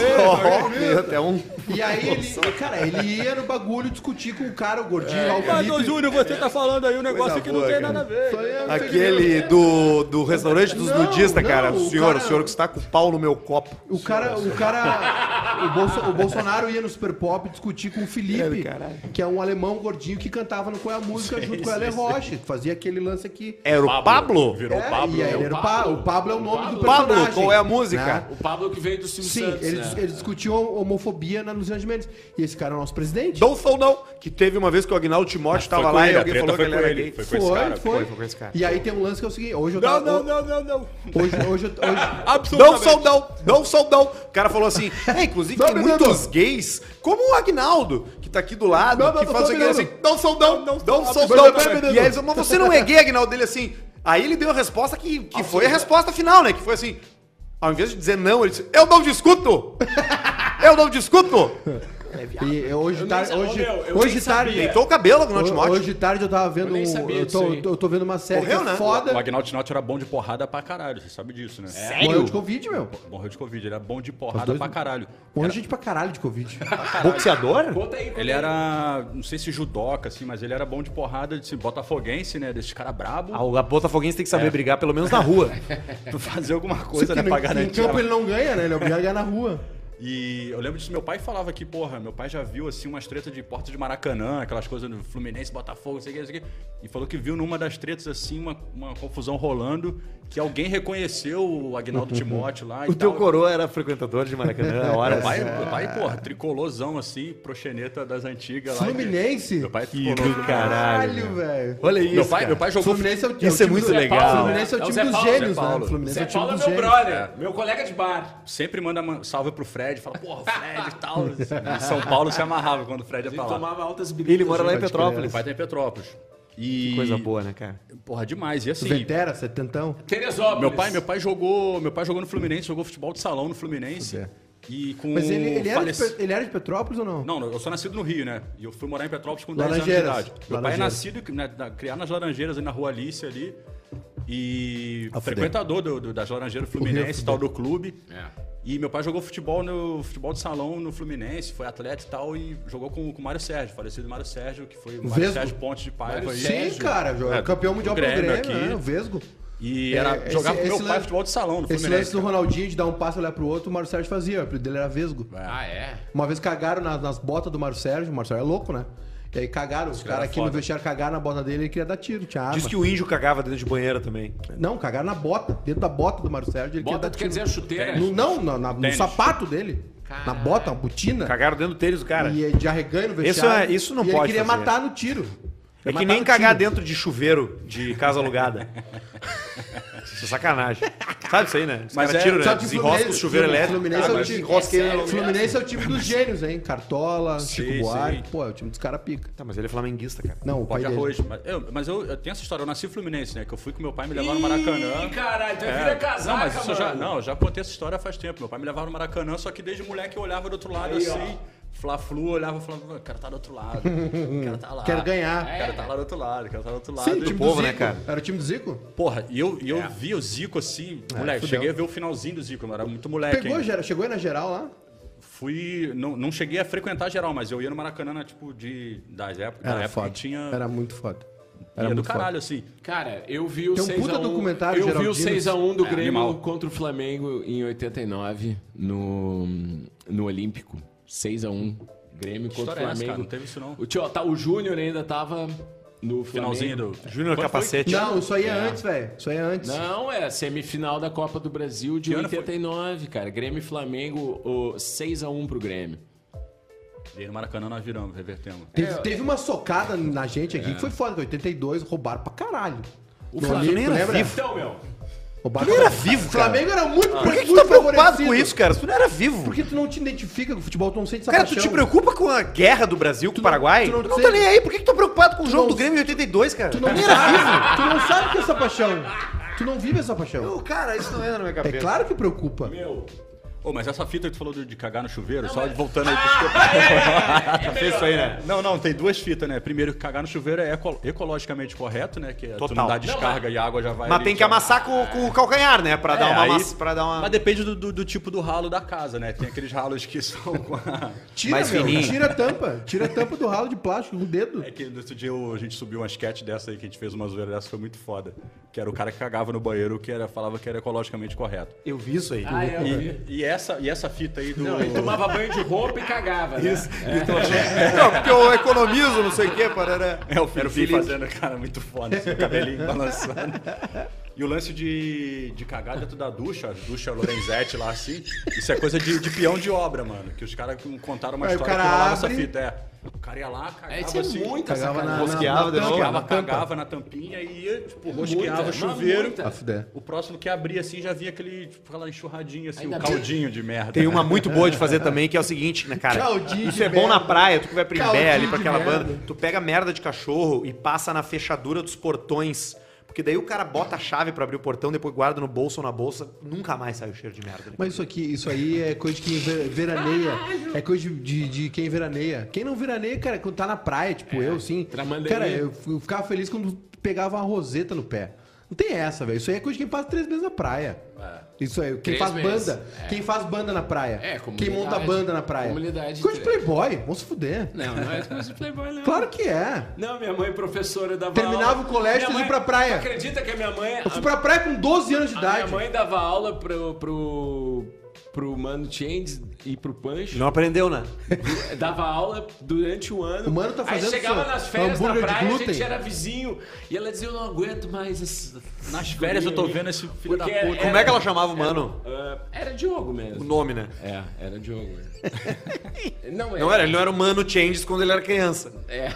Speaker 2: tá
Speaker 4: Oh, meu, até um...
Speaker 1: E aí ele, cara, ele ia no bagulho discutir com o cara, o gordinho
Speaker 4: É.
Speaker 1: lá, o
Speaker 2: Mas, ô
Speaker 1: Felipe.
Speaker 2: Júnior, você tá falando aí um negócio
Speaker 4: Coisa
Speaker 2: que
Speaker 4: boa,
Speaker 2: não tem
Speaker 4: cara.
Speaker 2: nada a ver.
Speaker 1: Isso aí é-
Speaker 4: Aquele do, do restaurante dos
Speaker 1: Não,
Speaker 4: nudistas,
Speaker 1: não,
Speaker 4: cara.
Speaker 1: o
Speaker 4: O senhor,
Speaker 1: cara-
Speaker 4: o senhor que está com o pau no meu copo.
Speaker 1: O cara, o cara, o, Bolso- o Bolsonaro ia no Super Pop discutir com o Felipe, que é um alemão gordinho que cantava no Qual é a Música junto com o Ellen Rocha, que fazia aquele lance aqui.
Speaker 4: Era o Pablo?
Speaker 1: É, e aí ele era o Pablo. O Pablo é o nome do
Speaker 4: Pablo,
Speaker 1: personagem.
Speaker 4: qual é a
Speaker 1: Né?
Speaker 4: música?
Speaker 5: O Pablo que veio do Silvio
Speaker 1: Sim,
Speaker 5: Santos,
Speaker 1: ele,
Speaker 5: né?
Speaker 1: dis- ele discutiu a homofobia na Luciana de Mendes. E esse cara é o nosso presidente.
Speaker 4: Don't ou não, que teve uma vez que o Agnaldo Timóteo
Speaker 2: Foi
Speaker 4: estava
Speaker 2: com
Speaker 4: lá
Speaker 2: ele,
Speaker 4: e
Speaker 2: a
Speaker 4: alguém
Speaker 2: treta
Speaker 4: falou que
Speaker 2: foi
Speaker 4: ele
Speaker 2: com
Speaker 4: era
Speaker 2: ele,
Speaker 4: gay.
Speaker 2: foi com
Speaker 1: Foi,
Speaker 2: esse cara,
Speaker 1: foi.
Speaker 4: foi, foi com esse cara.
Speaker 1: E aí tem um lance que é o seguinte, hoje eu
Speaker 2: Não,
Speaker 1: tava...
Speaker 2: não, não, não, não.
Speaker 1: Hoje, hoje, eu- hoje,
Speaker 4: Não
Speaker 2: Absolutamente.
Speaker 4: sou não, não sou não. O cara falou assim, é, inclusive
Speaker 1: Não,
Speaker 4: tem
Speaker 1: não,
Speaker 4: muitos gays, como o Agnaldo, que tá aqui do lado,
Speaker 1: Não, não,
Speaker 4: que
Speaker 1: não,
Speaker 4: faz
Speaker 1: tô
Speaker 4: isso aqui assim,
Speaker 1: entendendo.
Speaker 4: não sou não, não sou
Speaker 1: não, não, não,
Speaker 4: não.
Speaker 1: não.
Speaker 4: E aí eles, mas você não é gay, Agnaldo, dele assim. Aí ele deu a resposta que, que foi a resposta final, né? Que foi assim, ao invés de dizer não, ele disse, eu não discuto! Eu não discuto!
Speaker 1: e hoje,
Speaker 5: nem
Speaker 1: tarde,
Speaker 5: sa-
Speaker 1: tá hoje,
Speaker 5: Ô, meu, eu
Speaker 1: hoje
Speaker 5: nem
Speaker 1: tarde,
Speaker 5: sabia.
Speaker 4: Deitou o cabelo, Agnaldo
Speaker 1: hoje,
Speaker 4: Timóteo.
Speaker 1: hoje tarde eu tava vendo,
Speaker 5: Eu nem
Speaker 1: um-
Speaker 5: sabia
Speaker 1: eu, tô,
Speaker 5: disso aí.
Speaker 1: eu tô vendo uma série
Speaker 4: Morreu,
Speaker 1: que é
Speaker 4: né?
Speaker 1: foda,
Speaker 2: O Agnaldo Tinótio era bom de porrada pra caralho, você sabe disso, né? Sério?
Speaker 1: morreu de Covid, meu.
Speaker 2: Morreu de Covid, ele era bom de porrada
Speaker 1: Os dois-
Speaker 2: pra caralho.
Speaker 1: Morreu gente pra caralho de Covid.
Speaker 4: Boxeador?
Speaker 5: Conta aí, conta
Speaker 2: Ele é
Speaker 5: aí.
Speaker 2: era, não sei se judoca, assim, mas ele era bom de porrada, de assim, botafoguense, né? Desse cara brabo.
Speaker 4: Ah, o Botafoguense tem que saber brigar, pelo menos na rua.
Speaker 2: Fazer alguma coisa, né?
Speaker 1: Porque
Speaker 2: Pra
Speaker 1: no- Em
Speaker 2: garantir.
Speaker 1: campo ele não ganha, né? Ele é obrigado a ganhar na rua.
Speaker 2: E eu lembro disso, meu pai falava que, porra, meu pai já viu assim umas tretas de porta de Maracanã, aquelas coisas no Fluminense, Botafogo, não sei o que, não sei o que. E falou que viu numa das tretas assim uma, uma confusão rolando, que alguém reconheceu o Agnaldo Timóteo lá e
Speaker 4: O teu
Speaker 2: tal.
Speaker 4: coroa era frequentador É, de
Speaker 1: é
Speaker 4: Maracanã,
Speaker 2: Meu
Speaker 4: horas.
Speaker 2: pai, meu pai, porra, tricolosão assim, proxeneta das antigas lá.
Speaker 1: Fluminense?
Speaker 2: Meu pai é
Speaker 4: Que
Speaker 2: tricolor.
Speaker 4: do caralho,
Speaker 1: Caralho,
Speaker 4: meu.
Speaker 1: velho.
Speaker 4: Olha isso,
Speaker 2: Meu pai,
Speaker 4: cara.
Speaker 2: meu pai jogou
Speaker 1: Fluminense é o,
Speaker 4: Isso é
Speaker 1: time
Speaker 4: muito
Speaker 1: do-
Speaker 4: legal.
Speaker 1: O Fluminense é o
Speaker 3: É o
Speaker 1: time
Speaker 3: Zé
Speaker 1: dos
Speaker 3: Paulo, Zé
Speaker 1: gênios, né?
Speaker 2: Paulo.
Speaker 1: O Fluminense é
Speaker 3: Zé
Speaker 1: o time
Speaker 3: Paulo é
Speaker 1: dos
Speaker 3: meu
Speaker 1: gênios.
Speaker 3: brother, meu colega de bar.
Speaker 2: Sempre manda uma- salve pro Fred, fala, porra, Fred e tal. Em São Paulo se amarrava quando o Fred ia
Speaker 5: Ele
Speaker 2: pra lá.
Speaker 5: tomava altas
Speaker 4: E
Speaker 5: bebidas.
Speaker 4: ele mora lá em
Speaker 1: Pode crer.
Speaker 2: Meu
Speaker 4: Petrópolis.
Speaker 2: pai tá em Petrópolis. E...
Speaker 4: Que Coisa boa, né, cara?
Speaker 2: Porra, demais. E assim,
Speaker 1: Ventera, setentão. é
Speaker 3: Teresópolis.
Speaker 2: meu pai, meu pai jogou. Meu pai jogou no Fluminense, jogou futebol de salão no Fluminense.
Speaker 1: Fuder.
Speaker 2: E com
Speaker 1: Mas ele, ele, era de,
Speaker 2: falece-
Speaker 1: Pe- ele era de Petrópolis ou não?
Speaker 2: Não, eu sou nascido no Rio, né? E eu fui morar em Petrópolis com 10 anos de
Speaker 1: Laranjeiras.
Speaker 2: idade. Meu pai é
Speaker 1: Laranjeiras.
Speaker 2: nascido, né, na- criado nas Laranjeiras, ali na Rua Alice, ali. E
Speaker 1: Ah, fudeu.
Speaker 2: frequentador do, do- das Laranjeiras Fluminense, tal do clube. E meu pai jogou futebol no futebol de salão no Fluminense, foi atleta e tal, e jogou com com o Mário Sérgio, falecido Mário Sérgio, que foi o Mário
Speaker 1: Vesgo?
Speaker 2: Sérgio Pontes de Paiva. aí.
Speaker 1: Sim, cara, joga-
Speaker 2: É,
Speaker 1: campeão mundial
Speaker 2: do
Speaker 1: pro Grêmio,
Speaker 2: aqui.
Speaker 1: né? o Vesgo.
Speaker 2: E
Speaker 1: É,
Speaker 2: era,
Speaker 1: esse-
Speaker 2: jogava com
Speaker 1: esse
Speaker 2: meu pai
Speaker 1: lance-
Speaker 2: futebol de salão no
Speaker 1: Esse
Speaker 2: Fluminense.
Speaker 1: lance do Ronaldinho de dar um passo e olhar pro outro, o Mário Sérgio fazia, o apelido dele era Vesgo.
Speaker 5: Ah, é?
Speaker 1: Uma vez cagaram na- nas botas do Mário Sérgio, o Mário Sérgio é louco, né? E aí cagaram, os
Speaker 2: cara
Speaker 1: caras
Speaker 2: é
Speaker 1: aqui no
Speaker 2: foda.
Speaker 1: vestiário cagaram na bota dele e queria dar tiro, tinha arma.
Speaker 4: Diz que o índio cagava dentro de banheiro também.
Speaker 1: Não, cagaram na bota, dentro da bota do Mário
Speaker 2: é
Speaker 1: Sérgio, ele
Speaker 5: Bota,
Speaker 1: queria dar
Speaker 5: tu quer
Speaker 1: tiro.
Speaker 5: dizer a chuteira?
Speaker 1: No- não, na- na- no
Speaker 2: Tênis.
Speaker 1: sapato dele. Na bota, uma botina.
Speaker 4: Cagaram dentro do tênis do cara.
Speaker 1: E é de arreganho no
Speaker 4: Isso
Speaker 1: vestiário.
Speaker 4: é- isso não
Speaker 1: e
Speaker 4: pode
Speaker 1: ele queria
Speaker 4: fazer.
Speaker 1: matar no tiro.
Speaker 4: É
Speaker 1: Queria
Speaker 4: que
Speaker 1: matar
Speaker 4: nem
Speaker 1: no
Speaker 4: cagar
Speaker 1: tiro.
Speaker 4: dentro de chuveiro de casa alugada. Isso é sacanagem. Sabe isso aí, né? Os
Speaker 2: Mas
Speaker 4: caras
Speaker 2: é-
Speaker 4: tiram, né?
Speaker 1: Só que
Speaker 4: Desenrosca o chuveiro
Speaker 1: Fluminense-
Speaker 4: elétrico.
Speaker 1: Fluminense
Speaker 4: cara,
Speaker 1: é o
Speaker 4: mas
Speaker 1: time-
Speaker 4: enrosca ele
Speaker 3: é
Speaker 4: na
Speaker 3: sério.
Speaker 4: alugada.
Speaker 1: Fluminense é o time dos gênios, hein? Cartola,
Speaker 2: Sim,
Speaker 1: Chico Buarque.
Speaker 2: sim.
Speaker 1: Pô, é o time dos caras pica.
Speaker 4: Tá, mas ele é flamenguista, cara.
Speaker 1: Não, o
Speaker 2: Pó
Speaker 1: pai
Speaker 2: de
Speaker 1: dele.
Speaker 2: arroz. Mas, eu, mas eu, eu tenho essa história. Eu nasci Fluminense, né? Que eu fui com meu pai me levar no Maracanã.
Speaker 3: Ih, caralho, então vira casaca,
Speaker 2: É, não, mas isso eu já,
Speaker 3: mano.
Speaker 2: não, eu já contei essa história faz tempo. Meu pai me levava no Maracanã, só que desde moleque eu olhava do outro lado assim. Fla-Flu, eu olhava e falava, "Mano, o cara tá do outro lado. O cara tá lá.
Speaker 1: Quero ganhar.
Speaker 2: O cara tá lá do outro lado, o cara tá do outro lado.
Speaker 1: Sim, o
Speaker 2: E,
Speaker 1: time
Speaker 4: povo,
Speaker 1: do Zico.
Speaker 4: né, cara?
Speaker 1: Era o time do Zico?
Speaker 2: Porra, e eu, e eu vi o Zico assim, moleque,
Speaker 1: É, fudeu.
Speaker 2: cheguei a ver o finalzinho do Zico, eu era muito
Speaker 4: É
Speaker 2: moleque.
Speaker 1: Pegou,
Speaker 2: ainda.
Speaker 1: gera- chegou aí na geral lá?
Speaker 2: Fui. Não, não cheguei a frequentar geral, mas eu ia no Maracanã, né, tipo, de, das épocas. da época que tinha.
Speaker 1: Era muito foda.
Speaker 2: ia do caralho, assim.
Speaker 5: Cara, eu vi o
Speaker 1: Tem um
Speaker 5: 6x1.
Speaker 1: puta documentário,
Speaker 5: eu vi o
Speaker 1: Geraldino.
Speaker 5: 6x1 do
Speaker 2: É,
Speaker 5: Grêmio
Speaker 2: animal.
Speaker 5: contra o Flamengo em 89 no, no Olímpico. 6x1. Grêmio contra o
Speaker 2: história é essa,
Speaker 5: Flamengo.
Speaker 2: cara? Não teve isso, não.
Speaker 5: O, tio, tá, o Júnior ainda tava no
Speaker 2: Finalzinho
Speaker 5: Flamengo.
Speaker 2: do.
Speaker 4: Júnior
Speaker 2: Quando foi?
Speaker 4: Capacete.
Speaker 1: Não, isso aí é, antes, velho. Isso aí é antes.
Speaker 5: Não, é semifinal da Copa do Brasil de
Speaker 2: Que ano foi?
Speaker 5: 89, cara. Grêmio e Flamengo, o 6x1 pro Grêmio.
Speaker 2: E aí no Maracanã nós viramos, revertemos.
Speaker 4: é.
Speaker 1: Teve, teve uma socada na gente aqui que foi foda, que 82, roubaram pra caralho. O
Speaker 4: Flamengo nem era vivo.
Speaker 3: Então, meu.
Speaker 1: Roubaram
Speaker 4: Tu
Speaker 1: pra
Speaker 4: não era
Speaker 1: caralho.
Speaker 4: Tá vivo,
Speaker 1: O
Speaker 4: cara.
Speaker 1: Flamengo era muito,
Speaker 4: Por que, que tu
Speaker 1: muito
Speaker 4: tá preocupado
Speaker 1: favorecido.
Speaker 4: com isso, cara? Tu não era vivo.
Speaker 1: Porque tu não te identifica com o futebol, tu não sente essa
Speaker 4: Cara, tu
Speaker 1: paixão.
Speaker 4: te preocupa com a guerra do Brasil com o
Speaker 1: não-
Speaker 4: Paraguai? Tu
Speaker 1: tu
Speaker 4: não,
Speaker 1: não
Speaker 4: tá
Speaker 1: sei.
Speaker 4: nem aí. Por que, que tu tá preocupado com o jogo
Speaker 1: não-
Speaker 4: do Grêmio em 82, cara?
Speaker 1: Tu não sabe, tu não sabe o que é essa paixão. Tu não vive essa paixão.
Speaker 4: Ô, Cara, isso não entra na minha
Speaker 1: É
Speaker 4: cabeça.
Speaker 1: claro que preocupa.
Speaker 2: Ô, mas essa fita que tu falou de de cagar no chuveiro, só voltando aí Tá pro
Speaker 4: Já fez isso aí, né?
Speaker 2: Não, não, tem duas fitas, né? Primeiro, cagar no chuveiro é eco- ecologicamente correto, né? Que é tu
Speaker 4: Total.
Speaker 2: não dá descarga e a água já vai.
Speaker 4: Mas
Speaker 2: ali,
Speaker 4: tem que
Speaker 2: já-
Speaker 4: amassar com, com o calcanhar, né? Pra
Speaker 2: É,
Speaker 4: dar uma...
Speaker 2: aí-
Speaker 4: massa- pra dar uma...
Speaker 2: Mas depende do, do- do tipo do ralo da casa, né? Tem aqueles ralos que são com a.
Speaker 1: Tira,
Speaker 4: Mais
Speaker 1: meu,
Speaker 4: fininho.
Speaker 1: tira a tampa. Tira a tampa do ralo de plástico com o dedo.
Speaker 2: É que no outro dia eu- a gente subiu uma sketch dessa aí, que a gente fez uma zoeira dessa, foi muito foda. Que era o cara que cagava no banheiro, que era, falava que era ecologicamente correto.
Speaker 4: Eu vi isso aí.
Speaker 3: Ah, eu vi.
Speaker 2: E, e essa, e essa fita aí do. É.
Speaker 3: Não, ele tomava banho de roupa e cagava, né? Isso.
Speaker 4: Não, porque eu economizo, não sei o quê, parará.
Speaker 2: É o Felipe fazendo, cara, muito foda, assim, o cabelinho balançando. E o lance de, de cagar dentro da ducha, ducha Lorenzetti lá assim, isso é coisa de, de peão de obra, mano. Que os caras contaram uma
Speaker 1: Aí o
Speaker 2: história que
Speaker 1: cara
Speaker 2: rolava essa
Speaker 1: abre.
Speaker 2: fita, é. O cara ia lá, cagava
Speaker 5: É, isso é
Speaker 2: assim,
Speaker 5: muita
Speaker 1: Cagava na,
Speaker 5: sacanagem.
Speaker 1: na,
Speaker 4: Rosqueava
Speaker 1: na
Speaker 4: de novo,
Speaker 1: tampa,
Speaker 2: cagava,
Speaker 1: na tampa.
Speaker 2: cagava na tampinha e ia, tipo,
Speaker 5: Muita,
Speaker 2: rosqueava o
Speaker 5: mas
Speaker 2: chuveiro.
Speaker 5: muita.
Speaker 1: Ah, fuder.
Speaker 2: O próximo que abria assim já via aquele, tipo, aquela enxurradinha assim,
Speaker 5: Ainda
Speaker 2: um
Speaker 5: bem.
Speaker 2: caldinho de merda.
Speaker 4: Tem uma muito boa de fazer também, que é o seguinte, né, cara?
Speaker 1: Caldinho
Speaker 4: Isso
Speaker 1: de
Speaker 4: é bom
Speaker 1: merda.
Speaker 4: na praia, tu que vai pra Imbé
Speaker 1: Caldinho
Speaker 4: ali pra
Speaker 1: de
Speaker 4: aquela
Speaker 1: merda.
Speaker 4: banda. Tu pega merda de cachorro e passa na fechadura dos portões. Porque daí o cara bota a chave pra abrir o portão, depois guarda no bolso ou na bolsa, nunca mais sai o cheiro de merda. né?
Speaker 1: Mas isso aqui, isso aí é coisa de quem ver- veraneia. É coisa de, de, de quem veraneia. Quem não veraneia, cara, quando tá na praia, tipo eu, sim.
Speaker 5: É, Tramandaí.
Speaker 1: Cara, eu, f- eu ficava feliz quando pegava uma roseta no pé. Não tem essa, velho. Isso aí é coisa de quem passa três meses na praia. Isso aí. Quem
Speaker 5: É. Três
Speaker 1: faz
Speaker 5: meses.
Speaker 1: banda. Quem faz banda na praia.
Speaker 5: É,
Speaker 1: quem
Speaker 5: comunidade.
Speaker 1: monta banda na praia.
Speaker 5: Comunidade.
Speaker 1: Coisa de playboy. Vamos se fuder.
Speaker 5: Não, não é coisa de playboy, não.
Speaker 1: Claro que é.
Speaker 3: Não, minha mãe é professora dava
Speaker 1: Terminava
Speaker 3: aula.
Speaker 1: o
Speaker 3: Minha
Speaker 1: colégio, eles iam
Speaker 3: mãe-
Speaker 1: pra praia.
Speaker 3: Tu acredita que a minha mãe...
Speaker 1: Eu fui
Speaker 3: a-
Speaker 1: pra praia com 12 anos de
Speaker 3: A
Speaker 1: idade.
Speaker 3: minha mãe dava aula pro, pro,
Speaker 5: pro Mano Chains e pro Punch.
Speaker 4: Não aprendeu, né?
Speaker 5: Dava aula durante o ano.
Speaker 1: O Mano tá
Speaker 5: Aí
Speaker 1: fazendo
Speaker 5: chegava
Speaker 1: seu
Speaker 5: nas férias da
Speaker 1: hambúrguer de
Speaker 5: praia, a gente
Speaker 1: glúten.
Speaker 5: era vizinho. E ela dizia, eu não aguento mais esse...
Speaker 2: Nas férias eu tô vendo esse filho da
Speaker 5: Porque
Speaker 2: puta.
Speaker 5: é-
Speaker 4: Como é que ela chamava o mano?
Speaker 5: Ah, era Diogo
Speaker 4: O
Speaker 5: mesmo.
Speaker 4: nome, né?
Speaker 5: É, era Diogo mesmo. não,
Speaker 4: Não era, ele não era o Mano Changes quando ele era criança.
Speaker 5: É.
Speaker 1: é?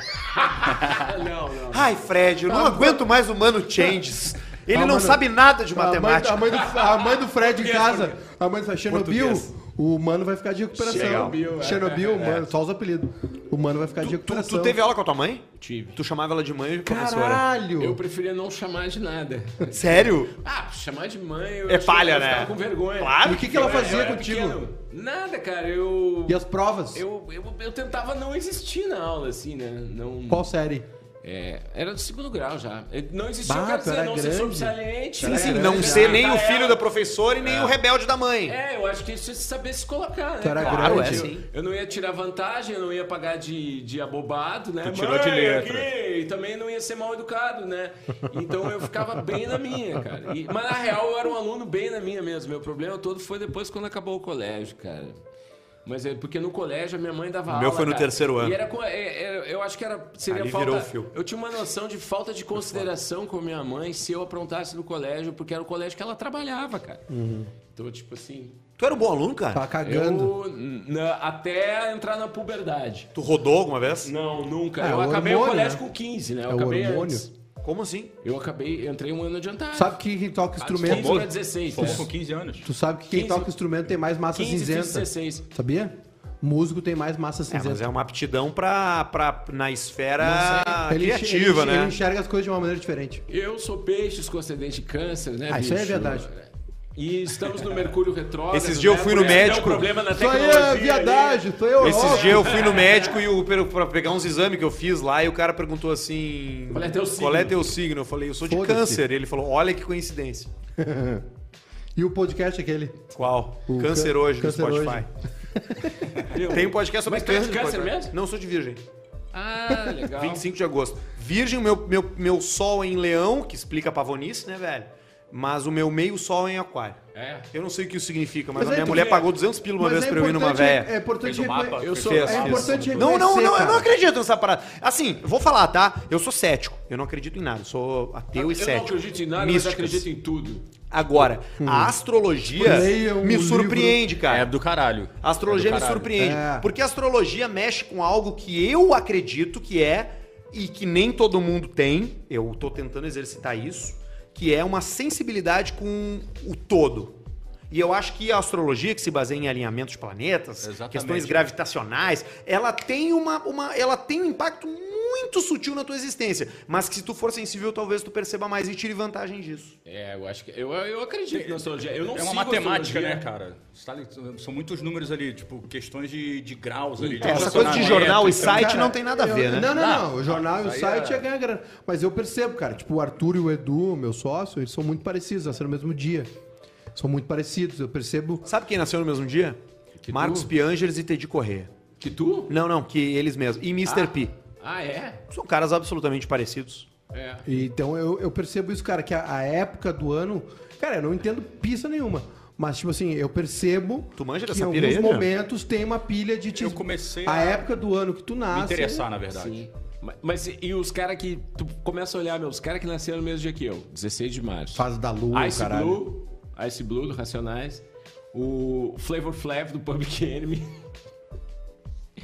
Speaker 5: não, não.
Speaker 4: Ai, Fred, eu não aguento mais o Mano Changes. Ele
Speaker 1: Ah,
Speaker 4: não
Speaker 1: mano,
Speaker 4: sabe nada de
Speaker 1: A mãe, a
Speaker 4: matemática.
Speaker 1: mãe do, a mãe do Fred em casa, a mãe do Chernobyl,
Speaker 4: Português.
Speaker 1: o mano vai ficar de recuperação.
Speaker 5: Chernobyl, é.
Speaker 1: Chernobyl, mano, só os apelidos. O mano vai ficar de
Speaker 4: Tu,
Speaker 1: recuperação.
Speaker 4: tu teve aula com a tua mãe?
Speaker 5: Tive.
Speaker 4: Tu chamava ela de mãe e professora?
Speaker 1: Caralho!
Speaker 5: Eu preferia não chamar de nada.
Speaker 4: Sério?
Speaker 5: Ah, chamar de mãe... Eu
Speaker 4: É
Speaker 5: achei-
Speaker 4: palha,
Speaker 5: eu
Speaker 4: né?
Speaker 5: ficava com vergonha.
Speaker 4: Claro.
Speaker 1: E o que, que ela
Speaker 5: Eu era-
Speaker 1: fazia
Speaker 5: eu era
Speaker 1: contigo?
Speaker 5: pequeno. Nada, cara. Eu...
Speaker 1: E as provas?
Speaker 5: Eu, eu, eu tentava não existir na aula, assim, né? Não...
Speaker 1: Qual série?
Speaker 5: É, era do segundo grau já. Eu- Não existia,
Speaker 1: Bah,
Speaker 5: eu quero
Speaker 1: tu
Speaker 5: dizer,
Speaker 1: era
Speaker 5: não ser
Speaker 1: grande.
Speaker 5: sobresaliente.
Speaker 1: Tu era
Speaker 5: né?
Speaker 1: grande.
Speaker 4: Não
Speaker 1: Caralho.
Speaker 4: ser nem o
Speaker 5: Tratar
Speaker 4: filho
Speaker 5: ela.
Speaker 4: da professora e nem o rebelde da mãe.
Speaker 5: É, eu acho que isso é saber se colocar, né?
Speaker 1: Tu era
Speaker 5: cara?
Speaker 1: grande.
Speaker 5: Eu-
Speaker 1: É,
Speaker 4: sim.
Speaker 5: Eu não ia tirar vantagem, eu não ia pagar de, de abobado, né?
Speaker 2: Tu tirou de
Speaker 5: Mãe,
Speaker 2: letra.
Speaker 5: aqui! E também não ia ser mal educado, né? Então eu ficava bem na minha, cara. E- mas na real eu era um aluno bem na minha mesmo. Meu problema todo foi depois quando acabou o colégio, cara. Mas é porque no colégio a minha mãe dava
Speaker 4: O
Speaker 5: aula.
Speaker 4: meu foi no
Speaker 5: cara.
Speaker 4: terceiro ano.
Speaker 5: E era, co- é- era- eu acho que era seria
Speaker 4: Ali
Speaker 5: falta.
Speaker 4: virou o fio.
Speaker 5: Eu tinha uma noção de falta de consideração com a minha mãe se eu aprontasse no colégio, porque era o colégio que ela trabalhava, cara.
Speaker 4: Uhum.
Speaker 5: Então, tipo assim,
Speaker 4: Tu era um bom aluno, cara?
Speaker 1: Tá cagando.
Speaker 5: eu, na- até entrar na puberdade.
Speaker 4: Tu rodou alguma vez?
Speaker 5: Não, nunca.
Speaker 1: É,
Speaker 5: eu
Speaker 1: o
Speaker 5: acabei o
Speaker 1: hormônio,
Speaker 5: colégio
Speaker 1: né?
Speaker 5: com 15, né? Eu
Speaker 1: É o
Speaker 5: acabei
Speaker 1: hormônio.
Speaker 5: antes.
Speaker 4: Como assim?
Speaker 5: Eu acabei, entrei um ano adiantado.
Speaker 1: Sabe que quem toca
Speaker 5: Ah, de 15
Speaker 1: instrumento.
Speaker 5: pra 16, né?
Speaker 2: Formou com 15 anos.
Speaker 1: Tu sabe que quem
Speaker 5: 15.
Speaker 1: toca instrumento tem mais massa
Speaker 5: 15 pra
Speaker 1: cinzenta.
Speaker 5: 16.
Speaker 1: Sabia? Músico tem mais massa
Speaker 4: É, mas
Speaker 1: cinzenta.
Speaker 4: é uma aptidão pra, pra, na esfera
Speaker 1: Ele enxerga-
Speaker 4: criativa,
Speaker 1: ele,
Speaker 4: né?
Speaker 1: Ele enxerga as coisas de uma maneira diferente.
Speaker 5: Eu sou peixes com acidente de câncer, né,
Speaker 1: Ah, isso aí é verdade.
Speaker 5: E estamos no Mercúrio Retrógrado.
Speaker 4: Esses dias eu
Speaker 5: né?
Speaker 4: fui no
Speaker 5: Por isso que deu
Speaker 4: médico.
Speaker 5: problema na
Speaker 1: Isso aí
Speaker 5: tecnologia
Speaker 1: é
Speaker 5: ali.
Speaker 1: viadagem, isso aí é
Speaker 4: Esses
Speaker 1: horror.
Speaker 4: dias eu fui no médico e o, pra- pra pegar uns exames que eu fiz lá e o cara perguntou assim:
Speaker 5: Qual é teu signo?
Speaker 4: Qual é teu signo? Eu falei: Eu sou de
Speaker 1: Foda-se.
Speaker 4: câncer. Ele falou: Olha que coincidência.
Speaker 1: E o podcast é aquele?
Speaker 4: Qual?
Speaker 1: O
Speaker 4: câncer
Speaker 1: cân-
Speaker 4: hoje
Speaker 1: Câncer
Speaker 4: no
Speaker 1: hoje.
Speaker 4: Spotify.
Speaker 5: Eu-
Speaker 4: Tem um podcast sobre
Speaker 5: Mas tu é de
Speaker 4: no
Speaker 5: câncer
Speaker 4: Spotify.
Speaker 5: mesmo?
Speaker 4: Não, eu sou de virgem.
Speaker 5: Ah, legal.
Speaker 4: 25 de agosto. Virgem, meu, meu, meu sol é em leão, que explica a pavonice, né, velho? Mas o meu meio sol é em aquário.
Speaker 5: É.
Speaker 4: Eu não sei o que isso significa, mas,
Speaker 1: Mas
Speaker 4: a
Speaker 1: aí
Speaker 4: minha
Speaker 1: tu
Speaker 4: mulher
Speaker 1: vê.
Speaker 4: pagou 200 pila uma vez
Speaker 1: é
Speaker 4: pra eu ir numa
Speaker 1: importante-
Speaker 4: véia.
Speaker 1: É importante
Speaker 2: Fez o
Speaker 1: reconhe-
Speaker 2: mapa.
Speaker 5: Eu sou.
Speaker 4: Fez,
Speaker 1: É
Speaker 4: fez.
Speaker 1: importante
Speaker 4: Não, não,
Speaker 1: reconhecer,
Speaker 4: não, eu não
Speaker 1: cara.
Speaker 4: acredito nessa parada. Assim, eu vou falar, tá? Eu sou cético. Eu não acredito em nada. Eu sou ateu e
Speaker 5: Eu não
Speaker 4: cético.
Speaker 5: acredito em nada,
Speaker 4: Místicas.
Speaker 5: mas acredito em tudo.
Speaker 4: Agora, a astrologia
Speaker 1: Leiam Hum. o
Speaker 4: me
Speaker 1: livro.
Speaker 4: surpreende,
Speaker 2: É
Speaker 4: cara.
Speaker 2: do caralho.
Speaker 4: A astrologia
Speaker 2: É do
Speaker 4: me
Speaker 2: caralho.
Speaker 4: surpreende.
Speaker 1: É.
Speaker 4: Porque a astrologia mexe com algo que eu acredito que é e que nem todo mundo tem. Eu tô tentando exercitar isso, que é uma sensibilidade com o todo. E eu acho que a astrologia, que se baseia em alinhamento de planetas,
Speaker 2: Exatamente.
Speaker 4: questões gravitacionais, ela tem uma, uma. Ela tem um impacto muito sutil na tua existência. Mas que se tu for sensível, talvez tu perceba mais e tire vantagem disso.
Speaker 5: É, eu acho que. Eu, eu acredito na astrologia. Eu não
Speaker 2: É uma
Speaker 5: sigo
Speaker 2: matemática, né,
Speaker 5: astrologia.
Speaker 2: cara? Você tá ali- São mumuitos números ali, tipo, questões de, de graus ali. de
Speaker 4: É, essa coisa de
Speaker 2: relacionamento,
Speaker 4: jornal e
Speaker 2: então,
Speaker 4: site
Speaker 1: Cara,
Speaker 4: não tem nada a ver,
Speaker 1: eu-
Speaker 4: né?
Speaker 1: Não, não,
Speaker 2: Ah,
Speaker 1: não. O jornal e o
Speaker 2: aí
Speaker 1: site
Speaker 2: é-
Speaker 1: é ganhar grana. Mas eu percebo, cara. Tipo, o Arthur e o Edu, meu sócio, eles são muito parecidos. Nasceram no mesmo dia. São muito parecidos. Eu percebo.
Speaker 4: Sabe quem nasceu no mesmo dia?
Speaker 5: Que
Speaker 4: Marcos
Speaker 5: tu?
Speaker 4: Piangeles e Teddy Corrêa.
Speaker 5: Que tu?
Speaker 4: Não, não, que eles mesmos. E Mr. P.
Speaker 5: Ah, é?
Speaker 4: São caras absolutamente parecidos.
Speaker 5: É.
Speaker 1: Então eu, eu percebo isso, cara. Que a, a época do ano. Cara, eu não entendo pista nenhuma. Mas, tipo assim, eu percebo
Speaker 4: Tu manja
Speaker 1: que
Speaker 4: dessa
Speaker 1: em
Speaker 4: pira aí, né?
Speaker 1: alguns
Speaker 4: Adriano?
Speaker 1: momentos tem uma pilha de... te-
Speaker 2: Eu comecei
Speaker 1: A
Speaker 2: a
Speaker 1: época do ano que tu nasce...
Speaker 2: Me interessar, na verdade.
Speaker 5: Sim. Ma- Mas e- e os caras que. Tu começa a olhar, meu, os caras que nasceram no mesmo dia que eu, 16 de março.
Speaker 1: Fase da lua,
Speaker 5: Ice
Speaker 1: caralho.
Speaker 5: Blue, Ice Blue do Racionais. O Flavor Flav do Public Enemy.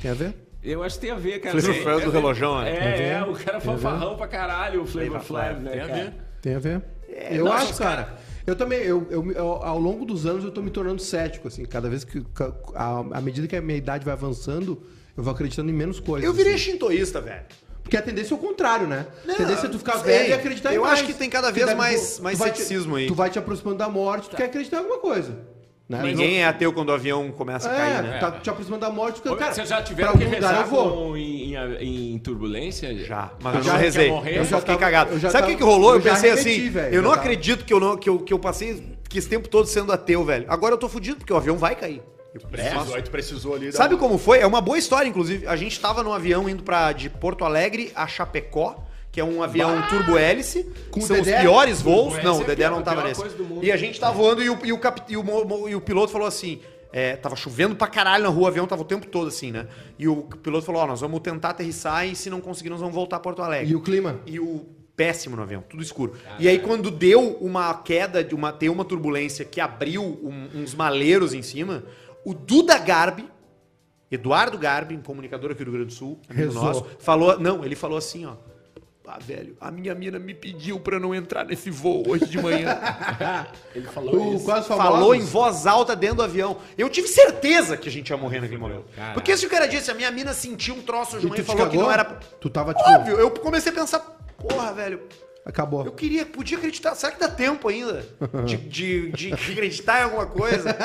Speaker 1: Tem a ver?
Speaker 5: Eu acho que tem a ver, cara.
Speaker 4: Flavor
Speaker 5: É-
Speaker 4: Flav do
Speaker 5: é-
Speaker 4: relojão, né?
Speaker 5: É, é,
Speaker 1: Tem a ver,
Speaker 5: o cara
Speaker 1: tem a ver.
Speaker 5: fanfarrão pra caralho, o Flavor
Speaker 4: Flavor
Speaker 5: Flav,
Speaker 4: Flav,
Speaker 5: né?
Speaker 2: Tem a
Speaker 5: cara?
Speaker 2: ver.
Speaker 1: Tem a ver.
Speaker 4: É,
Speaker 1: eu
Speaker 5: nossa,
Speaker 1: acho, cara. Eu também, eu, eu- eu- ao longo dos anos, eu tô me tornando cético, assim. Cada vez que. ca- a- À medida que a minha idade vai avançando, eu vou acreditando em menos coisas.
Speaker 4: Eu virei
Speaker 1: assim.
Speaker 4: shintoísta, velho.
Speaker 1: Porque a tendência é o contrário, né?
Speaker 4: Não,
Speaker 1: a tendência é tu ficar
Speaker 4: sei.
Speaker 1: velho e acreditar em
Speaker 4: Eu
Speaker 1: mais.
Speaker 4: acho que tem cada vez
Speaker 1: daí tu-
Speaker 4: mais- mais
Speaker 1: vai te-
Speaker 4: ceticismo aí. Tá.
Speaker 1: Tu vai te aproximando da morte, tu quer acreditar em alguma coisa. Né?
Speaker 4: Ninguém é ateu quando o avião começa
Speaker 1: Não-
Speaker 4: a
Speaker 1: é,
Speaker 4: cair, né?
Speaker 1: tá te aproximando da morte, tu fica,
Speaker 5: Ô,
Speaker 1: cara,
Speaker 5: Vocês já
Speaker 1: pra
Speaker 5: tiveram que
Speaker 1: algum lugar
Speaker 5: rezar
Speaker 1: eu vou.
Speaker 5: com- em, em- em turbulência?
Speaker 4: Já, mas eu
Speaker 5: Achava
Speaker 4: não
Speaker 5: que ia
Speaker 4: rezei.
Speaker 5: morrer?
Speaker 4: Eu
Speaker 1: Eu
Speaker 4: só
Speaker 1: já
Speaker 4: fiquei
Speaker 1: tava-
Speaker 4: cagado.
Speaker 1: eu já
Speaker 4: Sabe o
Speaker 1: tava-
Speaker 4: que, que rolou? Eu,
Speaker 1: eu já
Speaker 4: pensei
Speaker 1: repeti,
Speaker 4: assim,
Speaker 1: velho,
Speaker 4: eu não
Speaker 1: já tava.
Speaker 4: acredito que eu, não, que, eu, que eu passei que esse tempo todo sendo ateu, velho. Agora eu tô fudido porque o avião vai cair. Eu
Speaker 2: Precisou, aí tu precisou ali. um dar
Speaker 4: Sabe
Speaker 2: uma-
Speaker 4: como foi? É uma boa história, inclusive. A gente tava num avião indo pra, de Porto Alegre a Chapecó, que é um avião turbo hélice.
Speaker 1: Com o
Speaker 4: São
Speaker 1: Dedé?
Speaker 4: os piores voos.
Speaker 5: Turbo-hélice
Speaker 4: não,
Speaker 5: é
Speaker 4: o Dedé
Speaker 5: pior-
Speaker 4: não
Speaker 5: a
Speaker 4: tava
Speaker 5: pior
Speaker 4: nesse.
Speaker 5: coisa do mundo.
Speaker 4: E a gente tava voando e o, e o, cap- e o mo- mo- e o piloto falou assim: É, tava chovendo pra caralho na rua, o avião tava o tempo todo assim, né? E o piloto falou: Ó, nós vamos tentar aterrissar e se não conseguir, nós vamos voltar a Porto Alegre
Speaker 1: E o clima?
Speaker 4: e o péssimo no avião, tudo escuro. E aí quando deu uma queda, de uma tem uma turbulência que abriu um- uns maleiros em cima, o Duda Garbi, Eduardo Garbi, um comunicador aqui do Rio Grande do Sul, amigo
Speaker 1: Rezou.
Speaker 4: nosso, falou, não, ele falou assim, ó, ah, velho, a minha mina me pediu pra não entrar nesse voo hoje de manhã.
Speaker 5: Ah, Ele falou
Speaker 1: O,
Speaker 5: isso.
Speaker 1: quase
Speaker 4: Falou em voz alta dentro do avião. Eu tive certeza que a gente ia morrer naquele momento.
Speaker 5: Caralho.
Speaker 4: Porque se o cara disse, a minha mina sentiu um troço hoje de
Speaker 1: e tu
Speaker 4: manhã e
Speaker 1: te
Speaker 4: falou que
Speaker 1: cagou?
Speaker 4: não era...
Speaker 1: Tu tava tipo.
Speaker 4: Óbvio, eu comecei a pensar, porra, velho,
Speaker 1: Acabou.
Speaker 4: eu queria, podia acreditar. Será que dá tempo ainda de, de- de acreditar em alguma coisa?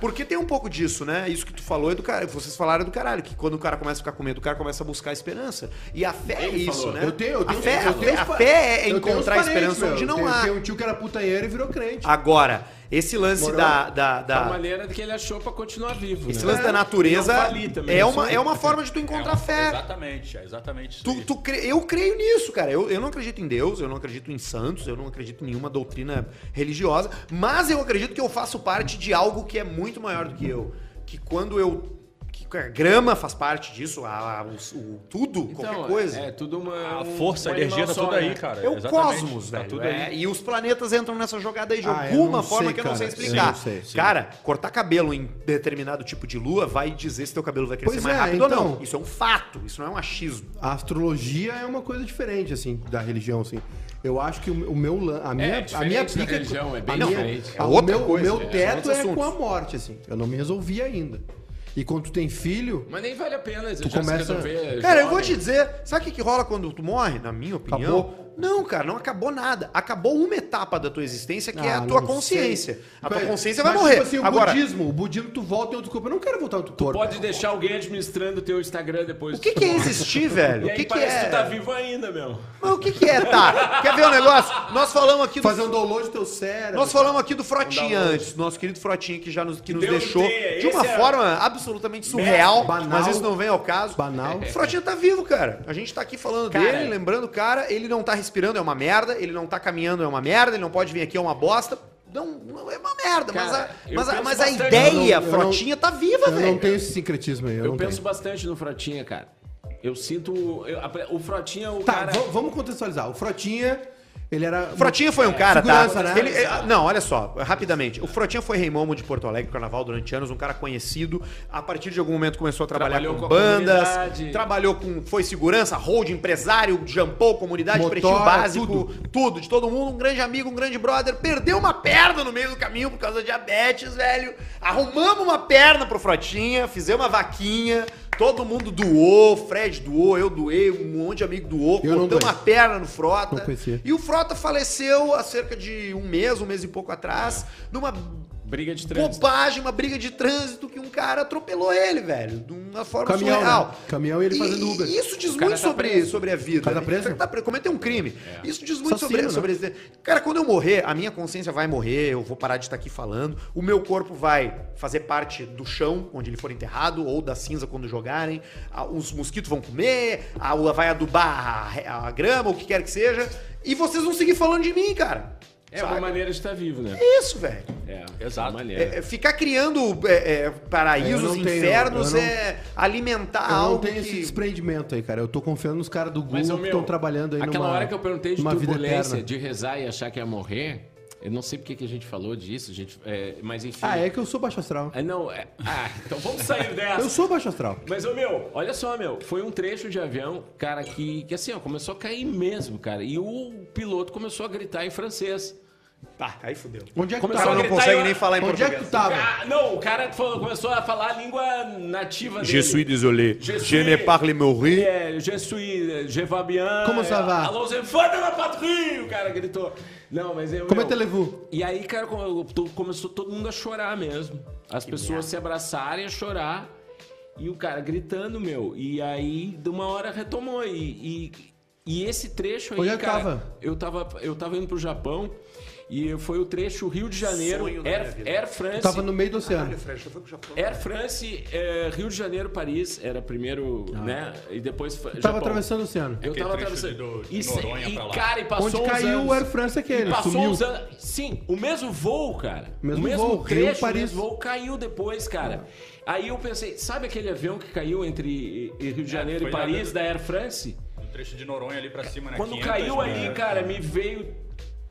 Speaker 4: Porque tem um pouco disso, né? Isso que tu falou é do cara. Vocês falaram é do caralho, que quando o cara começa a ficar com medo, o cara começa a buscar a esperança. E a fé é isso,
Speaker 5: falou.
Speaker 4: né?
Speaker 1: Eu tenho, eu tenho,
Speaker 4: a fé,
Speaker 1: eu
Speaker 4: a
Speaker 1: tenho
Speaker 4: fé,
Speaker 1: uns
Speaker 4: a
Speaker 1: pa-
Speaker 4: fé
Speaker 1: eu
Speaker 4: é
Speaker 1: tenho uns
Speaker 4: encontrar a
Speaker 1: parentes,
Speaker 4: esperança
Speaker 1: meu.
Speaker 4: onde não
Speaker 1: Tem-
Speaker 4: há.
Speaker 1: Tem um tio que era putanheiro e virou crente.
Speaker 4: Agora, esse lance
Speaker 1: Moral.
Speaker 4: da. da, da-
Speaker 5: A maneira que ele achou pra continuar vivo.
Speaker 4: Tá. esse
Speaker 5: né?
Speaker 4: lance da natureza
Speaker 5: não vali também,
Speaker 4: é,
Speaker 5: isso
Speaker 4: uma,
Speaker 5: aí.
Speaker 4: é uma forma de tu encontrar
Speaker 2: É um-
Speaker 4: fé.
Speaker 2: Exatamente, é exatamente isso.
Speaker 4: Tu,
Speaker 2: aí.
Speaker 4: tu cre- Eu creio nisso, cara. Eu, eu não acredito em Deus, eu não acredito em santos, eu não acredito em nenhuma doutrina religiosa, mas eu acredito que eu faço parte de algo que é muito maior do que eu. Que quando eu. Que a grama faz parte disso, a, a- o, o- tudo, qualquer coisa.
Speaker 5: É tudo uma.
Speaker 2: A
Speaker 5: um-
Speaker 2: força, a
Speaker 5: um
Speaker 2: energia tá
Speaker 5: animal só,
Speaker 2: tudo aí,
Speaker 5: né?
Speaker 2: cara.
Speaker 4: é o
Speaker 2: Exatamente,
Speaker 4: cosmos,
Speaker 2: tá
Speaker 4: velho.
Speaker 2: tudo
Speaker 4: é,
Speaker 2: aí.
Speaker 4: e os planetas entram nessa jogada aí de
Speaker 1: Ah, eu
Speaker 4: alguma
Speaker 1: não
Speaker 4: forma
Speaker 1: sei,
Speaker 4: que eu não sei
Speaker 1: cara.
Speaker 4: explicar.
Speaker 1: Sim, eu sei, sim.
Speaker 4: Cara, cortar cabelo em determinado tipo de lua vai dizer se teu cabelo vai crescer
Speaker 1: Pois
Speaker 4: mais
Speaker 1: é,
Speaker 4: rápido ou
Speaker 1: então.
Speaker 4: não. Isso é um fato, isso não é um achismo.
Speaker 1: A astrologia é uma coisa diferente, assim, da religião, assim. Eu acho que o o meu lan- a minha a
Speaker 5: É diferente
Speaker 1: minha
Speaker 5: da
Speaker 1: pica
Speaker 5: religião, é bem
Speaker 1: a minha-
Speaker 5: diferente.
Speaker 1: a-
Speaker 4: É
Speaker 1: o
Speaker 4: outra
Speaker 1: meu,
Speaker 4: coisa,
Speaker 1: o meu
Speaker 4: é,
Speaker 1: teto
Speaker 4: são outros
Speaker 1: é com a
Speaker 4: assuntos.
Speaker 1: morte, assim. Eu não me resolvi ainda. E quando tu tem filho,
Speaker 5: Mas nem vale a pena. Tu
Speaker 1: começa-
Speaker 4: Cara, eu vou te dizer, sabe o que, que rola quando tu morre, na minha opinião?
Speaker 1: Acabou.
Speaker 4: Não, cara, não acabou nada. Acabou uma etapa da tua existência, que é a
Speaker 1: Ah,
Speaker 4: tua
Speaker 1: não
Speaker 4: consciência.
Speaker 1: sei.
Speaker 4: A tua
Speaker 1: Mas-
Speaker 4: consciência vai
Speaker 1: mas,
Speaker 4: morrer.
Speaker 1: Tipo assim, o
Speaker 4: Agora,
Speaker 1: budismo, o budismo tu volta em outro corpo. Eu não quero voltar em outro corpo.
Speaker 5: Pode deixar alguém administrando o teu Instagram depois.
Speaker 4: o que, que é existir,
Speaker 5: E
Speaker 4: velho? O
Speaker 5: aí
Speaker 4: que, que
Speaker 5: parece que
Speaker 4: é?
Speaker 5: tu tá vivo ainda, meu.
Speaker 4: Mas o que, que é, tá? Quer ver um negócio? Nós falamos aqui do.
Speaker 1: Fazer um download do teu cérebro.
Speaker 4: Nós falamos aqui do Frotinha
Speaker 5: Dá um-
Speaker 4: antes, nosso querido Frotinha que já nos, que nos
Speaker 5: Deus
Speaker 4: deixou
Speaker 5: tenha,
Speaker 4: de uma
Speaker 5: esse é-
Speaker 4: forma absolutamente surreal,
Speaker 1: Banal.
Speaker 4: mas isso não vem ao caso.
Speaker 1: Banal.
Speaker 4: O Frotinha tá vivo, cara. A gente tá aqui falando
Speaker 5: Cara.
Speaker 4: dele, lembrando o cara, ele não tá respirando, é uma merda, ele não tá caminhando, é uma merda, ele não pode vir aqui, é uma bosta. Não, não é uma merda, mas a,
Speaker 5: Cara, eu
Speaker 4: mas a,
Speaker 5: penso
Speaker 4: mas a
Speaker 5: bastante.
Speaker 4: ideia,
Speaker 1: Eu não- eu
Speaker 4: Frotinha, tá viva,
Speaker 1: Eu não
Speaker 4: velho.
Speaker 1: tenho esse sincretismo aí. Eu,
Speaker 5: Eu
Speaker 1: não
Speaker 5: penso
Speaker 1: tenho.
Speaker 5: bastante no Frotinha, cara. Eu sinto. eu- a- o Frotinha, é o
Speaker 1: Tá,
Speaker 5: cara.
Speaker 1: va- vamos contextualizar. O Frotinha, ele era.
Speaker 4: O Frotinha foi um cara, tá?
Speaker 1: Segurança, né?
Speaker 4: Ele- eh, não, olha só, rapidamente. O Frotinha foi rei Momo de Porto Alegre, carnaval durante anos, um cara conhecido. A partir de algum momento começou a trabalhar
Speaker 5: Trabalhou
Speaker 4: com,
Speaker 5: com a
Speaker 4: bandas,
Speaker 5: comunidade.
Speaker 4: trabalhou com. Foi segurança, hold, empresário, jampou, comunidade,
Speaker 1: Motora,
Speaker 4: pretinho básico, tudo.
Speaker 1: tudo.
Speaker 4: de todo mundo, um grande amigo, um grande brother. Perdeu uma perna no meio do caminho por causa da diabetes, velho. Arrumamos uma perna pro Frotinha, fizemos uma vaquinha. Todo mundo doou, Fred doou, eu doei, um monte de amigo doou,
Speaker 1: Eu não
Speaker 4: botamos
Speaker 1: doei.
Speaker 4: uma perna no Frota.
Speaker 1: Não conhecia.
Speaker 4: E o Frota faleceu há cerca de um mês, um mês e pouco atrás, numa
Speaker 5: Briga de trânsito.
Speaker 4: bobagem, uma briga de trânsito que um cara atropelou ele, velho. De uma forma
Speaker 1: Caminhão,
Speaker 4: surreal.
Speaker 1: né? Caminhão e ele fazendo Uber.
Speaker 4: Isso diz
Speaker 5: O cara
Speaker 4: muito
Speaker 5: tá
Speaker 4: sobre,
Speaker 5: preso.
Speaker 4: sobre a vida.
Speaker 1: O cara tá
Speaker 4: né?
Speaker 1: preso? É.
Speaker 4: Ele Cometeu um crime. Isso diz muito sobre,
Speaker 1: Assassino, né?
Speaker 4: sobre esse- Cara, quando eu morrer, a minha consciência vai morrer, eu vou parar de estar aqui falando. O meu corpo vai fazer parte do chão, onde ele for enterrado, ou da cinza quando jogarem. Ah, Os mosquitos vão comer, a lua vai adubar a, a grama, o que quer que seja. E vocês vão seguir falando de mim, cara.
Speaker 5: É uma maneira de estar vivo, né?
Speaker 4: É isso, velho.
Speaker 5: É.
Speaker 2: Exato.
Speaker 5: Uma
Speaker 4: É,
Speaker 5: maneira.
Speaker 4: é, ficar criando é, é,
Speaker 1: Eu
Speaker 4: paraísos,
Speaker 1: não tenho,
Speaker 4: infernos,
Speaker 1: eu não-
Speaker 4: é alimentar
Speaker 1: Eu não
Speaker 4: algo
Speaker 1: tenho esse
Speaker 4: que...
Speaker 1: desprendimento aí, cara. Eu tô confiando nos caras do
Speaker 4: um
Speaker 1: Google
Speaker 5: ô,
Speaker 1: que
Speaker 5: meu,
Speaker 1: estão trabalhando aí
Speaker 5: Aquela
Speaker 1: numa,
Speaker 5: hora que eu perguntei de
Speaker 1: numa vida
Speaker 5: turbulência,
Speaker 1: eterna.
Speaker 5: de rezar e achar que ia morrer, eu não sei porque que a gente falou disso, gente. é, mas enfim.
Speaker 1: Ah, é que eu sou baixo astral.
Speaker 5: Ah, não, é- ah, então vamos sair dessa.
Speaker 1: Eu sou baixo astral.
Speaker 5: Mas, ô meu, olha só, meu, foi um trecho de avião, cara, que, que assim, ó, começou a cair mesmo, cara. E o piloto começou a gritar em francês.
Speaker 4: Tá, aí fudeu.
Speaker 1: Onde é que tu
Speaker 4: O
Speaker 1: tava?
Speaker 5: Começou
Speaker 4: cara não
Speaker 5: gritar,
Speaker 4: consegue
Speaker 5: eu-
Speaker 4: nem falar em
Speaker 1: Onde é que
Speaker 4: português.
Speaker 1: tu tava?
Speaker 5: Ah, não, o cara falou- começou a falar a língua nativa dele.
Speaker 4: désolé.
Speaker 5: Je suis-
Speaker 4: meu riz.
Speaker 5: É, je suis, je vais bien. É,
Speaker 1: Como ça va?
Speaker 5: Alonso, enfant de la patrie, o cara gritou. Não, mas eu...
Speaker 1: Como é
Speaker 5: meu,
Speaker 1: que levou?
Speaker 5: E aí, cara, como- to- começou todo mundo a chorar mesmo. As pessoas se abraçarem a chorar. E o cara gritando, meu. E aí, de uma hora retomou. E, e, e esse trecho aí.
Speaker 1: Onde é que
Speaker 5: cara,
Speaker 1: tava?
Speaker 5: Eu tava, eu tava indo pro Japão. E foi o trecho Rio de Janeiro,
Speaker 4: Sonho da minha
Speaker 5: Air,
Speaker 4: vida.
Speaker 5: Air France.
Speaker 1: Tava no meio do oceano.
Speaker 4: Olha, Fred, já foi pro Japão.
Speaker 5: Air France, eh, Rio de Janeiro, Paris, era primeiro, né? E depois. foi-
Speaker 1: Ah. Tava
Speaker 5: Japão.
Speaker 1: atravessando o oceano.
Speaker 5: Eu
Speaker 2: Aquele
Speaker 5: tava
Speaker 2: trecho
Speaker 5: atravessando.
Speaker 2: ali do- É de
Speaker 5: e, se-
Speaker 2: Noronha
Speaker 5: e,
Speaker 2: pra lá.
Speaker 5: cara, e passou
Speaker 1: Onde
Speaker 5: uns
Speaker 1: caiu
Speaker 5: anos.
Speaker 1: o Air France é aquele,
Speaker 5: Passou
Speaker 1: sumiu.
Speaker 5: uns anos. Sim, o mesmo voo, cara.
Speaker 1: Mesmo
Speaker 5: o mesmo
Speaker 1: voo,
Speaker 5: trecho,
Speaker 1: Rio, Paris. É.
Speaker 5: o mesmo voo caiu depois, cara. Aí eu pensei, sabe aquele avião que caiu entre eh, Rio de Janeiro
Speaker 2: É, foi
Speaker 5: e
Speaker 2: lá
Speaker 5: Paris,
Speaker 2: dentro-
Speaker 5: da Air France?
Speaker 2: Um trecho de Noronha ali pra cima, né?
Speaker 5: Quando
Speaker 2: 500
Speaker 5: caiu ali,
Speaker 2: metros.
Speaker 5: cara, me veio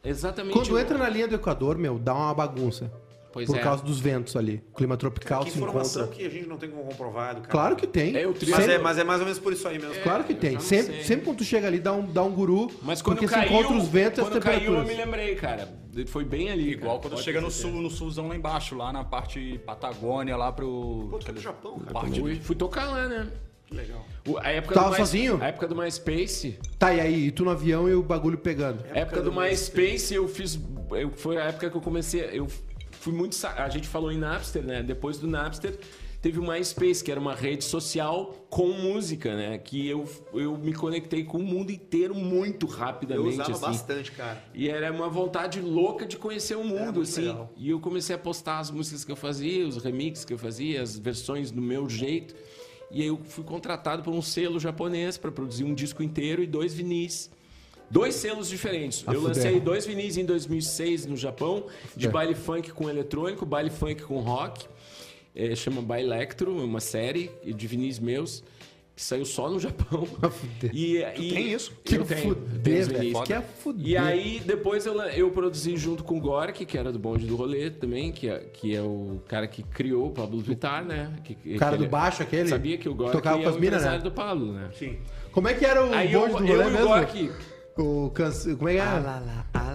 Speaker 5: exatamente...
Speaker 1: Quando
Speaker 5: o-
Speaker 1: entra na linha do Equador, meu, dá uma bagunça.
Speaker 5: Pois
Speaker 1: por
Speaker 5: é.
Speaker 1: causa dos ventos ali. O clima tropical
Speaker 4: Que
Speaker 1: se
Speaker 4: informação
Speaker 1: encontra.
Speaker 4: que a gente não tem como comprovar, do cara.
Speaker 1: Claro que tem.
Speaker 5: É, eu tri-
Speaker 4: Mas
Speaker 1: Sempre-
Speaker 4: é, mas é mais ou menos por isso aí mesmo.
Speaker 1: Claro que
Speaker 5: eu já
Speaker 1: tem.
Speaker 5: não
Speaker 1: Sempre,
Speaker 5: sei.
Speaker 1: sempre quando tu chega ali, dá um, dá um guru.
Speaker 5: Mas quando
Speaker 1: porque
Speaker 5: caiu,
Speaker 1: se encontra os ventos e as
Speaker 5: quando caiu, eu
Speaker 1: temperaturas.
Speaker 5: me lembrei, cara. Foi bem ali.
Speaker 2: Igual
Speaker 5: cara.
Speaker 2: quando
Speaker 5: Pode
Speaker 2: chega no
Speaker 5: ser.
Speaker 2: sul, no sulzão lá embaixo, lá na parte Patagônia, lá pro.
Speaker 4: Pô, tu foi pro Japão, cara.
Speaker 2: Parte
Speaker 5: Fui, fui tocar lá, né?
Speaker 4: Que legal.
Speaker 5: O- a época
Speaker 1: Tava
Speaker 5: do My-
Speaker 1: sozinho?
Speaker 5: A época do MySpace.
Speaker 1: Tá, e aí? E tu no avião e o bagulho pegando.
Speaker 5: A época do MySpace eu fiz. eu- foi a época que eu comecei. Eu fui muito. sa- A gente falou em Napster, né? Depois do Napster. Teve o MySpace, que era uma rede social com música, né? Que eu, eu me conectei com o mundo inteiro muito
Speaker 4: Eu
Speaker 5: rapidamente.
Speaker 4: usava
Speaker 5: assim.
Speaker 4: bastante, cara.
Speaker 5: E era uma vontade louca de conhecer o mundo,
Speaker 4: É, muito
Speaker 5: assim.
Speaker 4: legal.
Speaker 5: E eu comecei a postar as músicas que eu fazia, os remixes que eu fazia, as versões do meu jeito. E aí eu fui contratado por um selo japonês para produzir um disco inteiro e dois vinis. Dois selos diferentes.
Speaker 1: Ah,
Speaker 5: eu
Speaker 1: fuder.
Speaker 5: lancei dois vinis em 2006 no Japão, de baile funk com eletrônico, baile funk com rock. É, chama Bailectro, é uma série de vinis meus, que saiu só no Japão.
Speaker 1: Ah, fuder.
Speaker 5: E, e-
Speaker 4: tem isso?
Speaker 5: Eu
Speaker 1: Que
Speaker 5: tenho.
Speaker 1: fuder,
Speaker 5: Tenho os
Speaker 1: velho.
Speaker 5: vinis.
Speaker 1: Que é fuder.
Speaker 5: E aí, depois eu, lan- eu produzi junto com o Gork, que era do Bonde do Rolê também, que é, que é o cara que criou o Pablo Vittar, né? Que- que-
Speaker 1: O cara
Speaker 5: que
Speaker 1: do
Speaker 5: ele-
Speaker 1: baixo, aquele?
Speaker 5: Sabia que o Gork
Speaker 1: Tocava
Speaker 5: é
Speaker 1: com as
Speaker 5: o
Speaker 1: minas, né?
Speaker 5: empresário do Pablo, né?
Speaker 4: Sim.
Speaker 1: Como é que era o
Speaker 5: Aí eu,
Speaker 1: bonde do rolê
Speaker 5: eu e o Ah,
Speaker 1: mesmo?
Speaker 5: Gork...
Speaker 1: O canso... Como é que era?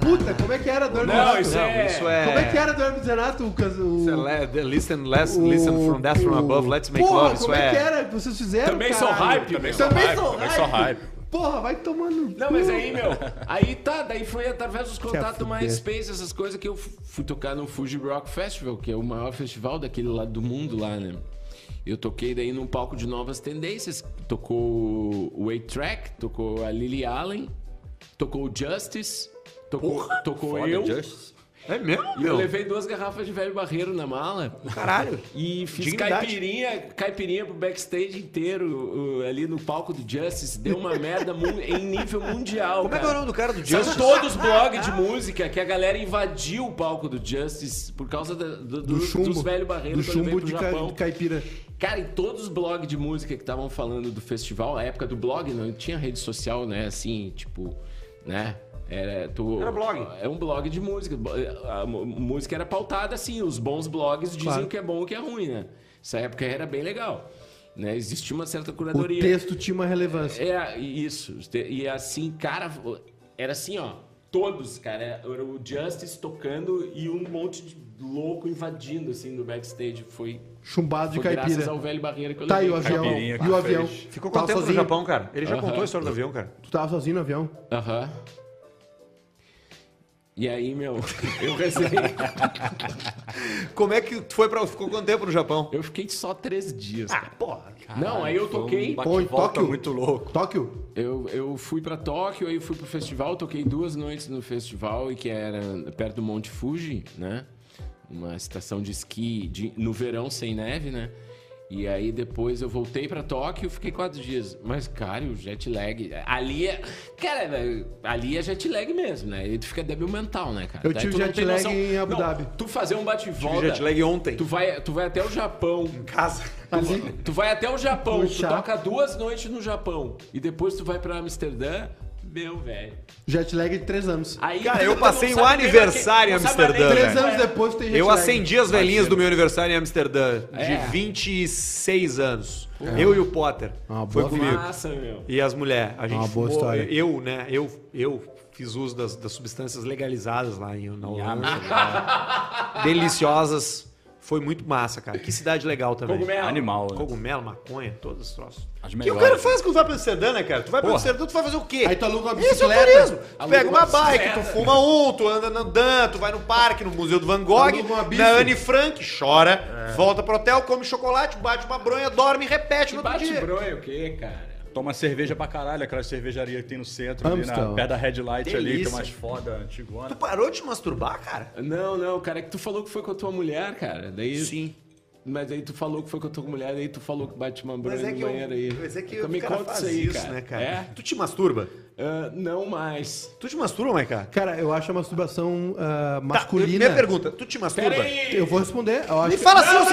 Speaker 1: Puta, como é que era do Hermes
Speaker 5: Não,
Speaker 1: Renato?
Speaker 5: isso é... Isso é...
Speaker 1: Como é que era do Hermes Renato? O canso...
Speaker 6: Isso é
Speaker 1: o-
Speaker 6: le- the Listen, less,
Speaker 1: o-
Speaker 6: listen from death from
Speaker 1: o-
Speaker 6: above, let's make
Speaker 1: Porra,
Speaker 6: love. Isso
Speaker 1: como é que
Speaker 6: é.
Speaker 1: era que vocês fizeram,
Speaker 5: Também sou
Speaker 1: sou
Speaker 5: hype, também sou
Speaker 1: Também
Speaker 2: hype,
Speaker 1: sou
Speaker 2: também sou
Speaker 1: hype.
Speaker 2: hype.
Speaker 1: Porra, vai tomando... no
Speaker 5: Não,
Speaker 1: cu.
Speaker 5: mas aí, meu, aí tá, daí foi através dos contatos do
Speaker 1: fuder.
Speaker 5: MySpace, essas coisas que eu fu- fui tocar no Fuji Rock Festival, que é o maior festival daquele lado do mundo lá, né? Eu toquei daí num palco de novas tendências, tocou o Eight Track, tocou a Lily Allen, tocou o Justice, tocou, tocou eu.
Speaker 6: É mesmo,
Speaker 5: E eu
Speaker 6: meu?
Speaker 5: levei duas garrafas de velho barreiro na mala.
Speaker 4: Caralho.
Speaker 5: E fiz
Speaker 4: Dignidade.
Speaker 5: caipirinha, caipirinha pro backstage inteiro, uh, ali no palco do Justice. Deu uma merda mu- em nível mundial.
Speaker 4: Como é que é o nome do cara do
Speaker 5: São
Speaker 4: Justice?
Speaker 5: todos os blogs de música que a galera invadiu o palco do Justice por causa da-
Speaker 1: Do
Speaker 5: do, do-
Speaker 1: chumbo.
Speaker 5: dos velhos barreiros
Speaker 1: do
Speaker 5: que eu levei
Speaker 1: chumbo
Speaker 5: pro
Speaker 1: de ca-
Speaker 5: Japão.
Speaker 1: de caipira.
Speaker 5: Cara, e todos os blogs de música que estavam falando do festival, a época do blog, não tinha rede social, né? Assim, tipo, né? Era, tu,
Speaker 4: Era blog.
Speaker 5: É um blog de música. A mu- música era pautada assim, os bons blogs dizem
Speaker 1: Claro.
Speaker 5: o que é bom e o que é ruim, né? Essa época era bem legal. Né? Existia uma certa
Speaker 1: O
Speaker 5: curadoria.
Speaker 1: texto tinha uma relevância.
Speaker 5: É, isso. E assim, cara, era assim, ó. Todos, cara. Era o Justice tocando e um monte de louco invadindo, assim, no backstage. Foi,
Speaker 1: Chumbado de
Speaker 5: foi graças
Speaker 1: caipira.
Speaker 5: ao velho barreira que eu
Speaker 1: Tá aí o
Speaker 5: levei.
Speaker 1: avião.
Speaker 2: Caipirinha que
Speaker 1: E o avião.
Speaker 2: fez.
Speaker 4: Ficou
Speaker 1: Tava
Speaker 4: quanto tempo no
Speaker 1: sozinho?
Speaker 4: Japão, cara? Ele já contou a história do avião, cara.
Speaker 1: Tu tava sozinho no avião.
Speaker 5: Aham. E aí, meu, eu recebi.
Speaker 4: Como é que tu foi pra... Ficou quanto tempo no Japão?
Speaker 5: eu fiquei só três dias, cara.
Speaker 4: Porra.
Speaker 2: Ah,
Speaker 5: Não, aí
Speaker 2: um
Speaker 5: eu toquei.
Speaker 1: Pô, em Tóquio.
Speaker 2: muito louco.
Speaker 1: Tóquio.
Speaker 5: Eu, eu fui pra Tóquio, aí eu fui pro festival, toquei duas noites no festival, e que era perto do Monte Fuji, né? Uma estação de esqui de- no verão sem neve, né? E aí depois eu voltei pra Tóquio, fiquei quatro dias. Mas, cara, e o jet lag. Ali é. Cara, velho, ali é jet lag mesmo, né? E tu fica débil mental, né, cara?
Speaker 1: Eu
Speaker 5: Daí
Speaker 1: tive
Speaker 5: tu não
Speaker 1: jet
Speaker 5: tem
Speaker 1: lag em Abu
Speaker 5: Não,
Speaker 1: Dhabi.
Speaker 5: Tu fazer um bate-volta.
Speaker 4: Jet lag ontem.
Speaker 5: Tu vai, tu vai até o Japão.
Speaker 4: Em casa.
Speaker 1: Ali.
Speaker 5: Tu vai até o Japão,
Speaker 1: Puxa.
Speaker 5: tu toca duas noites no Japão e depois tu vai pra Amsterdã. Meu, velho.
Speaker 1: Jet lag de três anos.
Speaker 5: Aí
Speaker 4: Cara,
Speaker 5: tu
Speaker 4: eu
Speaker 5: não
Speaker 4: passei
Speaker 5: sabe
Speaker 4: um
Speaker 5: nem pra quem-
Speaker 4: aniversário em
Speaker 5: não sabe
Speaker 4: Amsterdã,
Speaker 5: nem pra
Speaker 1: Três
Speaker 5: quem é
Speaker 1: anos
Speaker 5: vai.
Speaker 1: depois tem jet
Speaker 4: Eu
Speaker 1: lag.
Speaker 4: acendi as velhinhas do meu aniversário em Amsterdã,
Speaker 5: É.
Speaker 4: de 26 anos. Eu e o Potter.
Speaker 1: Uma
Speaker 4: Foi
Speaker 1: boa
Speaker 4: comigo.
Speaker 5: Massa, meu.
Speaker 4: E as mulheres. A gente
Speaker 1: uma boa
Speaker 4: fumou-
Speaker 1: história.
Speaker 4: Eu, né? Eu, eu fiz uso das, das substâncias legalizadas lá em, na Holanda. Deliciosas. Foi muito massa, cara. Que cidade legal também.
Speaker 5: Cogumelo.
Speaker 2: Animal, né?
Speaker 4: Cogumelo, maconha, todos os troços.
Speaker 2: As
Speaker 4: que o
Speaker 2: melhores.
Speaker 4: cara faz quando vai pra Amsterdã, né, cara? Tu vai pra
Speaker 2: Porra.
Speaker 4: Amsterdã, tu vai fazer o quê?
Speaker 1: Aí tu aluga uma
Speaker 4: Esse é o
Speaker 1: bicicleta.
Speaker 4: turismo. Tu
Speaker 5: Aluga
Speaker 4: pega
Speaker 5: uma
Speaker 4: uma bike, tu
Speaker 5: bicicleta.
Speaker 4: fuma um, tu anda andando, tu vai no parque, no Museu do Van Gogh,
Speaker 1: Aluga uma bici.
Speaker 4: na Anne Frank,
Speaker 1: É.
Speaker 4: chora, volta pro hotel, come chocolate, bate uma bronha, dorme e repete
Speaker 5: Que
Speaker 4: no outro dia.
Speaker 5: bate-bronha o quê, cara?
Speaker 2: Toma cerveja pra caralho, aquela cervejaria que tem no centro, ali
Speaker 1: Amstel.
Speaker 2: na, perto da headlight ali, que é
Speaker 4: Delícia.
Speaker 2: tem
Speaker 1: é
Speaker 2: umas foda
Speaker 4: Tu
Speaker 2: antigona.
Speaker 4: parou de te masturbar, cara?
Speaker 5: Não, não, cara, é que tu falou que foi com a tua mulher, cara. Daí,
Speaker 4: Sim.
Speaker 5: Mas aí tu falou que foi com a tua mulher, daí tu falou que bate uma
Speaker 4: Mas
Speaker 5: bronha
Speaker 4: é
Speaker 5: no
Speaker 4: que, eu,
Speaker 5: banheiro aí.
Speaker 4: mas é que
Speaker 5: Então
Speaker 4: o cara
Speaker 5: conta
Speaker 4: faz
Speaker 5: isso aí,
Speaker 4: isso, né, cara?
Speaker 5: É?
Speaker 4: Tu te masturba?
Speaker 5: Ah, não mais.
Speaker 4: Tu te masturba, né, Maiká?
Speaker 1: Cara, eu acho a masturbação ah,
Speaker 4: Tá,
Speaker 1: masculina.
Speaker 4: minha pergunta, tu te masturba?
Speaker 5: Pera aí!
Speaker 1: Eu vou responder. Eu acho
Speaker 4: Me
Speaker 1: que-
Speaker 4: fala sim ou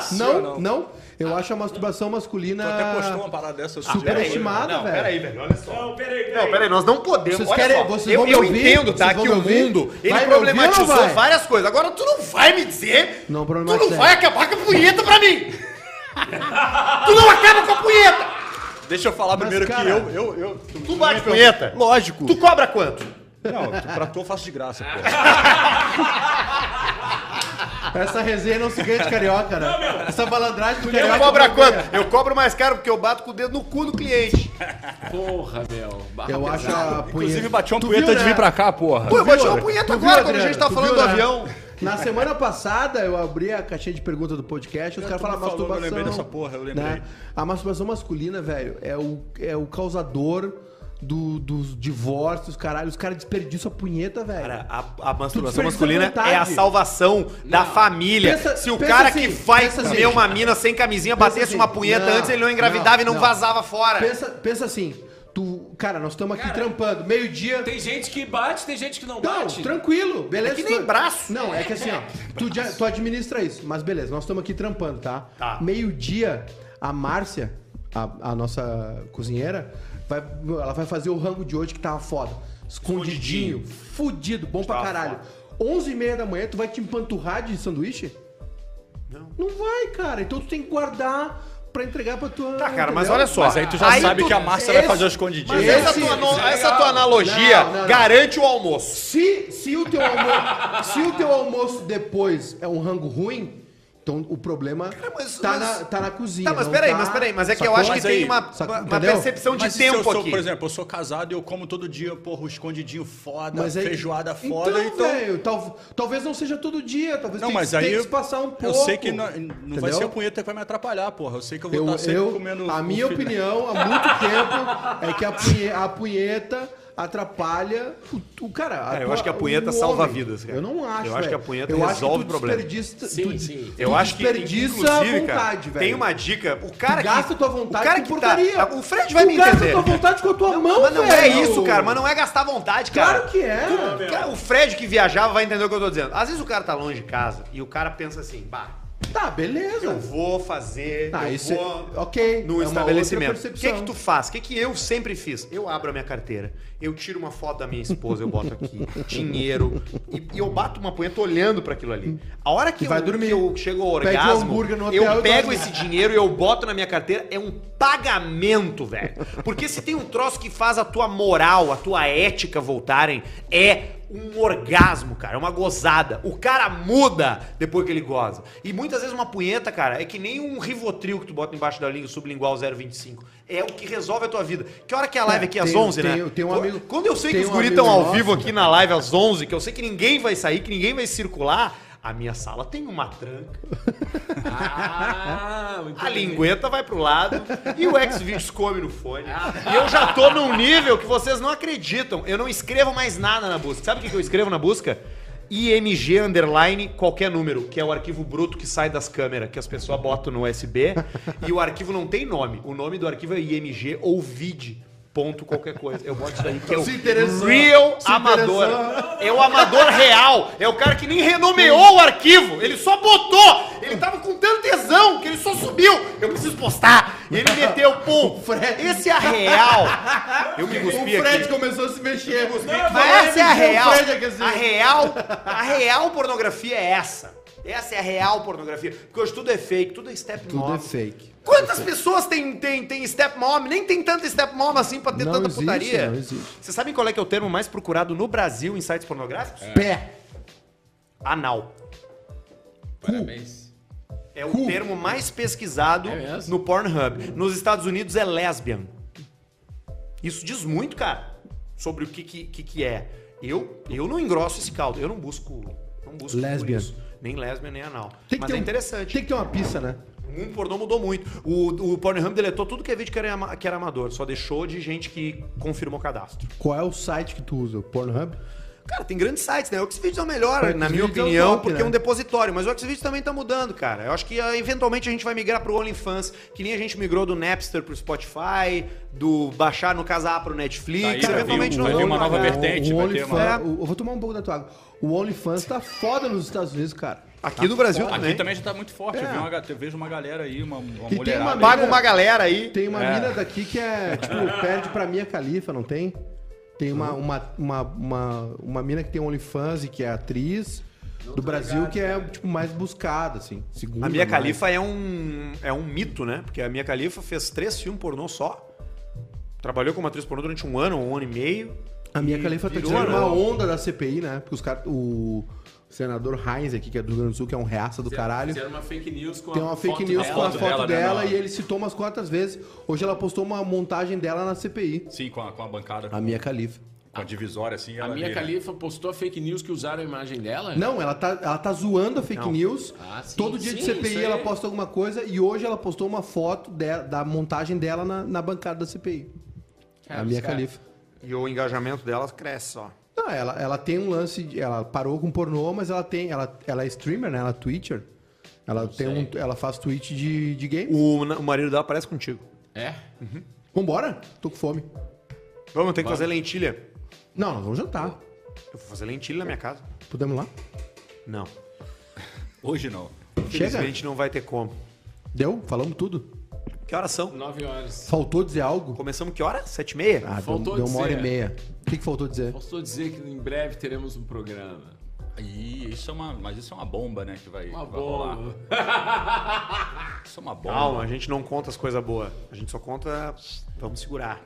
Speaker 4: se não!
Speaker 1: Não, não, Eu acho a masturbação masculina.
Speaker 2: Tu até postou
Speaker 4: Ah,
Speaker 2: uma parada dessa outro dia.
Speaker 1: Superestimada, velho.
Speaker 4: velho, olha só. Não, peraí, peraí. Não, peraí, nós não podemos.
Speaker 1: Vocês
Speaker 4: olha
Speaker 1: querem-
Speaker 4: só,
Speaker 1: vocês
Speaker 4: eu,
Speaker 1: vão me
Speaker 4: eu
Speaker 1: ouvir?
Speaker 4: entendo, tá?
Speaker 1: Vocês vão
Speaker 4: Que o
Speaker 1: me ouvir?
Speaker 4: mundo, ele
Speaker 1: Vai me ouvir
Speaker 4: problematizou
Speaker 1: ou não vai?
Speaker 4: várias coisas. Agora tu não vai me dizer.
Speaker 1: Não
Speaker 4: tu
Speaker 1: problematiza.
Speaker 4: não vai acabar com a punheta pra mim! tu não acaba com a punheta!
Speaker 2: Deixa eu falar primeiro
Speaker 1: cara-
Speaker 2: que eu. eu, eu tu,
Speaker 4: Tu bate punheta?
Speaker 2: Lógico.
Speaker 4: Tu cobra quanto?
Speaker 2: Não, tu, pra tu eu faço de graça, pô.
Speaker 1: Essa resenha não se ganha de carioca, né? Essa malandragem do carioca.
Speaker 4: Eu cobro
Speaker 1: não ganha.
Speaker 4: quanto? Eu cobro mais caro porque eu bato com o dedo no cu do cliente.
Speaker 5: Porra, meu. Barra
Speaker 1: Eu acho
Speaker 5: pesada.
Speaker 1: a punheta.
Speaker 2: Inclusive bateu uma
Speaker 1: Tu
Speaker 2: punheta
Speaker 1: viu,
Speaker 2: de
Speaker 1: né?
Speaker 2: vir pra cá, porra.
Speaker 4: Pô, eu
Speaker 1: Viu,
Speaker 4: bati uma
Speaker 1: Adriano?
Speaker 4: punheta
Speaker 1: Tu viu,
Speaker 4: agora quando a gente
Speaker 1: Adriano?
Speaker 4: tá
Speaker 1: Tu
Speaker 4: falando
Speaker 1: viu,
Speaker 4: do
Speaker 1: né?
Speaker 4: avião.
Speaker 1: Na semana passada, eu abri a caixinha de pergunta do podcast, os caras
Speaker 2: tu me
Speaker 1: falaram
Speaker 2: falou,
Speaker 1: masturbação. né?
Speaker 2: eu lembrei dessa porra, eu lembrei.
Speaker 1: A masturbação masculina, velho, é o, é o causador do- dos divórcios, caralho. Os caras desperdiçam a punheta, velho.
Speaker 4: Cara, a, a
Speaker 1: desperdiça
Speaker 4: masturbação masculina
Speaker 1: vontade.
Speaker 4: é a salvação da família.
Speaker 1: Pensa-
Speaker 4: Se o
Speaker 1: pensa
Speaker 4: cara
Speaker 1: assim,
Speaker 4: que vai
Speaker 1: pensa
Speaker 4: comer
Speaker 1: assim.
Speaker 4: uma mina sem camisinha
Speaker 1: Pensa
Speaker 4: batesse
Speaker 1: assim,
Speaker 4: uma punheta
Speaker 1: não,
Speaker 4: antes, ele não engravidava e não,
Speaker 1: não.
Speaker 4: vazava fora.
Speaker 1: Pensa, pensa assim, tu. Cara, nós estamos aqui trampando, meio-dia.
Speaker 5: Tem gente que bate, tem gente que não
Speaker 1: Não,
Speaker 5: bate.
Speaker 1: tranquilo, beleza.
Speaker 4: É que nem
Speaker 1: Tu-
Speaker 4: braço.
Speaker 1: Não, é que assim, ó, tu, já- tu administra isso, mas beleza, nós estamos aqui trampando, tá?
Speaker 4: Tá.
Speaker 1: Meio-dia, a Márcia, a, a nossa cozinheira, vai, ela vai fazer o rango de hoje que tava foda. Escondidinho, fudido, bom pra
Speaker 4: Tava
Speaker 1: caralho.
Speaker 4: foda.
Speaker 1: 11h30 da manhã, tu vai te empanturrar de sanduíche?
Speaker 4: Não.
Speaker 1: Não vai, cara. Então tu tem que guardar pra entregar pra tua.
Speaker 4: Tá, cara, mas
Speaker 1: entendeu?
Speaker 4: olha só.
Speaker 2: Mas aí tu já sabe que a Márcia vai
Speaker 1: esse-
Speaker 2: fazer o escondidinho.
Speaker 1: mas
Speaker 4: Mas essa,
Speaker 1: esse-
Speaker 4: tua, no-
Speaker 1: isso é
Speaker 4: essa tua analogia
Speaker 1: Não, não, não.
Speaker 4: garante o almoço.
Speaker 1: Se, se, o teu almoço, se o teu almoço depois é um rango ruim, então o problema
Speaker 4: mas-
Speaker 1: tá,
Speaker 4: mas-
Speaker 1: na, tá na cozinha.
Speaker 4: Tá, mas
Speaker 1: não
Speaker 4: peraí,
Speaker 1: tá-
Speaker 4: mas peraí, mas é que eu
Speaker 1: sacou?
Speaker 4: acho que
Speaker 2: Mas
Speaker 4: tem
Speaker 2: aí,
Speaker 4: uma,
Speaker 1: sacou?
Speaker 4: uma- uma
Speaker 1: Entendeu?
Speaker 4: percepção de
Speaker 2: Mas se eu
Speaker 4: tempo
Speaker 2: sou,
Speaker 4: aqui.
Speaker 2: por exemplo, eu sou casado e eu como todo dia, porra, o escondidinho foda,
Speaker 1: Mas aí-
Speaker 2: feijoada foda,
Speaker 1: Então,
Speaker 2: então.
Speaker 1: velho, tal- talvez não seja todo dia, talvez
Speaker 2: Não,
Speaker 1: tem,
Speaker 2: mas
Speaker 1: que- tem
Speaker 2: aí
Speaker 1: que se passar um pouco.
Speaker 2: eu sei que não, não vai
Speaker 1: entendeu?
Speaker 2: ser a punheta que vai me atrapalhar, porra. Eu sei que eu vou
Speaker 1: Eu,
Speaker 2: estar sempre
Speaker 1: eu-
Speaker 2: comendo.
Speaker 1: a
Speaker 2: um
Speaker 1: minha
Speaker 2: filé.
Speaker 1: opinião há muito tempo é que a punheta, a punheta atrapalha o, o cara. a
Speaker 4: Cara, É, eu
Speaker 1: tua-
Speaker 4: acho que a punheta
Speaker 1: o
Speaker 4: salva
Speaker 1: homem.
Speaker 4: vidas, cara.
Speaker 1: Eu não acho.
Speaker 4: Eu acho que a
Speaker 1: velho.
Speaker 4: punheta
Speaker 1: Eu acho que
Speaker 4: resolve
Speaker 1: tu
Speaker 4: o problema.
Speaker 1: desperdiça-
Speaker 5: Sim,
Speaker 1: tu-
Speaker 5: sim.
Speaker 4: Eu
Speaker 1: tu
Speaker 4: acho que,
Speaker 1: desperdiça
Speaker 4: inclusive,
Speaker 1: a vontade,
Speaker 4: cara,
Speaker 1: velho.
Speaker 4: tem uma dica. O cara
Speaker 1: tu gasta tua vontade
Speaker 4: o cara
Speaker 1: com
Speaker 4: que
Speaker 1: porcaria.
Speaker 4: Tá, o Fred vai me
Speaker 1: Tu
Speaker 4: entender.
Speaker 1: gasta tua vontade com a tua mão,
Speaker 4: mas não é
Speaker 1: velho.
Speaker 4: isso, cara. Mas não é gastar vontade, cara.
Speaker 1: Claro que é.
Speaker 4: Tu- cara, o Fred que viajava vai entender o que eu tô dizendo. Às vezes o cara tá longe de casa e o cara pensa assim, bah,
Speaker 1: Tá,
Speaker 4: eu
Speaker 1: beleza.
Speaker 4: vou fazer,
Speaker 1: Ah,
Speaker 4: eu
Speaker 1: isso é-
Speaker 4: vou
Speaker 1: ok, é
Speaker 4: no
Speaker 1: uma outra
Speaker 4: estabelecimento. O que
Speaker 1: percepção.
Speaker 4: que tu faz? O que que eu sempre fiz? Eu abro a minha carteira, eu tiro uma foto da minha esposa, eu boto aqui, dinheiro, e, e eu bato uma punheta olhando pra aquilo ali. A hora que,
Speaker 1: E vai
Speaker 4: eu,
Speaker 1: dormir.
Speaker 4: que eu chego ao
Speaker 1: Pede um
Speaker 4: orgasmo,
Speaker 1: hambúrguer no hotel
Speaker 4: eu
Speaker 1: e
Speaker 4: pego
Speaker 1: dorme.
Speaker 4: esse dinheiro e eu boto na minha carteira, é um pagamento, velho. Porque se tem um troço que faz a tua moral, a tua ética voltarem, é um orgasmo, cara, é uma gozada. O cara muda depois que ele goza. E muitas vezes uma punheta, cara, é que nem um Rivotril que tu bota embaixo da língua sublingual 025. É o que resolve a tua vida. Que hora que é a live
Speaker 1: É,
Speaker 4: aqui às
Speaker 1: tem-
Speaker 4: 11, né?
Speaker 1: tem- tem um amigo-
Speaker 4: Quando eu sei que
Speaker 1: tem
Speaker 4: os
Speaker 1: um
Speaker 4: guris
Speaker 1: amigo
Speaker 4: estão ao
Speaker 1: nosso, tá-
Speaker 4: vivo aqui na live às 11, que eu sei que ninguém vai sair, que ninguém vai circular, a minha sala tem uma tranca.
Speaker 5: Ah, muito
Speaker 4: A
Speaker 5: bem.
Speaker 4: lingueta vai pro lado e o Xvideos come no fone. E eu já tô num nível que vocês não acreditam. Eu não escrevo mais nada na busca. Sabe o que que eu escrevo na busca? IMG underline qualquer número, que é o arquivo bruto que sai das câmeras, que as pessoas botam no USB. e o arquivo não tem nome. O nome do arquivo é IMG ou vid. Ponto qualquer coisa. Eu boto isso daí que é o
Speaker 1: Se interessou.
Speaker 4: real
Speaker 1: Se
Speaker 4: amador.
Speaker 1: interessou.
Speaker 4: É o amador real. É o cara que nem renomeou o arquivo. Ele só botou. Ele tava com tanto tesão que ele só subiu. Eu preciso postar. E ele meteu, pum.
Speaker 1: Fred.
Speaker 4: Esse é a real. Eu me
Speaker 1: O
Speaker 4: cuspi
Speaker 1: Fred
Speaker 4: aqui.
Speaker 1: começou a se mexer.
Speaker 4: Mas essa é a real.
Speaker 1: O Fred é que assim-
Speaker 4: A real, a real pornografia é essa. Essa é a real pornografia. Porque hoje tudo é fake, tudo é step
Speaker 1: Tudo
Speaker 4: mom.
Speaker 1: é fake.
Speaker 4: Quantas pessoas tem, tem, tem step mom? Nem tem tanta step mom assim pra ter
Speaker 1: Não
Speaker 4: tanta
Speaker 1: existe,
Speaker 4: putaria.
Speaker 1: não existe.
Speaker 4: Vocês sabem qual é que é o termo mais procurado no Brasil em sites pornográficos?
Speaker 1: Pé.
Speaker 4: Anal.
Speaker 5: Parabéns.
Speaker 4: É o termo mais pesquisado
Speaker 5: É mesmo?
Speaker 4: no Pornhub. Nos Estados Unidos é lesbian. Isso diz muito, cara, sobre o que, que, que, que é. Eu, eu não engrosso esse caldo, eu não busco. Não busco por
Speaker 1: Lesbian.
Speaker 4: isso. Nem lesbian, nem anal.
Speaker 1: Tem que
Speaker 4: Mas
Speaker 1: ter
Speaker 4: é
Speaker 1: um-
Speaker 4: interessante.
Speaker 1: Tem que ter uma pista, né?
Speaker 4: O mundo pornô mudou muito. O, o Pornhub deletou tudo que é vídeo que era, ama- que era amador, só deixou de gente que confirmou cadastro.
Speaker 1: Qual é o site que tu usa? O Pornhub?
Speaker 4: Cara, tem grandes sites, né? O Xvideos é o melhor, na
Speaker 1: Xvideos é
Speaker 4: minha
Speaker 1: o
Speaker 4: opinião,
Speaker 1: top,
Speaker 4: porque
Speaker 1: né?
Speaker 4: é um depositório. Mas o Xvideos também tá mudando, cara. Eu acho que ah, eventualmente a gente vai migrar pro OnlyFans, que nem a gente migrou do Napster pro Spotify, do baixar, no caso, a pro Netflix.
Speaker 1: é
Speaker 2: Daí vai vir-
Speaker 4: eventualmente
Speaker 2: vai
Speaker 4: nós
Speaker 2: vir
Speaker 4: vamos
Speaker 2: uma nova
Speaker 4: migrar.
Speaker 2: vertente,
Speaker 1: o
Speaker 2: vai ter uma-
Speaker 1: OnlyFans- o- Eu vou tomar um pouco da tua água. O OnlyFans tá foda nos Estados Unidos, cara.
Speaker 4: Aqui no Brasil
Speaker 2: Aqui
Speaker 4: também.
Speaker 2: também já tá muito forte. Eu, vi
Speaker 1: É.
Speaker 2: uma, ga- eu vejo uma galera aí, uma, uma
Speaker 1: tem
Speaker 2: mulherada.
Speaker 1: uma
Speaker 2: aí.
Speaker 4: Paga uma galera aí.
Speaker 1: Tem uma mina daqui que é, tipo, perde pra Mia Califa, não tem? Tem uma, uma, uma, uma, uma mina que tem OnlyFans e que é atriz do Brasil que é, tipo, mais buscada, assim. Segunda,
Speaker 4: A Mia
Speaker 1: mais.
Speaker 4: Khalifa é um, é um mito, né? Porque a Mia Khalifa fez três filmes pornô só. Trabalhou como atriz pornô durante um ano, um ano e meio.
Speaker 1: A Mia Khalifa tá
Speaker 4: virou,
Speaker 1: tirando
Speaker 4: né?
Speaker 1: uma onda da CPI, né? Porque os caras... O senador Heinz aqui, que é do Rio Grande do Sul, que é um reaça do caralho...
Speaker 5: Fizeram uma fake news com a
Speaker 1: Tem uma fake
Speaker 5: foto
Speaker 1: news
Speaker 5: dela.
Speaker 1: com a
Speaker 2: foto
Speaker 1: foto
Speaker 2: dela,
Speaker 1: dela,
Speaker 2: né, na-
Speaker 1: e ele citou umas quantas vezes. Hoje ela postou uma montagem dela na CPI.
Speaker 2: Sim, assim, com a, com a bancada, com
Speaker 1: A Mia Khalifa.
Speaker 2: com a divisória, assim.
Speaker 5: A
Speaker 2: ela
Speaker 5: minha
Speaker 2: vira.
Speaker 5: Califa postou a fake news que usaram a imagem dela?
Speaker 1: Não, ela tá, ela tá zoando a fake news.
Speaker 5: Ah, sim.
Speaker 1: Todo dia de
Speaker 5: Sim, isso
Speaker 1: CPI
Speaker 5: aí.
Speaker 1: ela posta alguma coisa e hoje ela postou uma foto de- da montagem dela na, na bancada da CPI. a Mia Khalifa.
Speaker 4: E o engajamento dela cresce só.
Speaker 1: Não, ela, ela tem um lance. de- ela parou com pornô, mas ela tem. Ela, ela é streamer, né? Ela é Twitcher. Ela, tem um, ela faz tweet de, de game.
Speaker 4: O, na- o marido dela parece contigo.
Speaker 5: É?
Speaker 1: Vambora? Tô com fome.
Speaker 4: Vamos ter que fazer lentilha.
Speaker 1: Não, nós vamos jantar.
Speaker 4: Eu vou fazer lentilha na minha casa.
Speaker 1: Podemos ir lá?
Speaker 4: Não.
Speaker 2: Hoje não.
Speaker 1: Chega.
Speaker 4: Infelizmente não vai ter como.
Speaker 1: Deu? Falamos tudo.
Speaker 4: Que horas são?
Speaker 5: 9 horas.
Speaker 1: Faltou dizer algo?
Speaker 4: Começamos que hora? Sete e meia?
Speaker 1: Ah, deu-
Speaker 5: Faltou
Speaker 1: deu, uma hora e
Speaker 5: dizer.
Speaker 1: meia. O que, que faltou dizer?
Speaker 5: Posso dizer que em breve teremos um programa.
Speaker 2: Ih, isso é uma, mas isso é uma bomba, né? Que vai,
Speaker 5: Uma
Speaker 2: vai rolar.
Speaker 5: boa.
Speaker 2: Isso é uma bomba.
Speaker 4: Calma, a gente não conta as coisas boas. A gente só conta. Vamos segurar.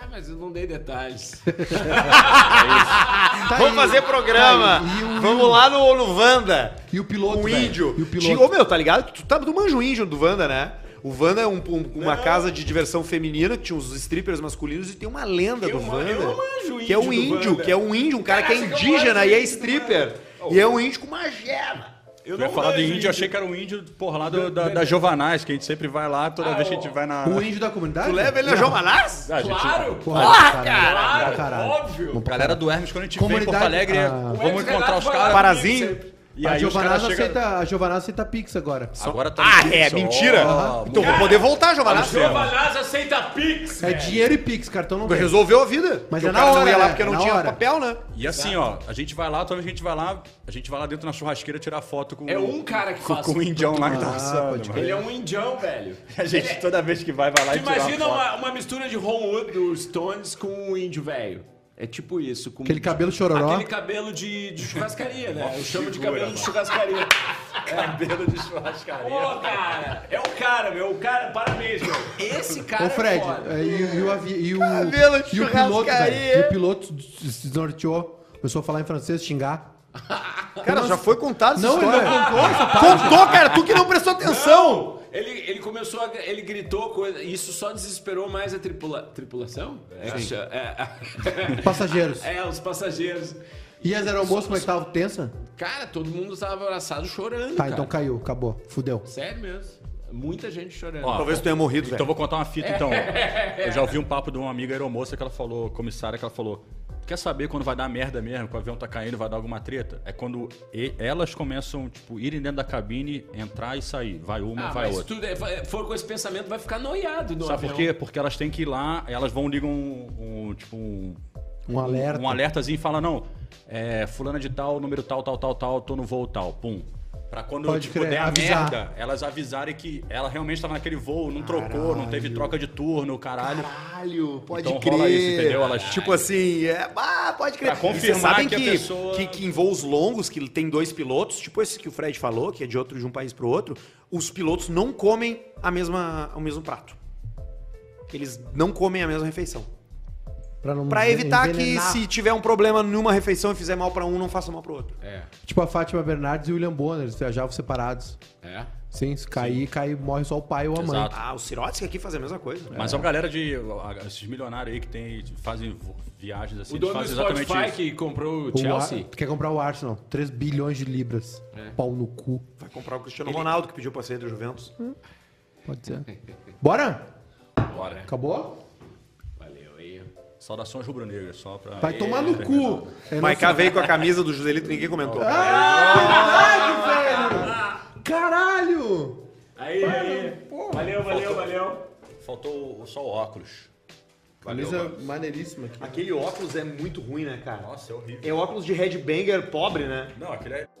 Speaker 5: Ah, mas eu não dei detalhes.
Speaker 4: Ah,
Speaker 1: tá
Speaker 4: tá Vamos fazer programa! Vamos lá no, no Wanda!
Speaker 1: E o piloto,
Speaker 4: Um
Speaker 1: velho?
Speaker 4: índio!
Speaker 1: E o piloto?
Speaker 4: Tinha- Ô meu, tá ligado? Tu tá do manjo índio do Wanda, né? O Wanda é um- um- uma casa de diversão feminina que tinha uns strippers masculinos e tem uma lenda do Wanda.
Speaker 5: eu manjo o
Speaker 4: que é um
Speaker 5: índio do
Speaker 4: índio,
Speaker 5: Wanda.
Speaker 4: que é um índio, um cara que é
Speaker 5: Caraca, eu
Speaker 4: indígena
Speaker 5: manjo
Speaker 4: e é
Speaker 5: o índio do
Speaker 4: stripper. E é um índio com uma gema.
Speaker 2: Eu ia falar do
Speaker 5: manjo
Speaker 2: índio,
Speaker 5: índio.
Speaker 2: eu achei que era o índio, porra, lá do- da, da Jovanais, que a gente sempre vai lá,
Speaker 5: Ah,
Speaker 2: toda vez que a gente vai na.
Speaker 1: O Um índio da comunidade?
Speaker 4: Tu leva ele a Jomanás?
Speaker 1: Ah,
Speaker 2: A gente-
Speaker 5: Claro!
Speaker 1: Porra,
Speaker 5: Claro,
Speaker 1: caralho,
Speaker 5: claro,
Speaker 1: pra caralho.
Speaker 5: Óbvio! é
Speaker 2: A galera do Hermes, quando a gente vem em
Speaker 1: Comunidade-
Speaker 2: Porto Alegre,
Speaker 1: Ah. O
Speaker 2: vamos encontrar os caras.
Speaker 4: Parazinho?
Speaker 2: E
Speaker 1: a
Speaker 2: aí os
Speaker 1: Giovanna
Speaker 2: caras
Speaker 1: aceita,
Speaker 2: chegam-
Speaker 1: a Giovanna aceita Pix agora.
Speaker 2: Agora tá
Speaker 4: Ah, é, mentira! então vou poder voltar, Jomanás.
Speaker 5: Giovanaz aceita Pix!
Speaker 1: É dinheiro e Pix, cartão não vem.
Speaker 4: Resolveu a vida.
Speaker 1: Mas
Speaker 4: Porque
Speaker 1: é
Speaker 4: o
Speaker 1: na
Speaker 4: cara não
Speaker 1: hora,
Speaker 4: ia lá
Speaker 1: né?
Speaker 4: porque
Speaker 1: É
Speaker 4: não
Speaker 1: na
Speaker 4: tinha
Speaker 1: hora.
Speaker 4: papel, né?
Speaker 2: E assim, ó, a gente vai lá, toda vez que a gente vai lá, a gente vai lá dentro na churrasqueira tirar foto com
Speaker 5: É um cara que faz.
Speaker 2: com o indião lá que tá
Speaker 1: Ah,
Speaker 2: assando,
Speaker 1: pode
Speaker 2: mano.
Speaker 5: Ele é um indião, velho.
Speaker 2: A gente toda vez que vai, vai lá
Speaker 5: Tu
Speaker 2: e tira
Speaker 5: imagina
Speaker 2: uma foto.
Speaker 5: uma, uma mistura de Ron Wood dos Stones com um índio, velho. É tipo isso. Com
Speaker 1: Aquele cabelo chororó.
Speaker 5: Aquele cabelo de, de churrascaria, né? Eu chamo de cabelo de churrascaria.
Speaker 2: cabelo de churrascaria.
Speaker 5: Pô, cara, é o cara, meu. O cara, parabéns, meu. Esse cara
Speaker 1: Ô Fred,
Speaker 5: é foda.
Speaker 1: é, e, e o avi- e o
Speaker 4: Cabelo de
Speaker 1: e o piloto,
Speaker 4: churrascaria.
Speaker 1: velho, e o piloto des- desnorteou, começou a falar em francês, xingar.
Speaker 4: Cara, já foi contado essa
Speaker 1: Não, ele
Speaker 4: história.
Speaker 1: não contou essa parte.
Speaker 4: Contou, cara, tu que não prestou atenção.
Speaker 5: Não! Ele, ele começou a. Ele gritou coisa. e Isso só desesperou mais a tripula, tripulação? É, acho- é,
Speaker 1: Passageiros.
Speaker 5: é, os passageiros.
Speaker 1: E as aeromoças, como é que tava? Tensa?
Speaker 5: Cara, todo mundo estava abraçado chorando.
Speaker 1: Tá,
Speaker 5: cara.
Speaker 1: então caiu, acabou, fudeu.
Speaker 5: Sério mesmo. Muita gente chorando. Ah,
Speaker 2: Ó,
Speaker 4: Talvez tu tenha morrido,
Speaker 2: Então
Speaker 4: velho.
Speaker 2: vou contar uma fita, então. Eu já ouvi um papo de uma amiga aeromoça que ela falou, comissária, que ela falou: quer saber quando vai dar merda mesmo, que o avião tá caindo, vai dar alguma treta? É quando e- elas começam, tipo, irem dentro da cabine, entrar e sair. Vai uma,
Speaker 5: Ah,
Speaker 2: vai
Speaker 5: mas
Speaker 2: outra.
Speaker 5: tudo é- vai- for com esse pensamento, vai ficar noiado no
Speaker 2: Sabe
Speaker 5: avião.
Speaker 2: por quê? Porque elas têm que ir lá, elas vão ligam um, um, tipo, um,
Speaker 1: Um alerta.
Speaker 2: um alertazinho e fala: não, é, fulana de tal, número tal, tal, tal, tal, tô no voo tal. Pum. Pra quando
Speaker 1: Pode
Speaker 2: tipo,
Speaker 1: crer,
Speaker 2: der a
Speaker 1: avisar.
Speaker 2: merda, elas avisarem que ela realmente tava naquele voo, não trocou, não teve troca de turno, caralho.
Speaker 4: Caralho, pode
Speaker 2: Então
Speaker 4: crer.
Speaker 2: rola isso, entendeu? Elas-
Speaker 4: Tipo assim, é, ah, pode crer.
Speaker 2: Pra confirmar
Speaker 4: E vocês sabem
Speaker 2: que a
Speaker 4: que,
Speaker 2: pessoa-
Speaker 4: que, que em voos longos, que tem dois pilotos, tipo esse que o Fred falou, que é de outro de um país pro outro, os pilotos não comem a mesma, o mesmo prato. Eles não comem a mesma refeição.
Speaker 1: Pra, não
Speaker 4: Pra evitar que
Speaker 1: envenenar.
Speaker 4: se tiver um problema numa refeição e fizer mal pra um, não faça mal pro outro.
Speaker 5: É,
Speaker 1: Tipo a Fátima Bernardes e o William Bonner, eles viajavam separados.
Speaker 5: é.
Speaker 1: Sim, se cair, cair, morre só o pai ou a mãe.
Speaker 2: Exato.
Speaker 4: Ah, o Sirotsky aqui faz a mesma coisa. né?
Speaker 2: Mas é uma galera de. a- Esses milionários aí que tem, fazem vo- viagens assim,
Speaker 5: O
Speaker 2: eles
Speaker 5: dono do
Speaker 2: fazem exatamente
Speaker 5: Spotify
Speaker 2: isso.
Speaker 5: que comprou o
Speaker 1: O Ar-
Speaker 5: Chelsea.
Speaker 1: tu quer comprar o Arsenal, 3 bilhões de libras. Pau no cu.
Speaker 4: Vai comprar o Cristiano Ronaldo, que pediu pra sair do Juventus.
Speaker 1: Pode ser. Bora?
Speaker 5: Bora.
Speaker 1: Acabou?
Speaker 5: Valeu aí.
Speaker 2: Saudações rubro-negras, só pra.
Speaker 1: Vai tomar no cu. É
Speaker 6: Maiká veio com a camisa do Joselito, ninguém comentou.
Speaker 1: nosso- Caralho!
Speaker 5: Aí,
Speaker 1: É.
Speaker 5: aí. Valeu, valeu, valeu.
Speaker 2: Faltou só o óculos.
Speaker 1: Camisa maneiríssima aqui.
Speaker 6: Aquele óculos é muito ruim, né, cara?
Speaker 2: Nossa, é horrível.
Speaker 6: É óculos de headbanger pobre, né?
Speaker 2: Não, aquele é.